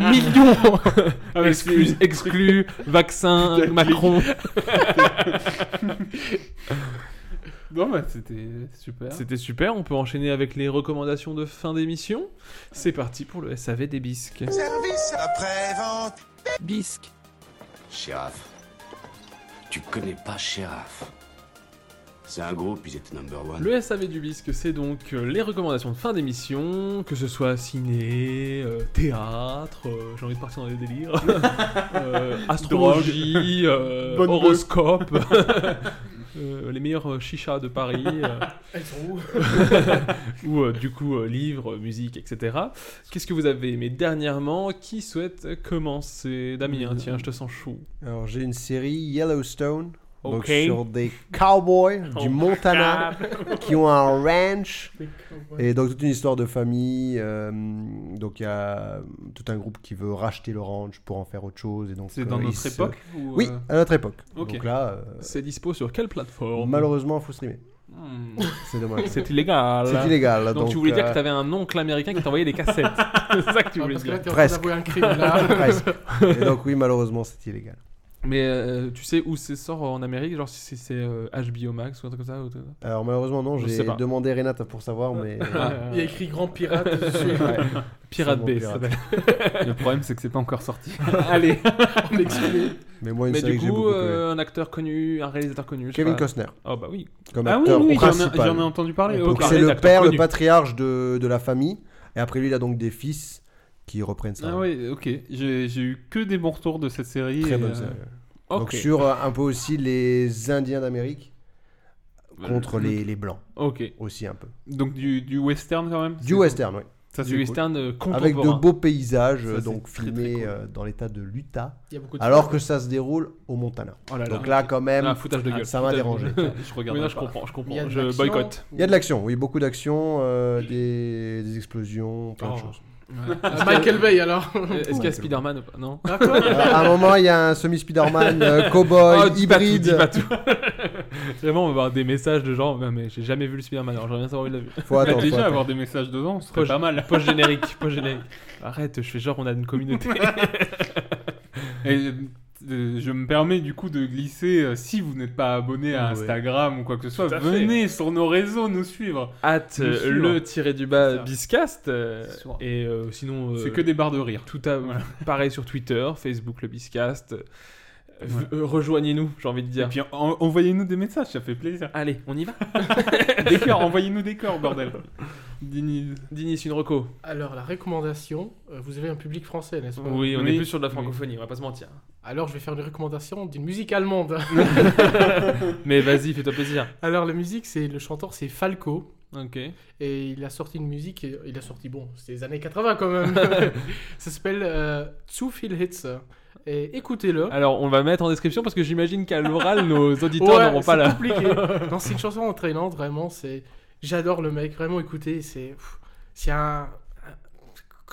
Speaker 9: millions
Speaker 7: ah, mais c'est-
Speaker 8: exclu, exclu vaccin Macron
Speaker 7: Non, bah, c'était super.
Speaker 8: c'était super on peut enchaîner avec les recommandations de fin d'émission c'est parti pour le SAV des bisques
Speaker 6: Service après-vente.
Speaker 1: Bisque.
Speaker 14: Sheriff. Tu connais pas Sheriff. C'est un groupe, ils étaient number one.
Speaker 8: le SAV du bisque c'est donc euh, les recommandations de fin d'émission que ce soit ciné euh, théâtre euh, j'ai envie de partir dans les délires euh, astrologie euh,
Speaker 7: Bonne bœuf.
Speaker 8: horoscope euh, les meilleurs euh, chichas de Paris euh,
Speaker 9: Elles sont où
Speaker 8: ou euh, du coup euh, livres, euh, musique, etc. Qu'est-ce que vous avez aimé dernièrement Qui souhaite euh, commencer
Speaker 3: Mmh.
Speaker 8: Damien, tiens, je te sens chaud.
Speaker 3: Alors, j'ai une série Yellowstone. donc
Speaker 8: Ok. Oh
Speaker 3: sur des cowboys du Montana qui ont un ranch. Et donc, toute une histoire de famille. euh, donc, il y a tout un groupe qui veut racheter le ranch pour en faire autre chose. et donc,
Speaker 7: C'est
Speaker 3: euh,
Speaker 7: dans
Speaker 3: ils
Speaker 7: notre
Speaker 3: se-
Speaker 7: époque ou,
Speaker 3: Oui,
Speaker 7: euh,
Speaker 3: à notre époque.
Speaker 7: Ok.
Speaker 3: Donc là, euh,
Speaker 8: C'est dispo sur quelle plateforme
Speaker 3: malheureusement, il faut streamer.
Speaker 8: Hmm,
Speaker 3: C'est dommage.
Speaker 8: C'est illégal.
Speaker 3: C'est illégal. euh,
Speaker 8: Donc, tu voulais dire que t'avais un oncle américain qui t'envoyait des cassettes. c'est ça que tu
Speaker 9: Ah,
Speaker 8: voulais
Speaker 9: Parce que là,
Speaker 8: dire.
Speaker 9: t'es en train
Speaker 3: Presque.
Speaker 9: d'avouer un crime, là.
Speaker 3: Presque. Et donc oui, malheureusement, c'est illégal.
Speaker 8: Mais euh, tu sais où c'est sort en Amérique Genre si c'est- c'est euh, HBO Max ou un truc comme ça ou tout ça
Speaker 3: Alors malheureusement, non,
Speaker 8: Je
Speaker 3: j'ai
Speaker 8: sais pas.
Speaker 3: demandé Renata pour savoir, mais...
Speaker 9: Ah, Il y a écrit Grand Pirate dessus.
Speaker 3: Ouais.
Speaker 8: Ah, Pirate
Speaker 3: Sûrement
Speaker 8: Bay, ça
Speaker 3: pirate.
Speaker 8: s'appelle.
Speaker 7: Le problème, c'est que c'est pas encore sorti.
Speaker 8: Allez.
Speaker 3: Mais moi, une
Speaker 8: Mais
Speaker 3: série
Speaker 8: du
Speaker 3: que j'ai
Speaker 8: coup,
Speaker 3: beaucoup aimée.
Speaker 8: euh, un acteur connu, un réalisateur connu. je sais
Speaker 3: Kevin
Speaker 8: pas.
Speaker 3: Costner,
Speaker 8: Oh bah oui.
Speaker 3: comme
Speaker 7: Ah oui,
Speaker 3: acteur
Speaker 7: oui, j'en ai-
Speaker 3: principal.
Speaker 7: j'en ai entendu parler.
Speaker 8: On
Speaker 7: ok.
Speaker 3: Donc
Speaker 8: parler
Speaker 3: c'est le
Speaker 8: d'acteur
Speaker 3: père,
Speaker 8: connu.
Speaker 3: le patriarche de, de la famille. Et après lui, il a donc des fils qui reprennent ça.
Speaker 7: Ah oui, ok. J'ai j'ai eu que des bons retours de cette série.
Speaker 3: Très
Speaker 7: et,
Speaker 3: bonne
Speaker 7: euh,
Speaker 3: série. Donc
Speaker 8: Ok.
Speaker 3: sur euh, un peu aussi les Indiens d'Amérique
Speaker 8: Bah,
Speaker 3: contre
Speaker 7: le-
Speaker 3: les, les Blancs
Speaker 8: Ok.
Speaker 3: aussi un peu.
Speaker 7: Donc du, du western quand même
Speaker 3: Du western, oui.
Speaker 7: Ça, c'est
Speaker 8: du
Speaker 7: cool.
Speaker 8: western euh,
Speaker 3: Avec
Speaker 8: contemporain.
Speaker 3: de beaux paysages,
Speaker 8: Ça,
Speaker 3: euh,
Speaker 8: c'est
Speaker 3: donc
Speaker 8: très, très
Speaker 3: filmés
Speaker 8: cool.
Speaker 3: euh, dans l'état de l'Utah,
Speaker 9: Il y a beaucoup de
Speaker 3: alors que ça se déroule au Montana.
Speaker 8: Oh là là.
Speaker 3: Donc là, quand même,
Speaker 8: Ah, foutage de gueule.
Speaker 3: ça m'a
Speaker 8: Foutage de
Speaker 3: dérangé.
Speaker 8: gueule.
Speaker 7: Je
Speaker 8: Oui,
Speaker 7: regarde.
Speaker 8: non, je comprends, je
Speaker 9: Il y a
Speaker 8: comprends.
Speaker 9: de
Speaker 8: Je
Speaker 9: l'action.
Speaker 8: boycotte.
Speaker 3: Il y a de l'action, oui, beaucoup d'action, euh, des, des explosions, plein de
Speaker 8: Oh.
Speaker 3: choses.
Speaker 9: Ah, Michael Bay alors.
Speaker 8: Euh, Est-ce qu'il y a Spider-Man ou pas Non.
Speaker 3: Euh, à un moment, il y a un semi-Spider-Man, euh, cowboy,
Speaker 8: Oh, dis pas tout, dis
Speaker 3: hybride.
Speaker 8: pas tout. Vraiment, on va avoir des messages de genre, mais, mais j'ai jamais vu le Spider-Man, alors j'aimerais bien savoir où il l'a vu.
Speaker 3: Faut
Speaker 7: Mais
Speaker 3: attendre. faut
Speaker 7: déjà
Speaker 3: attendre.
Speaker 7: avoir des messages dedans, ce serait
Speaker 8: Proche-
Speaker 7: pas mal.
Speaker 8: Post générique, post générique. Arrête, je fais genre, on a une communauté.
Speaker 7: Et euh, je me permets du coup de glisser, euh, si vous n'êtes pas abonné à
Speaker 8: Ouais.
Speaker 7: Instagram ou quoi que ce soit,
Speaker 8: Tout à fait.
Speaker 7: venez sur nos réseaux nous suivre.
Speaker 8: Hâte
Speaker 7: Nous
Speaker 8: euh,
Speaker 7: suivre.
Speaker 8: le tiré du bas
Speaker 7: C'est ça.
Speaker 8: Biscast. euh,
Speaker 7: C'est sûr.
Speaker 8: et euh, sinon, euh,
Speaker 7: C'est que des barres de rire.
Speaker 8: tout à
Speaker 7: Voilà.
Speaker 8: pareil sur Twitter, Facebook le Biscast. Euh,
Speaker 7: Voilà.
Speaker 8: euh, Rejoignez-nous, j'ai envie de
Speaker 7: Et
Speaker 8: dire.
Speaker 7: puis en- envoyez-nous des messages, ça fait plaisir.
Speaker 8: Allez, on y va.
Speaker 7: des cœurs, envoyez-nous des cœurs, bordel. Dini-
Speaker 8: Dinis, une reco.
Speaker 9: Alors la recommandation, euh, vous avez un public français, n'est-ce pas
Speaker 8: Oui, on
Speaker 7: Oui.
Speaker 8: est plus sur de la
Speaker 7: Oui.
Speaker 8: francophonie, on va pas se mentir.
Speaker 9: Alors je vais faire une recommandation d'une musique allemande.
Speaker 8: Mais vas-y, fais-toi plaisir.
Speaker 9: alors la musique, c'est le chanteur, c'est Falco.
Speaker 8: Ok.
Speaker 9: Et il a sorti une musique, et il a sorti, bon, c'est les années 80 quand même. ça s'appelle euh, Zu viel Hitze. Et écoutez-le.
Speaker 8: Alors, on va mettre en description parce que j'imagine qu'à l'oral, nos auditeurs
Speaker 9: Ouais,
Speaker 8: n'auront pas
Speaker 9: c'est
Speaker 8: la.
Speaker 9: compliqué. non, c'est une chanson entraînante, vraiment. C'est, j'adore le mec, vraiment. Écoutez, c'est, pff, c'est un,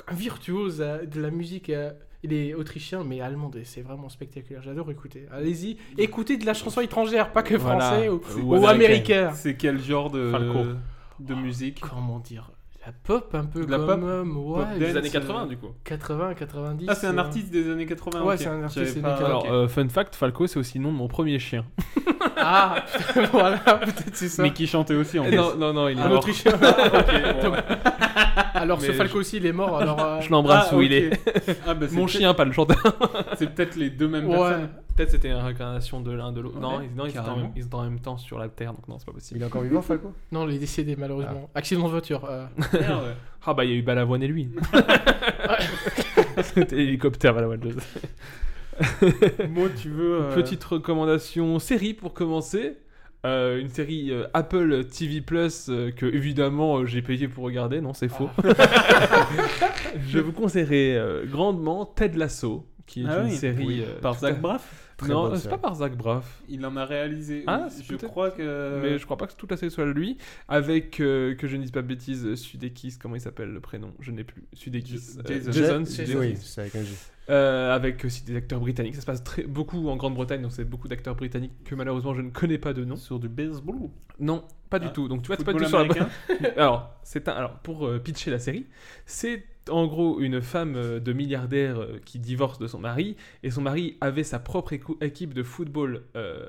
Speaker 9: un virtuose euh, de la musique. euh, Il est autrichien, mais allemand, et c'est vraiment spectaculaire. J'adore écouter. Allez-y, écoutez de la chanson étrangère, pas que
Speaker 8: Voilà.
Speaker 9: français ou,
Speaker 8: Ou
Speaker 9: ou
Speaker 8: américaine.
Speaker 9: américain.
Speaker 7: C'est quel genre de,
Speaker 8: Falco.
Speaker 7: de musique
Speaker 9: Comment dire La pop un peu
Speaker 7: De la
Speaker 9: quand
Speaker 7: pop-
Speaker 9: même, ouais,
Speaker 7: pop
Speaker 8: Des
Speaker 7: dance,
Speaker 8: années 80, du coup.
Speaker 9: 80, 90.
Speaker 7: Ah, c'est un
Speaker 9: euh,
Speaker 7: artiste des années 80.
Speaker 9: Ouais,
Speaker 7: ok.
Speaker 9: c'est un artiste
Speaker 7: J'avais
Speaker 9: des
Speaker 7: pas-
Speaker 9: années
Speaker 8: Alors,
Speaker 7: Ah, Ok.
Speaker 8: euh, fun fact, Falco, c'est aussi le nom de mon premier chien.
Speaker 9: Ah, voilà, peut-être c'est ça.
Speaker 7: Mais qui chantait aussi en
Speaker 8: Eh, non, non, non, il est
Speaker 9: Un
Speaker 8: mort.
Speaker 9: autrichien.
Speaker 8: bon,
Speaker 9: Alors, ce
Speaker 8: Mais je-
Speaker 9: Falco aussi, il est mort. Alors, euh,
Speaker 8: Je l'embrasse
Speaker 7: Ah,
Speaker 8: où
Speaker 7: ok.
Speaker 8: il est.
Speaker 7: Ah, bah, c'est
Speaker 8: Mon
Speaker 7: peut-être-
Speaker 8: chien, pas le chanteur.
Speaker 7: C'est peut-être les deux mêmes
Speaker 9: Ouais,
Speaker 7: personnes.
Speaker 8: Peut-être c'était une réincarnation de l'un de l'autre. non,
Speaker 7: Ouais,
Speaker 8: ils, non, ils étaient en
Speaker 7: carrément.
Speaker 8: même, ils étaient en même temps sur la Terre, donc non, c'est pas possible.
Speaker 3: Il est encore vivant, Falco
Speaker 9: Non, il est décédé malheureusement. Accident de voiture. euh.
Speaker 8: Merde. Ah bah il y a eu Balavoine et lui. C'était l'hélicoptère Balavoine. je sais.
Speaker 7: Moi, tu veux. euh,
Speaker 8: Petite recommandation série pour commencer. Euh, une série euh, Apple TV Plus euh, que évidemment euh, j'ai payé pour regarder, non c'est faux.
Speaker 7: Ah.
Speaker 8: Je vous conseillerais euh, grandement Ted Lasso, qui est
Speaker 7: Ah
Speaker 8: une
Speaker 7: oui.
Speaker 8: série
Speaker 7: Oui.
Speaker 8: euh,
Speaker 7: Par
Speaker 8: tout à-
Speaker 7: Zach Braff
Speaker 3: Très
Speaker 8: Non,
Speaker 3: bonne
Speaker 8: c'est pas
Speaker 3: série.
Speaker 8: par Zach Braff.
Speaker 7: Il en a réalisé.
Speaker 8: Ah,
Speaker 7: oui,
Speaker 8: c'est
Speaker 7: je
Speaker 8: peut-être-
Speaker 7: crois que.
Speaker 8: Mais je crois pas que toute la série soit lui. Avec, euh, que je ne dise pas de bêtises, Sudekis, comment il s'appelle le prénom Je n'ai plus. Sudekis.
Speaker 7: J-
Speaker 8: euh,
Speaker 7: Jason.
Speaker 8: Jason
Speaker 3: Jet-
Speaker 8: Sudeikis.
Speaker 3: Oui, c'est avec un J.
Speaker 8: Euh, avec aussi des acteurs britanniques. Ça se passe très, beaucoup en Grande-Bretagne, donc c'est beaucoup d'acteurs britanniques que malheureusement je ne connais pas de nom.
Speaker 7: Sur du baseball.
Speaker 8: Non, pas du
Speaker 7: Ah,
Speaker 8: tout. Donc tu vois, c'est pas du
Speaker 7: Football
Speaker 8: tout sur la
Speaker 7: américain.
Speaker 8: alors, c'est un- alors, pour euh, pitcher la série, c'est en gros une femme euh, de milliardaire euh, qui divorce de son mari, et son mari avait sa propre éco- équipe de football, euh,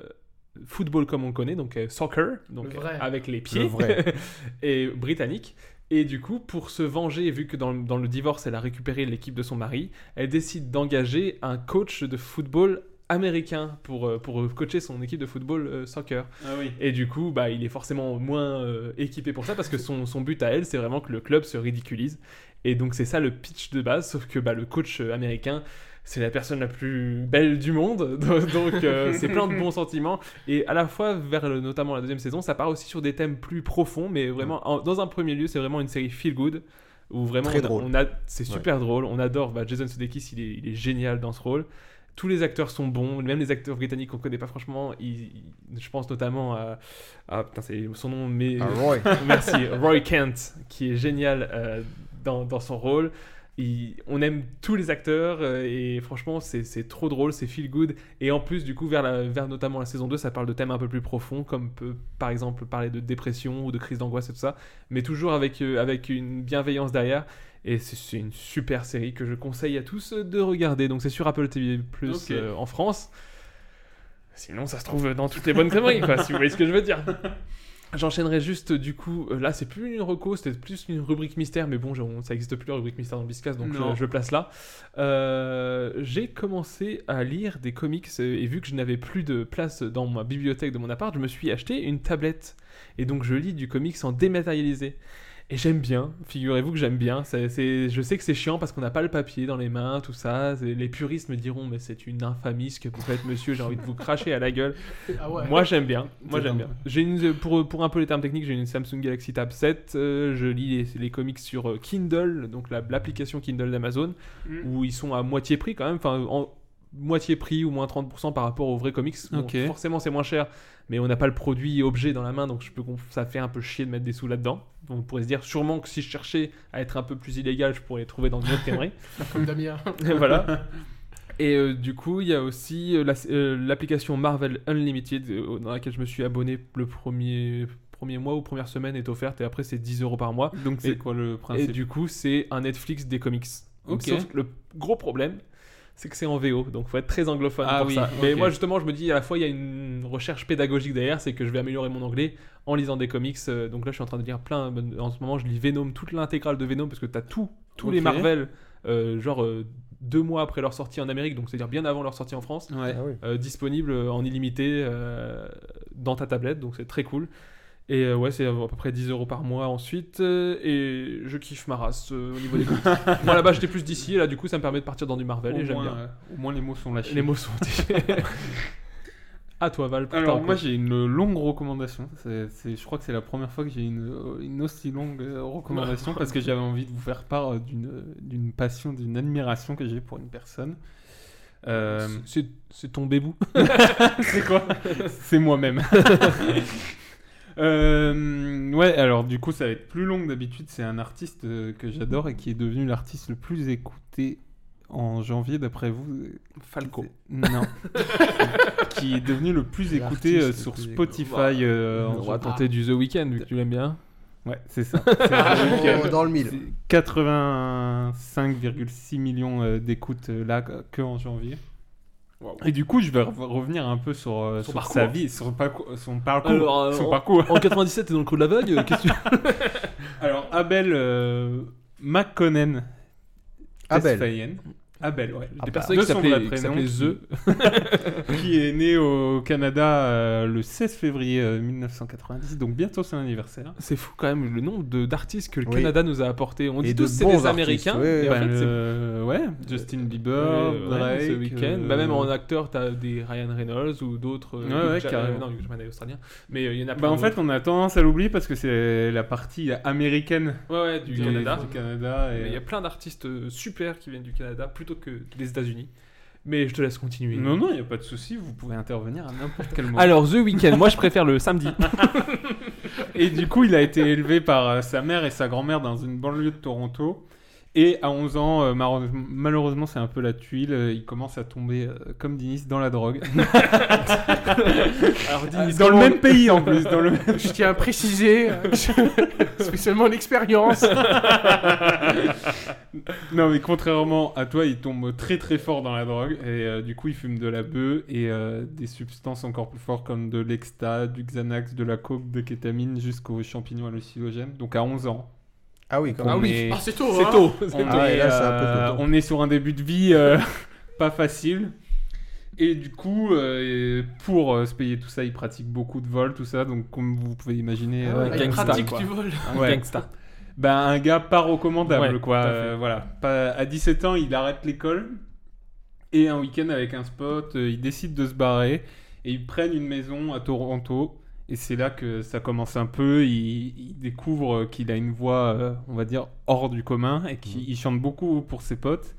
Speaker 8: football comme on le connaît, donc euh, soccer, donc
Speaker 9: Le vrai.
Speaker 8: euh, avec les pieds,
Speaker 3: vrai.
Speaker 8: et britannique. Et du coup, pour se venger, vu que dans, le- dans le divorce, elle a récupéré l'équipe de son mari, elle décide d'engager un coach de football américain pour, euh, pour coacher son équipe de football euh, soccer.
Speaker 7: Ah oui.
Speaker 8: Et du coup, bah, il est forcément moins euh, équipé pour ça parce que son, son but à elle, c'est vraiment que le club se ridiculise. Et donc, c'est ça le pitch de base, sauf que bah, le coach euh, américain, c'est la personne la plus belle du monde. Donc, euh, c'est plein de bons sentiments. Et à la fois, vers le- notamment la deuxième saison, ça part aussi sur des thèmes plus profonds, mais vraiment, en- dans un premier lieu, c'est vraiment une série feel good. Où vraiment,
Speaker 3: Très
Speaker 8: on a-
Speaker 3: drôle.
Speaker 8: on a- c'est super drôle. On adore bah, Jason Sudeikis, il est- il est génial dans ce rôle tous les acteurs sont bons, même les acteurs britanniques qu'on connaît pas franchement. ils- ils- je pense notamment à, à- putain, c'est son nom, mais
Speaker 3: Ah, Roy.
Speaker 8: merci Roy Kent, qui est génial euh, dans, dans son rôle. Il- on aime tous les acteurs euh, et franchement c'est c'est trop drôle, c'est feel good et en plus du coup vers, la- vers notamment la saison 2 ça parle de thèmes un peu plus profonds comme peut par exemple parler de dépression ou de crise d'angoisse et tout ça mais toujours avec, euh, avec une bienveillance derrière et c'est- c'est une super série que je conseille à tous euh, de regarder donc c'est sur Apple TV Plus
Speaker 7: Ok.
Speaker 8: euh, en France sinon ça se trouve dans toutes les bonnes conneries quoi, si vous voyez ce que je veux dire J'enchaînerai juste du coup, euh, là c'est plus une reco, c'était plus une rubrique mystère, mais bon, j'ai- on- ça existe plus la rubrique mystère dans le Biscas, donc
Speaker 7: Non.
Speaker 8: je, je le place là. Euh, j'ai commencé à lire des comics euh, et vu que je n'avais plus de place dans ma bibliothèque de mon appart, je me suis acheté une tablette et donc je lis du comics en dématérialisé. Et j'aime bien, figurez-vous que j'aime bien. C'est- c'est- je sais que c'est chiant parce qu'on n'a pas le papier dans les mains, tout ça. C'est- Les puristes me diront, mais c'est une infamie ce que vous faites, monsieur, j'ai envie de vous cracher à la gueule.
Speaker 9: Ah ouais.
Speaker 8: Moi j'aime bien. Moi
Speaker 7: C'est
Speaker 8: j'aime
Speaker 7: dingue.
Speaker 8: bien. J'ai une pour pour un peu les termes techniques, j'ai une Samsung Galaxy Tab 7. euh, je lis les, les comics sur euh, Kindle, donc la- l'application Kindle d'Amazon,
Speaker 7: Mm.
Speaker 8: où ils sont à moitié prix quand même. Enfin en moitié prix ou moins 30% par rapport aux vrais comics. Bon,
Speaker 7: Ok.
Speaker 8: forcément c'est moins cher, mais on n'a pas le produit objet dans la main, donc je peux conf- ça fait un peu chier de mettre des sous là-dedans. Donc, On pourrait se dire sûrement que si je cherchais à être un peu plus illégal, je pourrais les trouver dans une autre théorie.
Speaker 9: Comme Damien.
Speaker 8: voilà. Et euh, du coup, il y a aussi euh, la- euh, l'application Marvel Unlimited euh, dans laquelle je me suis abonné le premier, premier mois ou première semaine est offerte et après c'est 10 euros par mois.
Speaker 7: Donc c'est
Speaker 8: Et-
Speaker 7: quoi le
Speaker 8: Et
Speaker 7: principe
Speaker 8: du coup, c'est un Netflix des comics.
Speaker 7: Ok.
Speaker 8: Sauf que le gros problème, c'est que c'est en VO, donc faut être très anglophone
Speaker 7: Ah
Speaker 8: pour
Speaker 7: oui,
Speaker 8: ça. Mais
Speaker 7: ok.
Speaker 8: moi justement, je me dis à la fois il y a une recherche pédagogique derrière, c'est que je vais améliorer mon anglais en lisant des comics. Euh, Donc là, je suis en train de lire plein. En ce moment, je lis Venom, toute l'intégrale de Venom parce que t'as tout, tous les
Speaker 7: Ok.
Speaker 8: Marvel, euh, genre euh, deux mois après leur sortie en Amérique, donc c'est-à-dire bien avant leur sortie en France
Speaker 7: Ouais.
Speaker 3: Ah oui.
Speaker 8: euh, disponible en illimité euh, dans ta tablette, donc c'est très cool. Et euh, ouais, c'est à peu près 10 euros par mois ensuite. euh, et je kiffe ma race euh, au niveau des comics. Moi là-bas, j'étais plus d'ici, et là du coup, ça me permet de partir dans du Marvel et
Speaker 7: au,
Speaker 8: bah, j'aime
Speaker 7: moins,
Speaker 8: bien.
Speaker 7: euh, au moins les mots sont lâchés.
Speaker 8: Les mots sont. à toi, Val. pour ta
Speaker 7: Alors
Speaker 8: reco.
Speaker 7: moi j'ai une longue recommandation. C'est- c'est- je crois que c'est la première fois que j'ai une, une aussi longue euh, recommandation parce que j'avais envie de vous faire part euh, d'une d'une passion, d'une admiration que j'ai pour une personne. Euh,
Speaker 8: C'est- c'est ton bébou.
Speaker 7: c'est quoi C'est moi-même. Euh, ouais, alors du coup ça va être plus long que d'habitude. C'est un artiste euh, que j'adore et qui est devenu l'artiste le plus écouté en janvier d'après vous.
Speaker 8: Falco.
Speaker 7: Non. qui est devenu le plus écouté euh,
Speaker 3: L'artiste le
Speaker 7: sur
Speaker 3: plus écouté.
Speaker 7: Spotify. euh, en
Speaker 8: On va
Speaker 7: janvier.
Speaker 8: tenter du The Weeknd vu que tu l'aimes bien.
Speaker 7: Ouais, c'est ça.
Speaker 8: Ah
Speaker 3: Oh, dans le mille.
Speaker 7: C'est 85,6 millions euh, d'écoutes euh, là que que en janvier. Et du coup, je vais re- revenir un peu sur, euh,
Speaker 8: Son
Speaker 7: sur sa
Speaker 8: parcours.
Speaker 7: vie, sur parcours- son parcours.
Speaker 8: Alors, euh,
Speaker 7: son parcours.
Speaker 8: En 97, t'es dans le coup de la vague. Qu'est-ce que tu.
Speaker 7: Alors, Abel euh, McConnen
Speaker 3: Abel.
Speaker 7: Testfayen, Abel, ouais.
Speaker 8: Des personnes qui s'appelaient qui s'appelaient
Speaker 7: The, qui est né au Canada euh, le 16 février euh, 1990, donc bientôt son anniversaire.
Speaker 8: C'est fou quand même le nombre de- d'artistes que le
Speaker 7: Oui.
Speaker 8: Canada nous a apporté. On
Speaker 7: Et
Speaker 8: dit
Speaker 7: de
Speaker 8: tous c'est
Speaker 7: bons
Speaker 8: des
Speaker 7: artistes,
Speaker 8: Américains.
Speaker 7: oui,
Speaker 8: et en
Speaker 7: bah,
Speaker 8: fait, c'est-
Speaker 7: le- ouais, Justin Bieber,
Speaker 8: Euh, ouais,
Speaker 7: Drake,
Speaker 8: ce week-end.
Speaker 7: euh,
Speaker 8: Bah, même en acteur, t'as des Ryan Reynolds ou d'autres. euh,
Speaker 7: Ouais, ouais,
Speaker 8: Hugh Jack-
Speaker 7: carrément.
Speaker 8: euh, non, Hugh Jackman est australien. Mais euh, il y en a plein.
Speaker 7: Bah, en fait,
Speaker 8: d'autres.
Speaker 7: on a tendance à l'oublier parce que c'est la partie américaine
Speaker 8: Ouais, ouais, du Canada.
Speaker 7: du Canada
Speaker 8: Mais
Speaker 7: et-
Speaker 8: il y a plein d'artistes euh, super qui viennent du Canada plutôt que des États-Unis. Mais je te laisse continuer.
Speaker 7: Non, non, il n'y a pas de souci, vous pouvez intervenir à n'importe quel moment.
Speaker 8: Alors, The Weeknd, moi je préfère le samedi.
Speaker 7: et du coup, il a été élevé par euh, sa mère et sa grand-mère dans une banlieue de Toronto. Et à 11 ans, euh, mar- malheureusement, c'est un peu la tuile. euh, il commence à tomber, euh, comme Dinis, dans la drogue. Euh,
Speaker 8: Alors, Dinis,
Speaker 7: dans le
Speaker 8: comment-
Speaker 7: même pays, en plus. Dans le...
Speaker 9: Je tiens à préciser, euh, spécialement l'expérience.
Speaker 7: non, mais contrairement à toi, il tombe très très fort dans la drogue. Et euh, du coup, il fume de la bœuf et euh, des substances encore plus fortes comme de l'exta, du Xanax, de la coke, de kétamine, jusqu'aux champignons hallucinogènes. Donc à 11 ans.
Speaker 3: Ah oui, quand
Speaker 7: On
Speaker 3: même.
Speaker 7: est-
Speaker 9: Ah, c'est tôt,
Speaker 8: C'est
Speaker 9: hein.
Speaker 8: tôt.
Speaker 7: on,
Speaker 8: c'est tôt.
Speaker 3: Ah ouais,
Speaker 7: est,
Speaker 3: là, c'est un peu
Speaker 7: euh,
Speaker 3: tôt, tôt.
Speaker 7: on est sur un début de vie euh, pas facile. Et du coup, euh, et pour euh, se payer tout ça, il pratique beaucoup de vols, tout ça. Donc, comme vous pouvez imaginer,
Speaker 8: Ah ouais,
Speaker 7: euh,
Speaker 9: Ah, il
Speaker 8: gangsta,
Speaker 9: pratique
Speaker 8: quoi.
Speaker 9: du vol.
Speaker 8: Un
Speaker 7: Ouais.
Speaker 8: gangsta.
Speaker 7: ben, un gars pas recommandable,
Speaker 8: Ouais,
Speaker 7: quoi.
Speaker 8: tout à fait.
Speaker 7: Euh, voilà. Pas- à 17 ans, il arrête l'école. Et un week-end avec un spot, euh, il décide de se barrer. Et ils prennent une maison à Toronto. Et c'est là que ça commence un peu. Il, il découvre euh, qu'il a une voix, euh, on va dire, hors du commun. Et
Speaker 8: Mmh.
Speaker 7: qu'il il chante beaucoup pour ses potes.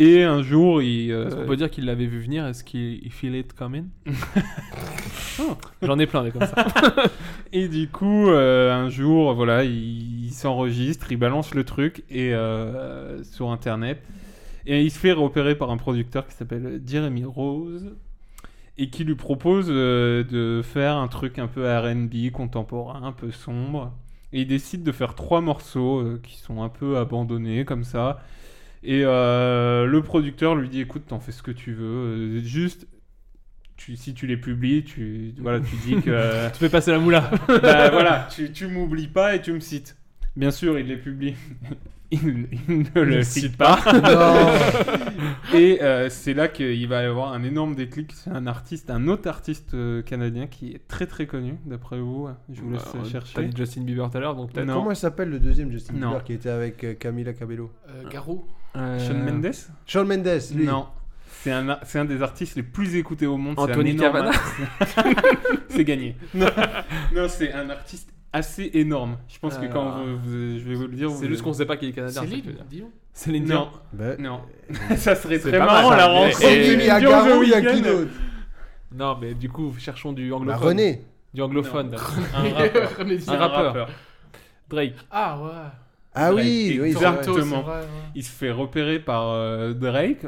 Speaker 7: Et un jour, il. euh,
Speaker 8: Est-ce qu'on peut dire qu'il l'avait vu venir Est-ce qu'il il feel it coming Oh, J'en ai plein des comme ça.
Speaker 7: Et du coup, euh, un jour, voilà, il, il s'enregistre, il balance le truc et euh, sur Internet. Et il se fait repérer par un producteur qui s'appelle Jeremy Rose et qui lui propose euh, de faire un truc un peu RB, contemporain, un peu sombre. Et il décide de faire trois morceaux euh, qui sont un peu abandonnés comme ça. Et euh, le producteur lui dit écoute, t'en fais ce que tu veux, euh, juste. tu- si tu les publies, tu, voilà, tu dis que euh,
Speaker 8: Tu fais passer la moula.
Speaker 7: bah voilà, tu, tu m'oublies pas et tu me cites. Bien sûr, il les publie. il, il ne le cite, pas.
Speaker 8: Ah
Speaker 7: et euh, c'est là qu'il va y avoir un énorme déclic. C'est un artiste, un autre artiste euh, canadien qui est très très connu, d'après vous. Je vous laisse
Speaker 8: Bah, T'as
Speaker 7: chercher.
Speaker 8: dit Justin Bieber tout à l'heure, donc peut-être.
Speaker 7: Non.
Speaker 3: Comment il s'appelle le deuxième Justin
Speaker 7: Non.
Speaker 3: Bieber qui était avec euh, Camila Cabello
Speaker 9: Euh, Garou.
Speaker 8: Euh,
Speaker 7: Shawn Mendes
Speaker 3: Shawn Mendes, lui.
Speaker 7: Non. C'est un, ar- c'est un des artistes les plus écoutés au monde. c'est un
Speaker 8: Anthony
Speaker 7: énorme
Speaker 8: Cavana.
Speaker 7: artiste. c'est gagné. Non, Non, c'est un artiste assez énorme. Je pense que quand
Speaker 8: Alors.
Speaker 7: vous- vous- je vais vous le dire, vous-
Speaker 8: C'est juste qu'on sait pas qu'il est canadien. Ah
Speaker 9: Céline,
Speaker 8: ça, je veux dire.
Speaker 9: Dion.
Speaker 8: Céline Dion.
Speaker 7: Non,
Speaker 3: Ben,
Speaker 7: non. Euh, ça serait
Speaker 8: C'est
Speaker 7: très
Speaker 8: pas
Speaker 7: marrant
Speaker 8: mal,
Speaker 7: la
Speaker 8: ça.
Speaker 7: rencontre.
Speaker 8: Et-
Speaker 7: Céline
Speaker 3: il y a
Speaker 7: Dion The
Speaker 3: Garou, il y a
Speaker 7: Weeknd.
Speaker 3: qui d'autre
Speaker 8: Non, mais du coup, cherchons du
Speaker 3: Bah,
Speaker 8: anglophone.
Speaker 3: René.
Speaker 8: Du anglophone.
Speaker 7: Un rappeur.
Speaker 9: René Dion.
Speaker 8: Un rappeur. Drake.
Speaker 9: Ah ouais.
Speaker 3: Ah
Speaker 7: Drake,
Speaker 3: oui, oui, c'est
Speaker 7: exact.
Speaker 3: vrai.
Speaker 9: Toronto,
Speaker 7: Exactement.
Speaker 9: c'est vrai, hein. ouais.
Speaker 7: Il se fait repérer par euh, Drake.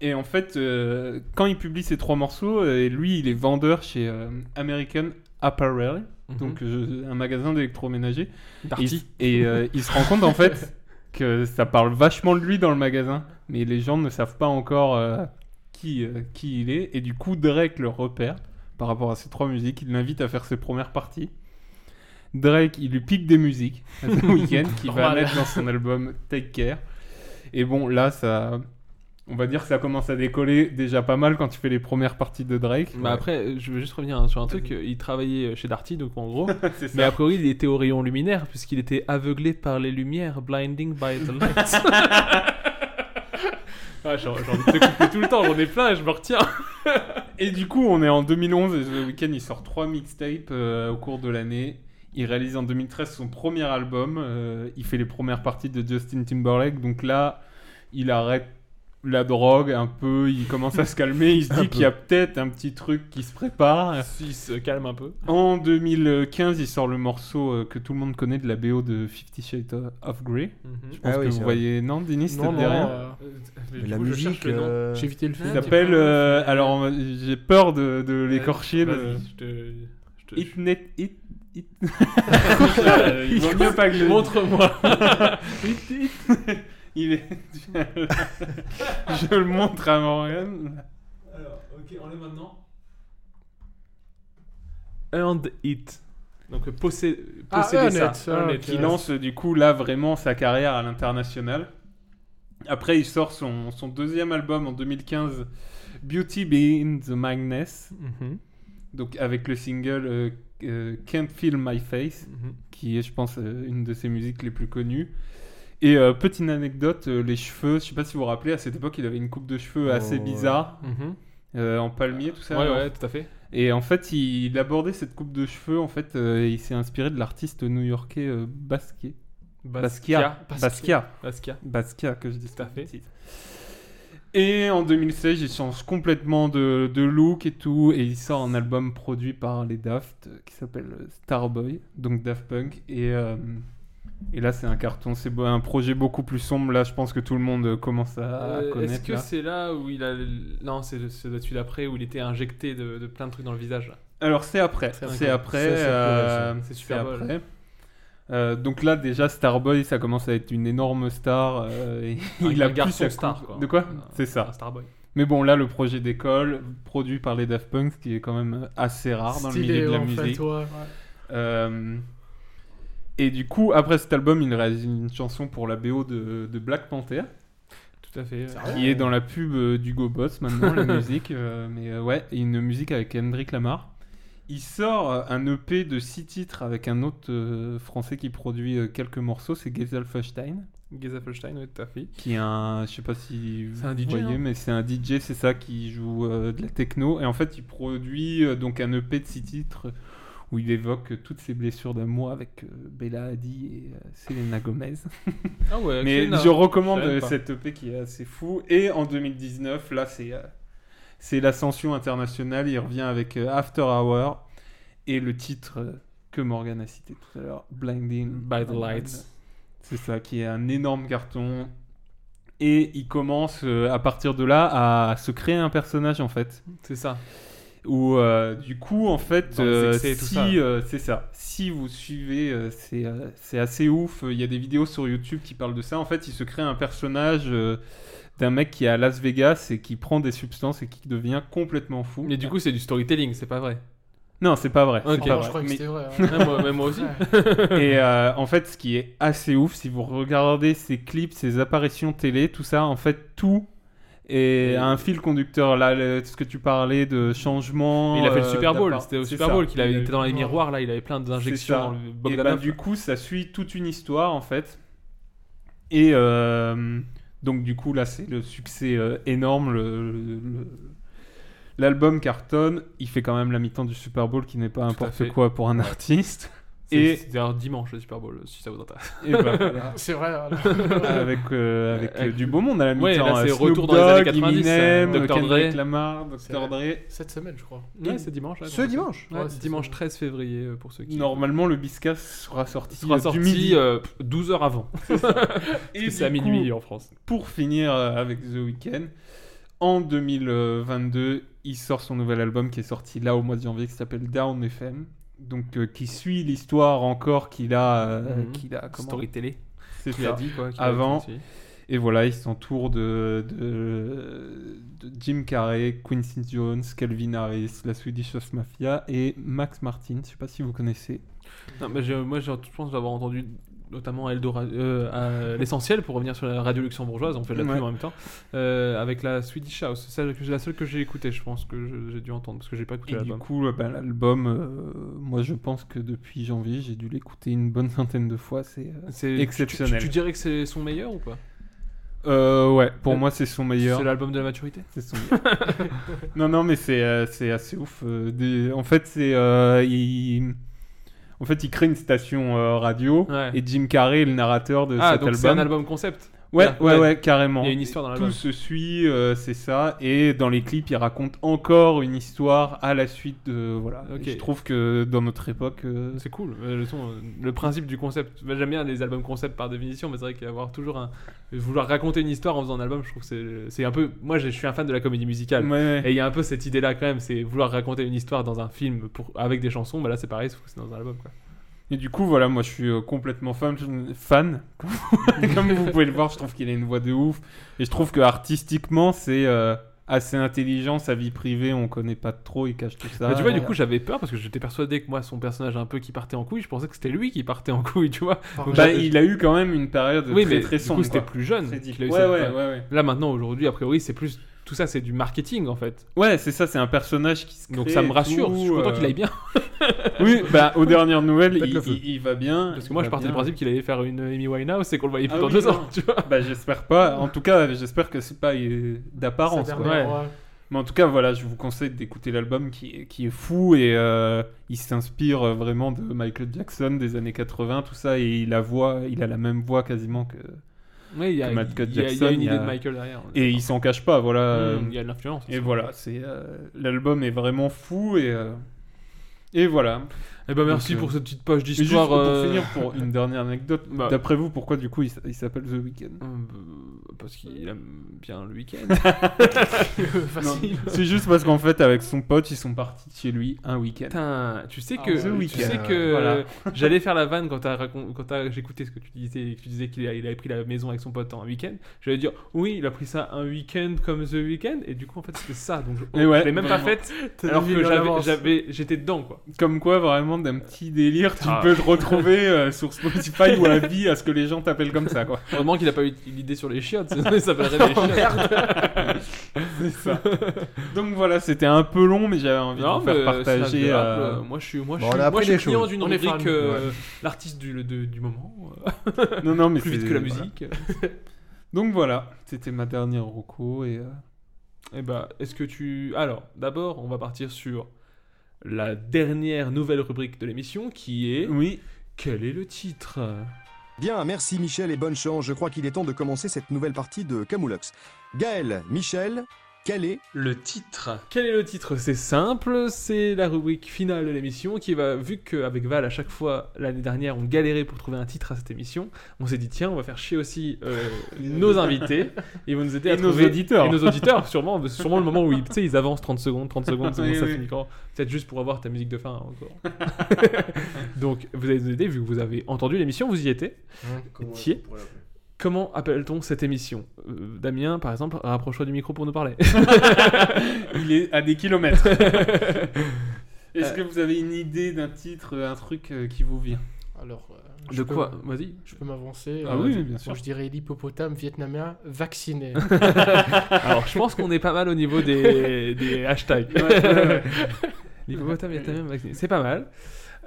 Speaker 7: Et en fait, euh, quand il publie ses trois morceaux, euh, lui, il est vendeur chez euh, American Apparel, donc euh, un magasin d'électroménager. Il-
Speaker 8: Mhm. Darty.
Speaker 7: et euh, il se rend compte en fait que ça parle vachement de lui dans le magasin, mais les gens ne savent pas encore euh, qui, euh, qui il est. Et du coup, Drake le repère par rapport à ces trois musiques. Il l'invite à faire ses premières parties. Drake, il lui pique des musiques à The Weeknd qui va
Speaker 9: Normal.
Speaker 7: mettre dans son album Take Care. Et bon, là, ça. On va dire que ça commence à décoller déjà pas mal quand tu fais les premières parties de Drake.
Speaker 8: Bah après, euh, je veux juste revenir hein, sur un truc. Il travaillait chez Darty, donc en gros.
Speaker 7: C'est ça.
Speaker 8: mais a priori, il était au rayon luminaire, puisqu'il était aveuglé par les lumières, blinding by the lights. Ah, J'ai j'ai envie de te couper tout le temps, j'en ai plein et je me retiens.
Speaker 7: Et du coup, on est en 2011 et The Weeknd il sort trois mixtapes euh, au cours de l'année. Il réalise en 2013 son premier album. euh, il fait les premières parties de Justin Timberlake. Donc là, il arrête la drogue un peu. Il commence à se calmer. Il se dit qu'il y a peut-être un petit truc qui se prépare.
Speaker 8: S'il Ah, se calme un peu.
Speaker 7: En 2015, il sort le morceau euh, que tout le monde connaît de la BO de Fifty Shades of Grey.
Speaker 8: Mhm.
Speaker 7: Je pense
Speaker 3: Ah oui,
Speaker 7: que
Speaker 3: c'est
Speaker 7: vous
Speaker 3: vrai.
Speaker 7: voyez. Non, Denis, c'était
Speaker 9: Non, non,
Speaker 7: derrière.
Speaker 9: euh,
Speaker 3: Mais la musique. euh,
Speaker 9: j'ai évité le
Speaker 7: Il
Speaker 9: film.
Speaker 7: s'appelle. euh, alors, euh, j'ai peur de, de l'écorcher. le-
Speaker 8: Vas-y, euh, je te- je te-
Speaker 7: It net. It. It.
Speaker 8: Euh,
Speaker 7: Il vaut mieux pas que je le-
Speaker 8: Montre-moi.
Speaker 7: It. It. Il est. Je le montre à Morgan.
Speaker 8: Alors, ok, on est maintenant. Earned it. Donc, possé- posséder
Speaker 9: Ah, earn
Speaker 8: ça.
Speaker 9: it,
Speaker 8: Earn
Speaker 9: ah,
Speaker 8: it.
Speaker 7: euh,
Speaker 9: ok.
Speaker 7: Qui lance du coup là vraiment sa carrière à l'international. Après, il sort son, son deuxième album en 2015, Beauty Being the Magness.
Speaker 8: Mhm.
Speaker 7: Donc avec le single euh, euh, Can't Feel My Face,
Speaker 8: Mhm.
Speaker 7: qui est, je pense, euh, une de ses musiques les plus connues. Et euh, petite anecdote, euh, les cheveux, je sais pas si vous vous rappelez, à cette époque, il avait une coupe de cheveux assez
Speaker 8: Oh, ouais.
Speaker 7: bizarre,
Speaker 8: Mhm.
Speaker 7: euh, en palmier, tout ça.
Speaker 8: Ouais,
Speaker 7: Alors,
Speaker 8: ouais, tout à fait.
Speaker 7: Et en fait, il, il abordait cette coupe de cheveux, en fait, euh, il s'est inspiré de l'artiste new-yorkais euh, Basquiat. Basquiat.
Speaker 8: Basquiat.
Speaker 7: Basquiat.
Speaker 8: Basquiat.
Speaker 7: Basquiat, que je dis
Speaker 8: Tout à fait.
Speaker 7: et en 2016, il change complètement de, de look et tout, et il sort un album produit par les Daft euh, qui s'appelle euh, Starboy, donc Daft Punk. Et, euh, et là, c'est un carton, c'est bo- un projet beaucoup plus sombre. Là, je pense que tout le monde euh, commence à, à
Speaker 8: Euh,
Speaker 7: connaître.
Speaker 8: Est-ce que
Speaker 7: là.
Speaker 8: c'est là où il a. le- Non, c'est c'est celui d'après où il était injecté de, de plein de trucs dans le visage. là.
Speaker 7: Alors c'est après,
Speaker 8: C'est
Speaker 7: c'est
Speaker 8: incroyable.
Speaker 7: après,
Speaker 8: Ça, c'est
Speaker 7: euh,
Speaker 8: cool, ça. C'est Super
Speaker 7: c'est
Speaker 8: Bowl.
Speaker 7: après. Euh, donc là déjà Starboy, ça commence à être une énorme star. euh, et
Speaker 8: Un-
Speaker 7: il
Speaker 8: un
Speaker 7: a plus
Speaker 8: garçon
Speaker 7: sa
Speaker 8: star,
Speaker 7: coupe-
Speaker 8: quoi.
Speaker 7: De quoi
Speaker 8: Un-
Speaker 7: C'est ça.
Speaker 8: un Starboy.
Speaker 7: Mais bon là le projet d'école, produit par les Daft Punk, ce qui est quand même assez rare euh, dans
Speaker 9: Stylé,
Speaker 7: le milieu de la
Speaker 9: en fait,
Speaker 7: musique.
Speaker 9: ouais, ouais.
Speaker 7: Euh, et du coup après cet album, il réalise une chanson pour la BO de, de Black Panther
Speaker 8: Tout à fait.
Speaker 3: Ah
Speaker 7: qui est dans la pub euh, d'Hugo Boss maintenant, la musique. euh, mais euh, ouais, et une musique avec Kendrick Lamar. Il sort euh, un EP de 6 titres avec un autre euh, français qui produit euh, quelques morceaux, c'est Geselfestein,
Speaker 8: Geza Felstein, ouais, tout à fait.
Speaker 7: qui est un. Je sais pas si vous
Speaker 8: C'est un DJ,
Speaker 7: voyez,
Speaker 8: hein.
Speaker 7: mais c'est un DJ, c'est ça, qui joue euh, de la techno. Et en fait, il produit euh, donc un EP de 6 titres où il évoque euh, toutes ses blessures d'amour avec euh, Bella Hadid et euh, Selena Gomez.
Speaker 8: Ah ouais,
Speaker 7: Mais
Speaker 8: Selena.
Speaker 7: je recommande
Speaker 8: Je savais
Speaker 7: euh,
Speaker 8: pas.
Speaker 7: cette EP qui est assez fou. Et en 2019, là, c'est euh, c'est l'ascension internationale. Il revient avec euh, After Hour et le titre euh, que Morgan a cité tout à l'heure, Blinding
Speaker 8: By the Lights.
Speaker 7: C'est ça, qui est un énorme carton. Et il commence euh, à partir de là à se créer un personnage en fait
Speaker 8: C'est ça.
Speaker 7: où euh, du coup en fait
Speaker 8: Dans les
Speaker 7: euh,
Speaker 8: excès et tout
Speaker 7: si
Speaker 8: ça.
Speaker 7: euh, c'est ça si vous suivez euh, c'est euh, c'est assez ouf il y a des vidéos sur YouTube qui parlent de ça en fait il se crée un personnage euh, d'un mec qui est à Las Vegas et qui prend des substances et qui devient complètement fou
Speaker 8: Mais du coup, c'est du storytelling, c'est pas vrai.
Speaker 7: non c'est pas vrai c'est
Speaker 8: Ok.
Speaker 7: pas
Speaker 9: Oh,
Speaker 7: vrai.
Speaker 9: je crois que
Speaker 7: Mais-
Speaker 9: c'était vrai. hein.
Speaker 8: Ouais, moi, même moi aussi.
Speaker 7: et euh, en fait, ce qui est assez ouf, si vous regardez ses clips, ses apparitions télé, tout ça, en fait, tout est un fil conducteur. Là, le- ce que tu parlais de changement.
Speaker 8: Mais il a fait le
Speaker 7: euh,
Speaker 8: Super Bowl,
Speaker 7: d'appart-
Speaker 8: c'était au
Speaker 7: C'est
Speaker 8: Super
Speaker 7: ça.
Speaker 8: Bowl qu'il avait
Speaker 7: Il a
Speaker 8: été dans les
Speaker 7: eu-
Speaker 8: miroirs là, il avait plein d'injections
Speaker 7: C'est ça.
Speaker 8: dans le
Speaker 7: Et
Speaker 8: Bogdanov.
Speaker 7: bah, du coup, ça suit toute une histoire en fait. Et euh, donc, du coup, là, c'est le succès euh, énorme. le- le- le- L'album cartonne. Il fait quand même la mi-temps du Super Bowl qui n'est pas
Speaker 8: fait.
Speaker 7: n'importe quoi pour un artiste.
Speaker 8: C'est-
Speaker 7: et-
Speaker 8: c'est d'ailleurs dimanche le Super Bowl si ça vous intéresse.
Speaker 7: Et bah, voilà.
Speaker 9: C'est vrai. hein.
Speaker 7: avec euh, avec,
Speaker 8: Avec-
Speaker 7: euh, du beau monde à la mi-temps.
Speaker 8: Ouais, là, c'est
Speaker 7: euh, Snoop
Speaker 8: retour dans les années
Speaker 7: Dogg,
Speaker 8: 90,
Speaker 7: Eminem,
Speaker 8: euh, Dr. Dre.
Speaker 7: Kendrick Lamar, Dr.
Speaker 9: C'est-
Speaker 7: Dre.
Speaker 9: Cette semaine, je crois.
Speaker 8: Ouais, c'est dimanche. ouais,
Speaker 3: Ce
Speaker 8: donc,
Speaker 3: dimanche
Speaker 8: ouais,
Speaker 9: Ouais, c'est
Speaker 8: dimanche
Speaker 9: ça.
Speaker 8: 13 février euh, pour ceux qui
Speaker 7: Normalement, le Biscas sera sorti,
Speaker 8: sera
Speaker 7: euh,
Speaker 8: sorti
Speaker 7: du midi.
Speaker 8: euh, pff, 12 heures avant.
Speaker 7: et
Speaker 8: Parce que c'est à
Speaker 7: du coup,
Speaker 8: minuit en France.
Speaker 7: Pour finir euh, avec The Weeknd, en 2022, il sort son nouvel album qui est sorti là au mois de janvier qui s'appelle Down FM. Donc, euh, qui suit l'histoire encore qu'il a, euh,
Speaker 8: Mhm.
Speaker 7: qu'il a comment-
Speaker 8: Storytelling.
Speaker 7: C'est
Speaker 8: Qui a
Speaker 7: ça.
Speaker 8: dit quoi qui
Speaker 7: Avant.
Speaker 8: a dit aussi.
Speaker 7: Et voilà, il s'entoure de, de, de Jim Carrey, Quincy Jones, Calvin Harris, la Swedish House Mafia et Max Martin. Je sais pas si vous connaissez.
Speaker 8: Non, mais je- moi, je pense d'avoir entendu notamment Eldorado, euh, à l'essentiel pour revenir sur la radio luxembourgeoise, on fait de la pub
Speaker 7: Ouais.
Speaker 8: en même temps, euh, avec la Swedish House. C'est celle que- la seule que j'ai écoutée, je pense que je- j'ai dû entendre parce que j'ai pas écouté
Speaker 7: Et du
Speaker 8: l'album.
Speaker 7: coup, euh, ben, l'album, euh, moi je pense que depuis janvier, j'ai dû l'écouter une bonne centaine de fois. C'est euh,
Speaker 8: C'est
Speaker 7: exceptionnel.
Speaker 8: Tu, tu dirais que c'est son meilleur ou pas
Speaker 7: euh, ouais, pour
Speaker 8: Euh,
Speaker 7: moi c'est son meilleur.
Speaker 8: C'est l'album de la maturité
Speaker 7: C'est son non, non, mais c'est euh, c'est assez ouf. euh, des- En fait, c'est euh, il... en fait, il crée une station euh, radio
Speaker 8: Ouais.
Speaker 7: et Jim Carrey est le narrateur de
Speaker 8: Ah,
Speaker 7: Euh, cet
Speaker 8: donc c'est un album concept.
Speaker 7: Ouais,
Speaker 8: Là,
Speaker 7: ouais,
Speaker 8: ouais.
Speaker 7: ouais, carrément.
Speaker 8: Il y a une histoire dans l'album.
Speaker 7: Tout se suit, euh, c'est ça. Et dans les clips, il raconte encore une histoire à la suite de. Voilà.
Speaker 8: Ok.
Speaker 7: Et Je trouve que dans notre époque. euh,
Speaker 8: C'est cool, euh, le, son, euh, le principe du concept. Bah, J'aime bien les albums concept par définition, mais c'est vrai qu'avoir toujours un. Vouloir raconter une histoire en faisant un album, je trouve que c'est- c'est un peu. Moi, je je suis un fan de la comédie musicale.
Speaker 7: ouais, ouais.
Speaker 8: Et il y a un peu cette idée là quand même, c'est vouloir raconter une histoire dans un film pour, avec des chansons, bah là c'est pareil, sauf que c'est dans un album quoi.
Speaker 7: Et du coup, voilà, moi je suis euh, complètement fan, fan. Comme vous pouvez le voir, je trouve qu'il a une voix de ouf. Et je trouve que artistiquement, c'est euh, à ses intelligent, sa vie privée, on connaît pas trop, il cache tout ça.
Speaker 8: Mais Bah, tu vois, du coup, j'avais peur parce que j'étais persuadé que moi, son personnage un peu qui partait en couille, je pensais que c'était lui qui partait en couille, tu vois.
Speaker 7: Donc, bah, il a eu quand même une période
Speaker 8: Oui,
Speaker 7: très
Speaker 8: mais
Speaker 7: très
Speaker 8: du
Speaker 7: sombre.
Speaker 8: coup, c'était
Speaker 7: quoi.
Speaker 8: plus jeune.
Speaker 7: Très deep.
Speaker 8: qu'il a eu
Speaker 7: Ouais,
Speaker 8: cette-
Speaker 7: ouais, ouais, ouais.
Speaker 8: Là, maintenant, aujourd'hui, a priori, c'est plus. Tout ça, c'est du marketing en fait.
Speaker 7: Ouais, c'est ça, c'est un personnage qui se
Speaker 8: Donc
Speaker 7: crée
Speaker 8: ça me
Speaker 7: et
Speaker 8: rassure,
Speaker 7: tout,
Speaker 8: je suis content
Speaker 7: euh,
Speaker 8: qu'il aille bien.
Speaker 7: oui, bah, aux dernières nouvelles,
Speaker 8: Faites
Speaker 7: il,
Speaker 8: le feu.
Speaker 7: il- il va bien.
Speaker 8: Parce que moi,
Speaker 7: il
Speaker 8: je
Speaker 7: va
Speaker 8: partais du
Speaker 7: bien.
Speaker 8: principe qu'il allait faire une Amy Winehouse et qu'on le voyait plus
Speaker 7: Ah
Speaker 8: dans
Speaker 7: oui,
Speaker 8: deux
Speaker 7: non.
Speaker 8: ans, tu vois.
Speaker 7: Bah, j'espère pas. En tout cas, j'espère que c'est pas euh, d'apparence.
Speaker 9: Sa
Speaker 7: quoi.
Speaker 9: dernière,
Speaker 8: ouais.
Speaker 9: ouais.
Speaker 7: Mais en tout cas, voilà, je vous conseille d'écouter l'album qui, qui est fou et euh, il s'inspire euh, vraiment de Michael Jackson des années 80, tout ça, et il, a voix, il a la même voix quasiment que.
Speaker 8: Ouais, il y a,
Speaker 7: Comme Michael
Speaker 8: il y a- il y a
Speaker 7: Jackson,
Speaker 8: une
Speaker 7: il y
Speaker 8: idée
Speaker 7: a-
Speaker 8: de Michael derrière.
Speaker 7: Et il s'en cache pas, voilà. euh,
Speaker 8: Hum, il y a de l'influence.
Speaker 7: Et voilà, c'est euh, l'album est vraiment fou et euh, et voilà.
Speaker 8: Et ben merci
Speaker 7: Donc, euh,
Speaker 8: pour cette petite page
Speaker 7: Et juste pour
Speaker 8: d'histoire. euh,
Speaker 7: finir pour une dernière anecdote,
Speaker 8: Bah.
Speaker 7: d'après vous, pourquoi du coup il s- il s'appelle The Weeknd
Speaker 8: Hum, bah, Parce qu'il aime bien le week-end.
Speaker 7: Non, C'est juste parce qu'en fait, avec son pote, ils sont partis de chez lui un week-end.
Speaker 8: Putain, tu sais
Speaker 9: Ah
Speaker 8: que,
Speaker 9: ouais,
Speaker 8: tu
Speaker 9: The
Speaker 8: sais
Speaker 9: Weeknd.
Speaker 8: que
Speaker 7: Voilà.
Speaker 8: j'allais faire la vanne quand, t'as racon- quand t'as- j'écoutais ce que tu disais, que tu disais qu'il a- il avait pris la maison avec son pote en un week-end. J'allais dire, oui, il a pris ça un week-end comme The Weeknd, et du coup, en fait, c'était ça. Donc, je,
Speaker 7: Mais ouais,
Speaker 8: je l'ai même
Speaker 7: vraiment.
Speaker 8: pas faite, alors
Speaker 9: deviné
Speaker 8: que
Speaker 9: à
Speaker 8: j'avais,
Speaker 9: l'avance.
Speaker 8: j'avais- j'étais dedans, quoi.
Speaker 7: Comme quoi, vraiment, d'un petit délire, tu
Speaker 8: Ah.
Speaker 7: peux te retrouver euh, sur Spotify ou à vie à ce que les gens t'appellent comme ça, quoi.
Speaker 8: Heureusement qu'il a pas eu l'idée sur les chiottes, sinon il s'appellerait les chiottes.
Speaker 7: C'est ça. Donc voilà, c'était un peu long, mais j'avais envie de vous faire
Speaker 8: mais c'est
Speaker 7: partager.
Speaker 8: agréable.
Speaker 7: euh,
Speaker 8: Moi, je suis, moi,
Speaker 3: Bon, on
Speaker 8: je suis,
Speaker 3: a
Speaker 8: moi,
Speaker 3: appris
Speaker 8: je suis
Speaker 3: des
Speaker 8: client
Speaker 3: choses.
Speaker 8: d'une
Speaker 9: On est
Speaker 8: rubrique
Speaker 9: fan.
Speaker 8: euh, l'artiste du, de- du moment, euh,
Speaker 7: Non, non, mais
Speaker 8: plus
Speaker 7: c'est-
Speaker 8: vite que la
Speaker 7: voilà.
Speaker 8: musique.
Speaker 7: Donc voilà, c'était ma dernière roco et. euh,
Speaker 8: Eh ben, est-ce que tu... Alors, d'abord, on va partir sur la dernière nouvelle rubrique de l'émission qui est...
Speaker 7: Oui.
Speaker 8: Quel est le titre
Speaker 15: Bien, merci Michel et bonne chance. Je crois qu'il est temps de commencer cette nouvelle partie de Camoulox. Gaël, Michel, quel est
Speaker 8: Le titre. Quel est le titre C'est simple, c'est la rubrique finale de l'émission qui va... Vu qu'avec Val, à chaque fois, l'année dernière, on galérait pour trouver un titre à cette émission, on s'est dit, tiens, on va faire chier aussi euh, nos invités. Ils vont nous aider
Speaker 7: Et
Speaker 8: à
Speaker 7: nos
Speaker 8: trouver-
Speaker 7: auditeurs.
Speaker 8: Et nos auditeurs, sûrement, sûrement le moment où ils, tu sais, ils avancent 30 secondes, 30 secondes, 30 secondes
Speaker 7: Oui,
Speaker 8: ça
Speaker 7: oui.
Speaker 8: finit quand Peut-être juste pour avoir ta musique de fin hein, encore. Donc, vous allez nous aider, vu que vous avez entendu l'émission, vous y étiez. Étiez. Comment appelle-t-on cette émission Euh, Damien, par exemple, rapproche-toi du micro pour nous parler.
Speaker 7: Il est à des kilomètres. Est-ce que vous avez une idée d'un titre, un truc euh, qui vous vient
Speaker 9: Alors, euh, je
Speaker 8: de
Speaker 9: peux-
Speaker 8: quoi Vas-y.
Speaker 9: Je peux m'avancer.
Speaker 7: Ah
Speaker 9: euh,
Speaker 7: oui,
Speaker 9: moi,
Speaker 7: bien sûr.
Speaker 9: Je dirais l'hippopotame vietnamien vacciné.
Speaker 8: Alors, je pense qu'on est pas mal au niveau des, des hashtags. L'hippopotame est un vacciné. C'est pas mal.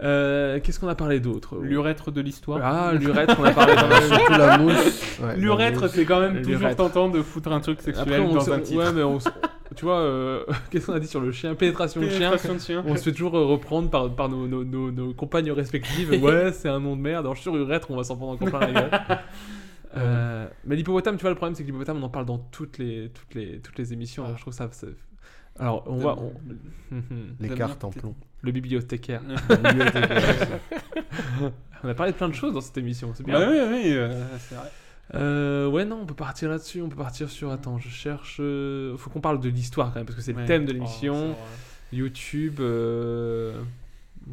Speaker 8: Euh, Qu'est-ce qu'on a parlé d'autre
Speaker 7: L'urètre de l'histoire.
Speaker 8: Ah, l'urètre, on a parlé d'un
Speaker 3: Surtout la mousse. Ouais, la
Speaker 7: L'urètre,
Speaker 3: mousse.
Speaker 7: c'est quand même toujours
Speaker 8: L'urètre.
Speaker 7: tentant de foutre un truc sexuel
Speaker 8: Après, on
Speaker 7: dans
Speaker 8: se-
Speaker 7: un titre.
Speaker 8: Ouais, mais on se- tu vois, euh, qu'est-ce qu'on a dit sur le chien Pénétration de chien.
Speaker 7: Pénétration de chien.
Speaker 8: On se fait toujours euh, reprendre par, par nos, nos- nos- nos compagnes respectives. Ouais, c'est un nom de merde. Alors, je suis sûr, Urètre, on va s'en prendre encore plein la gueule. Euh, mais l'hippopotame, tu vois, le problème, c'est que l'hippopotame, on en parle dans toutes les, toutes les, toutes les émissions.
Speaker 7: Ah.
Speaker 8: Alors, je trouve ça. c'est- Alors, on va. on- hum,
Speaker 3: Les
Speaker 7: Damien,
Speaker 3: cartes en plomb.
Speaker 8: Le bibliothécaire. on a parlé de plein de choses dans cette émission. C'est bien.
Speaker 7: Bah oui, oui, euh, c'est vrai.
Speaker 8: Euh, ouais, non, on peut partir là-dessus. On peut partir sur. Attends, je cherche. euh, Faut qu'on parle de l'histoire quand même, parce que c'est
Speaker 7: Ouais.
Speaker 8: le thème de
Speaker 9: Oh, c'est
Speaker 8: l'émission.
Speaker 9: vrai.
Speaker 8: YouTube. euh,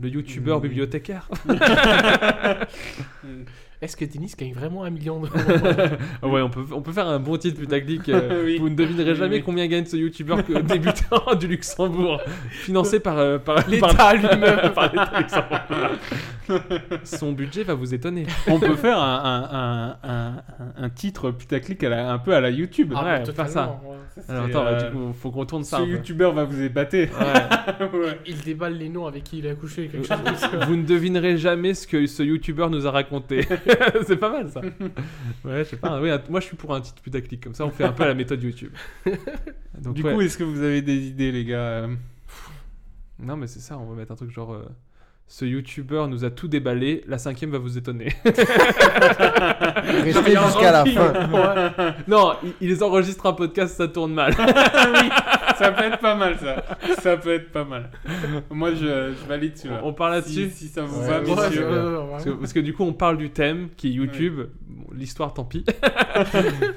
Speaker 8: Le youtubeur
Speaker 7: Mm.
Speaker 8: bibliothécaire.
Speaker 9: Est-ce que Denis gagne vraiment un million d'euros
Speaker 8: Ah ouais, on peut, on peut faire un bon titre putaclic. euh,
Speaker 7: Oui.
Speaker 8: Vous ne devinerez
Speaker 7: Oui,
Speaker 8: jamais
Speaker 7: oui.
Speaker 8: combien gagne ce youtubeur que- débutant du Luxembourg, financé par, euh, par
Speaker 7: L'État
Speaker 8: par-
Speaker 9: Ah,
Speaker 8: par l'État luxembourgeois. Son budget va vous étonner.
Speaker 7: On peut faire un, un- un- un- un titre putaclic à la- un peu à la YouTube.
Speaker 8: Ah,
Speaker 9: mais
Speaker 8: ouais,
Speaker 9: totalement,
Speaker 8: faire ça.
Speaker 9: ouais.
Speaker 8: Alors
Speaker 7: C'est,
Speaker 8: attends, bah,
Speaker 7: euh,
Speaker 8: du coup, faut qu'on tourne ça
Speaker 7: Ce
Speaker 8: un peu.
Speaker 7: youtubeur va vous épater. Ouais.
Speaker 9: Il déballe les noms avec qui il a couché. Quelque
Speaker 8: Euh,
Speaker 9: chose.
Speaker 8: Vous ne devinerez jamais ce que ce youtubeur nous a raconté. c'est pas mal ça. Ouais, je sais pas. oui, att- moi je suis pour un titre putaclic, comme ça on fait un peu à la méthode YouTube. Donc,
Speaker 7: Du
Speaker 8: ouais.
Speaker 7: coup, est-ce que vous avez des idées, les gars euh
Speaker 8: Non, mais c'est ça, on va mettre un truc genre. euh, ce youtubeur nous a tout déballé, la cinquième va vous étonner.
Speaker 3: Restez jusqu'à la fin.
Speaker 8: non, i- ils enregistrent un podcast, ça tourne mal.
Speaker 7: Ça peut être pas mal, ça. Ça peut être pas mal. Moi, je, je valide celui-là.
Speaker 8: on parle
Speaker 7: si,
Speaker 8: là-dessus.
Speaker 7: si ça vous
Speaker 3: Ouais,
Speaker 7: va,
Speaker 3: ouais,
Speaker 7: messieurs.
Speaker 3: ouais.
Speaker 8: Parce que, parce que du coup, on parle du thème qui est YouTube. Bon, L'histoire, tant pis.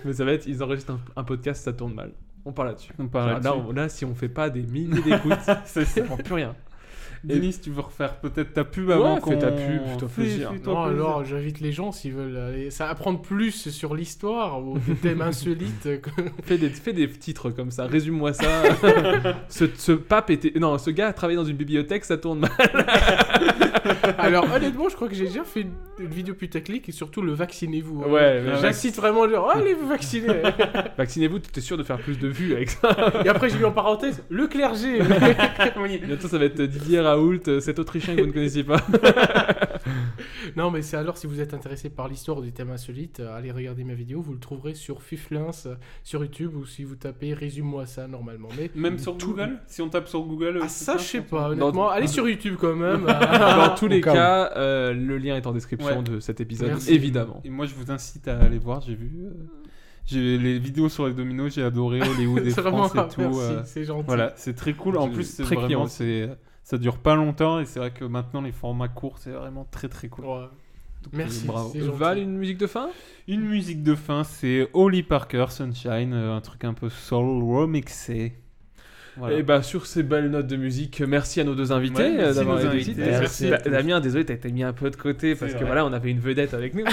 Speaker 8: Mais ça va être, ils enregistrent un, un podcast, ça tourne mal. On parle là-dessus.
Speaker 7: On parle
Speaker 8: Genre, là,
Speaker 7: là-dessus.
Speaker 8: on- là, si on fait pas des milliers d'écoutes,
Speaker 7: C'est ça.
Speaker 8: on prend plus rien.
Speaker 7: Denis, tu veux refaire peut-être ta pub
Speaker 8: Ouais,
Speaker 7: avant
Speaker 8: fais
Speaker 7: qu'on-
Speaker 8: ta pub, fais-toi
Speaker 7: Fais-
Speaker 8: plaisir.
Speaker 7: fais-toi
Speaker 9: Non,
Speaker 7: plaisir.
Speaker 9: alors j'invite les gens s'ils veulent aller- ça apprendre plus sur l'histoire ou des thèmes insolites. que-
Speaker 8: Fais des, fais des titres comme ça, résume-moi ça. ce, ce pape était. Non, ce gars a travaillé dans une bibliothèque, ça tourne mal.
Speaker 9: Alors honnêtement, je crois que j'ai déjà fait une- une vidéo putaclic et surtout le vaccinez-vous. hein.
Speaker 8: Ouais, mais-
Speaker 9: J'incite vraiment genre allez vous vacciner.
Speaker 8: Vaccinez-vous, tu es sûr de faire plus de vues avec ça.
Speaker 9: et après j'ai mis en parenthèse le clergé.
Speaker 8: Bientôt, ça va être Didier Raoult, euh, cet Autrichien que vous ne connaissiez pas.
Speaker 9: non mais c'est alors si vous êtes intéressé par l'histoire ou des thèmes insolites, euh, allez regarder ma vidéo, vous le trouverez sur Fiflins euh, sur YouTube ou si vous tapez résume-moi ça normalement. Mais
Speaker 7: Même sur Google Si on tape sur Google. euh,
Speaker 9: ah, ça je sais pas
Speaker 8: Dans-
Speaker 9: honnêtement, allez sur YouTube quand même.
Speaker 8: Dans tous les
Speaker 3: Au cas où.
Speaker 8: cas, euh, le lien est en description
Speaker 7: Ouais.
Speaker 8: de cet épisode,
Speaker 9: Merci.
Speaker 8: évidemment.
Speaker 7: Et moi, je vous incite à aller voir. J'ai vu. euh, j'ai les vidéos sur les dominos, j'ai adoré Hollywood et
Speaker 9: C'est vraiment
Speaker 7: France et tout.
Speaker 9: merci,
Speaker 7: euh,
Speaker 9: c'est gentil.
Speaker 7: Voilà, c'est très cool. En
Speaker 8: C'est
Speaker 7: plus, c'est
Speaker 8: très client
Speaker 7: vraiment,
Speaker 8: aussi.
Speaker 7: c'est ça dure pas longtemps et c'est vrai que maintenant les formats courts, c'est vraiment très très cool.
Speaker 9: Ouais. Merci.
Speaker 7: bravo.
Speaker 9: c'est gentil.
Speaker 8: Val, une musique de fin
Speaker 7: Une musique de fin, c'est Holly Parker, Sunshine, euh, un truc un peu soul remixé. Voilà.
Speaker 8: Et bah sur ces belles notes de musique, merci à nos deux invités
Speaker 7: Ouais, merci
Speaker 8: euh, d'avoir
Speaker 7: nos
Speaker 8: été
Speaker 7: invités.
Speaker 8: ici.
Speaker 3: Merci.
Speaker 8: Bah, Damien, désolé, t'as été mis un peu de côté parce que
Speaker 7: vrai.
Speaker 8: voilà, on avait une vedette avec nous.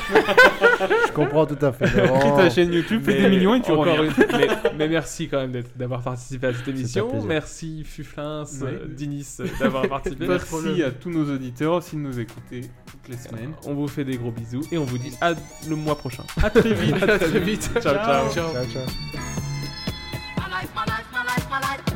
Speaker 3: Je comprends tout à fait.
Speaker 7: Quitte
Speaker 3: Laurent.
Speaker 7: ta chaîne YouTube, fais des
Speaker 8: oh. Mais
Speaker 7: millions et tu
Speaker 8: encore
Speaker 7: reviens.
Speaker 8: une- mais, mais merci quand même d'être- d'avoir participé à cette
Speaker 3: un
Speaker 8: émission.
Speaker 3: plaisir.
Speaker 8: Merci Fuflins,
Speaker 7: Ouais.
Speaker 8: euh, Dinis euh, d'avoir participé.
Speaker 7: Merci à tous nos auditeurs aussi de nous écouter toutes les semaines.
Speaker 8: On vous fait des gros bisous et on vous dit à le mois prochain.
Speaker 7: À très vite.
Speaker 8: À très vite. ciao. ciao.
Speaker 3: Ciao, ciao.
Speaker 16: My life, my life, my life, my life.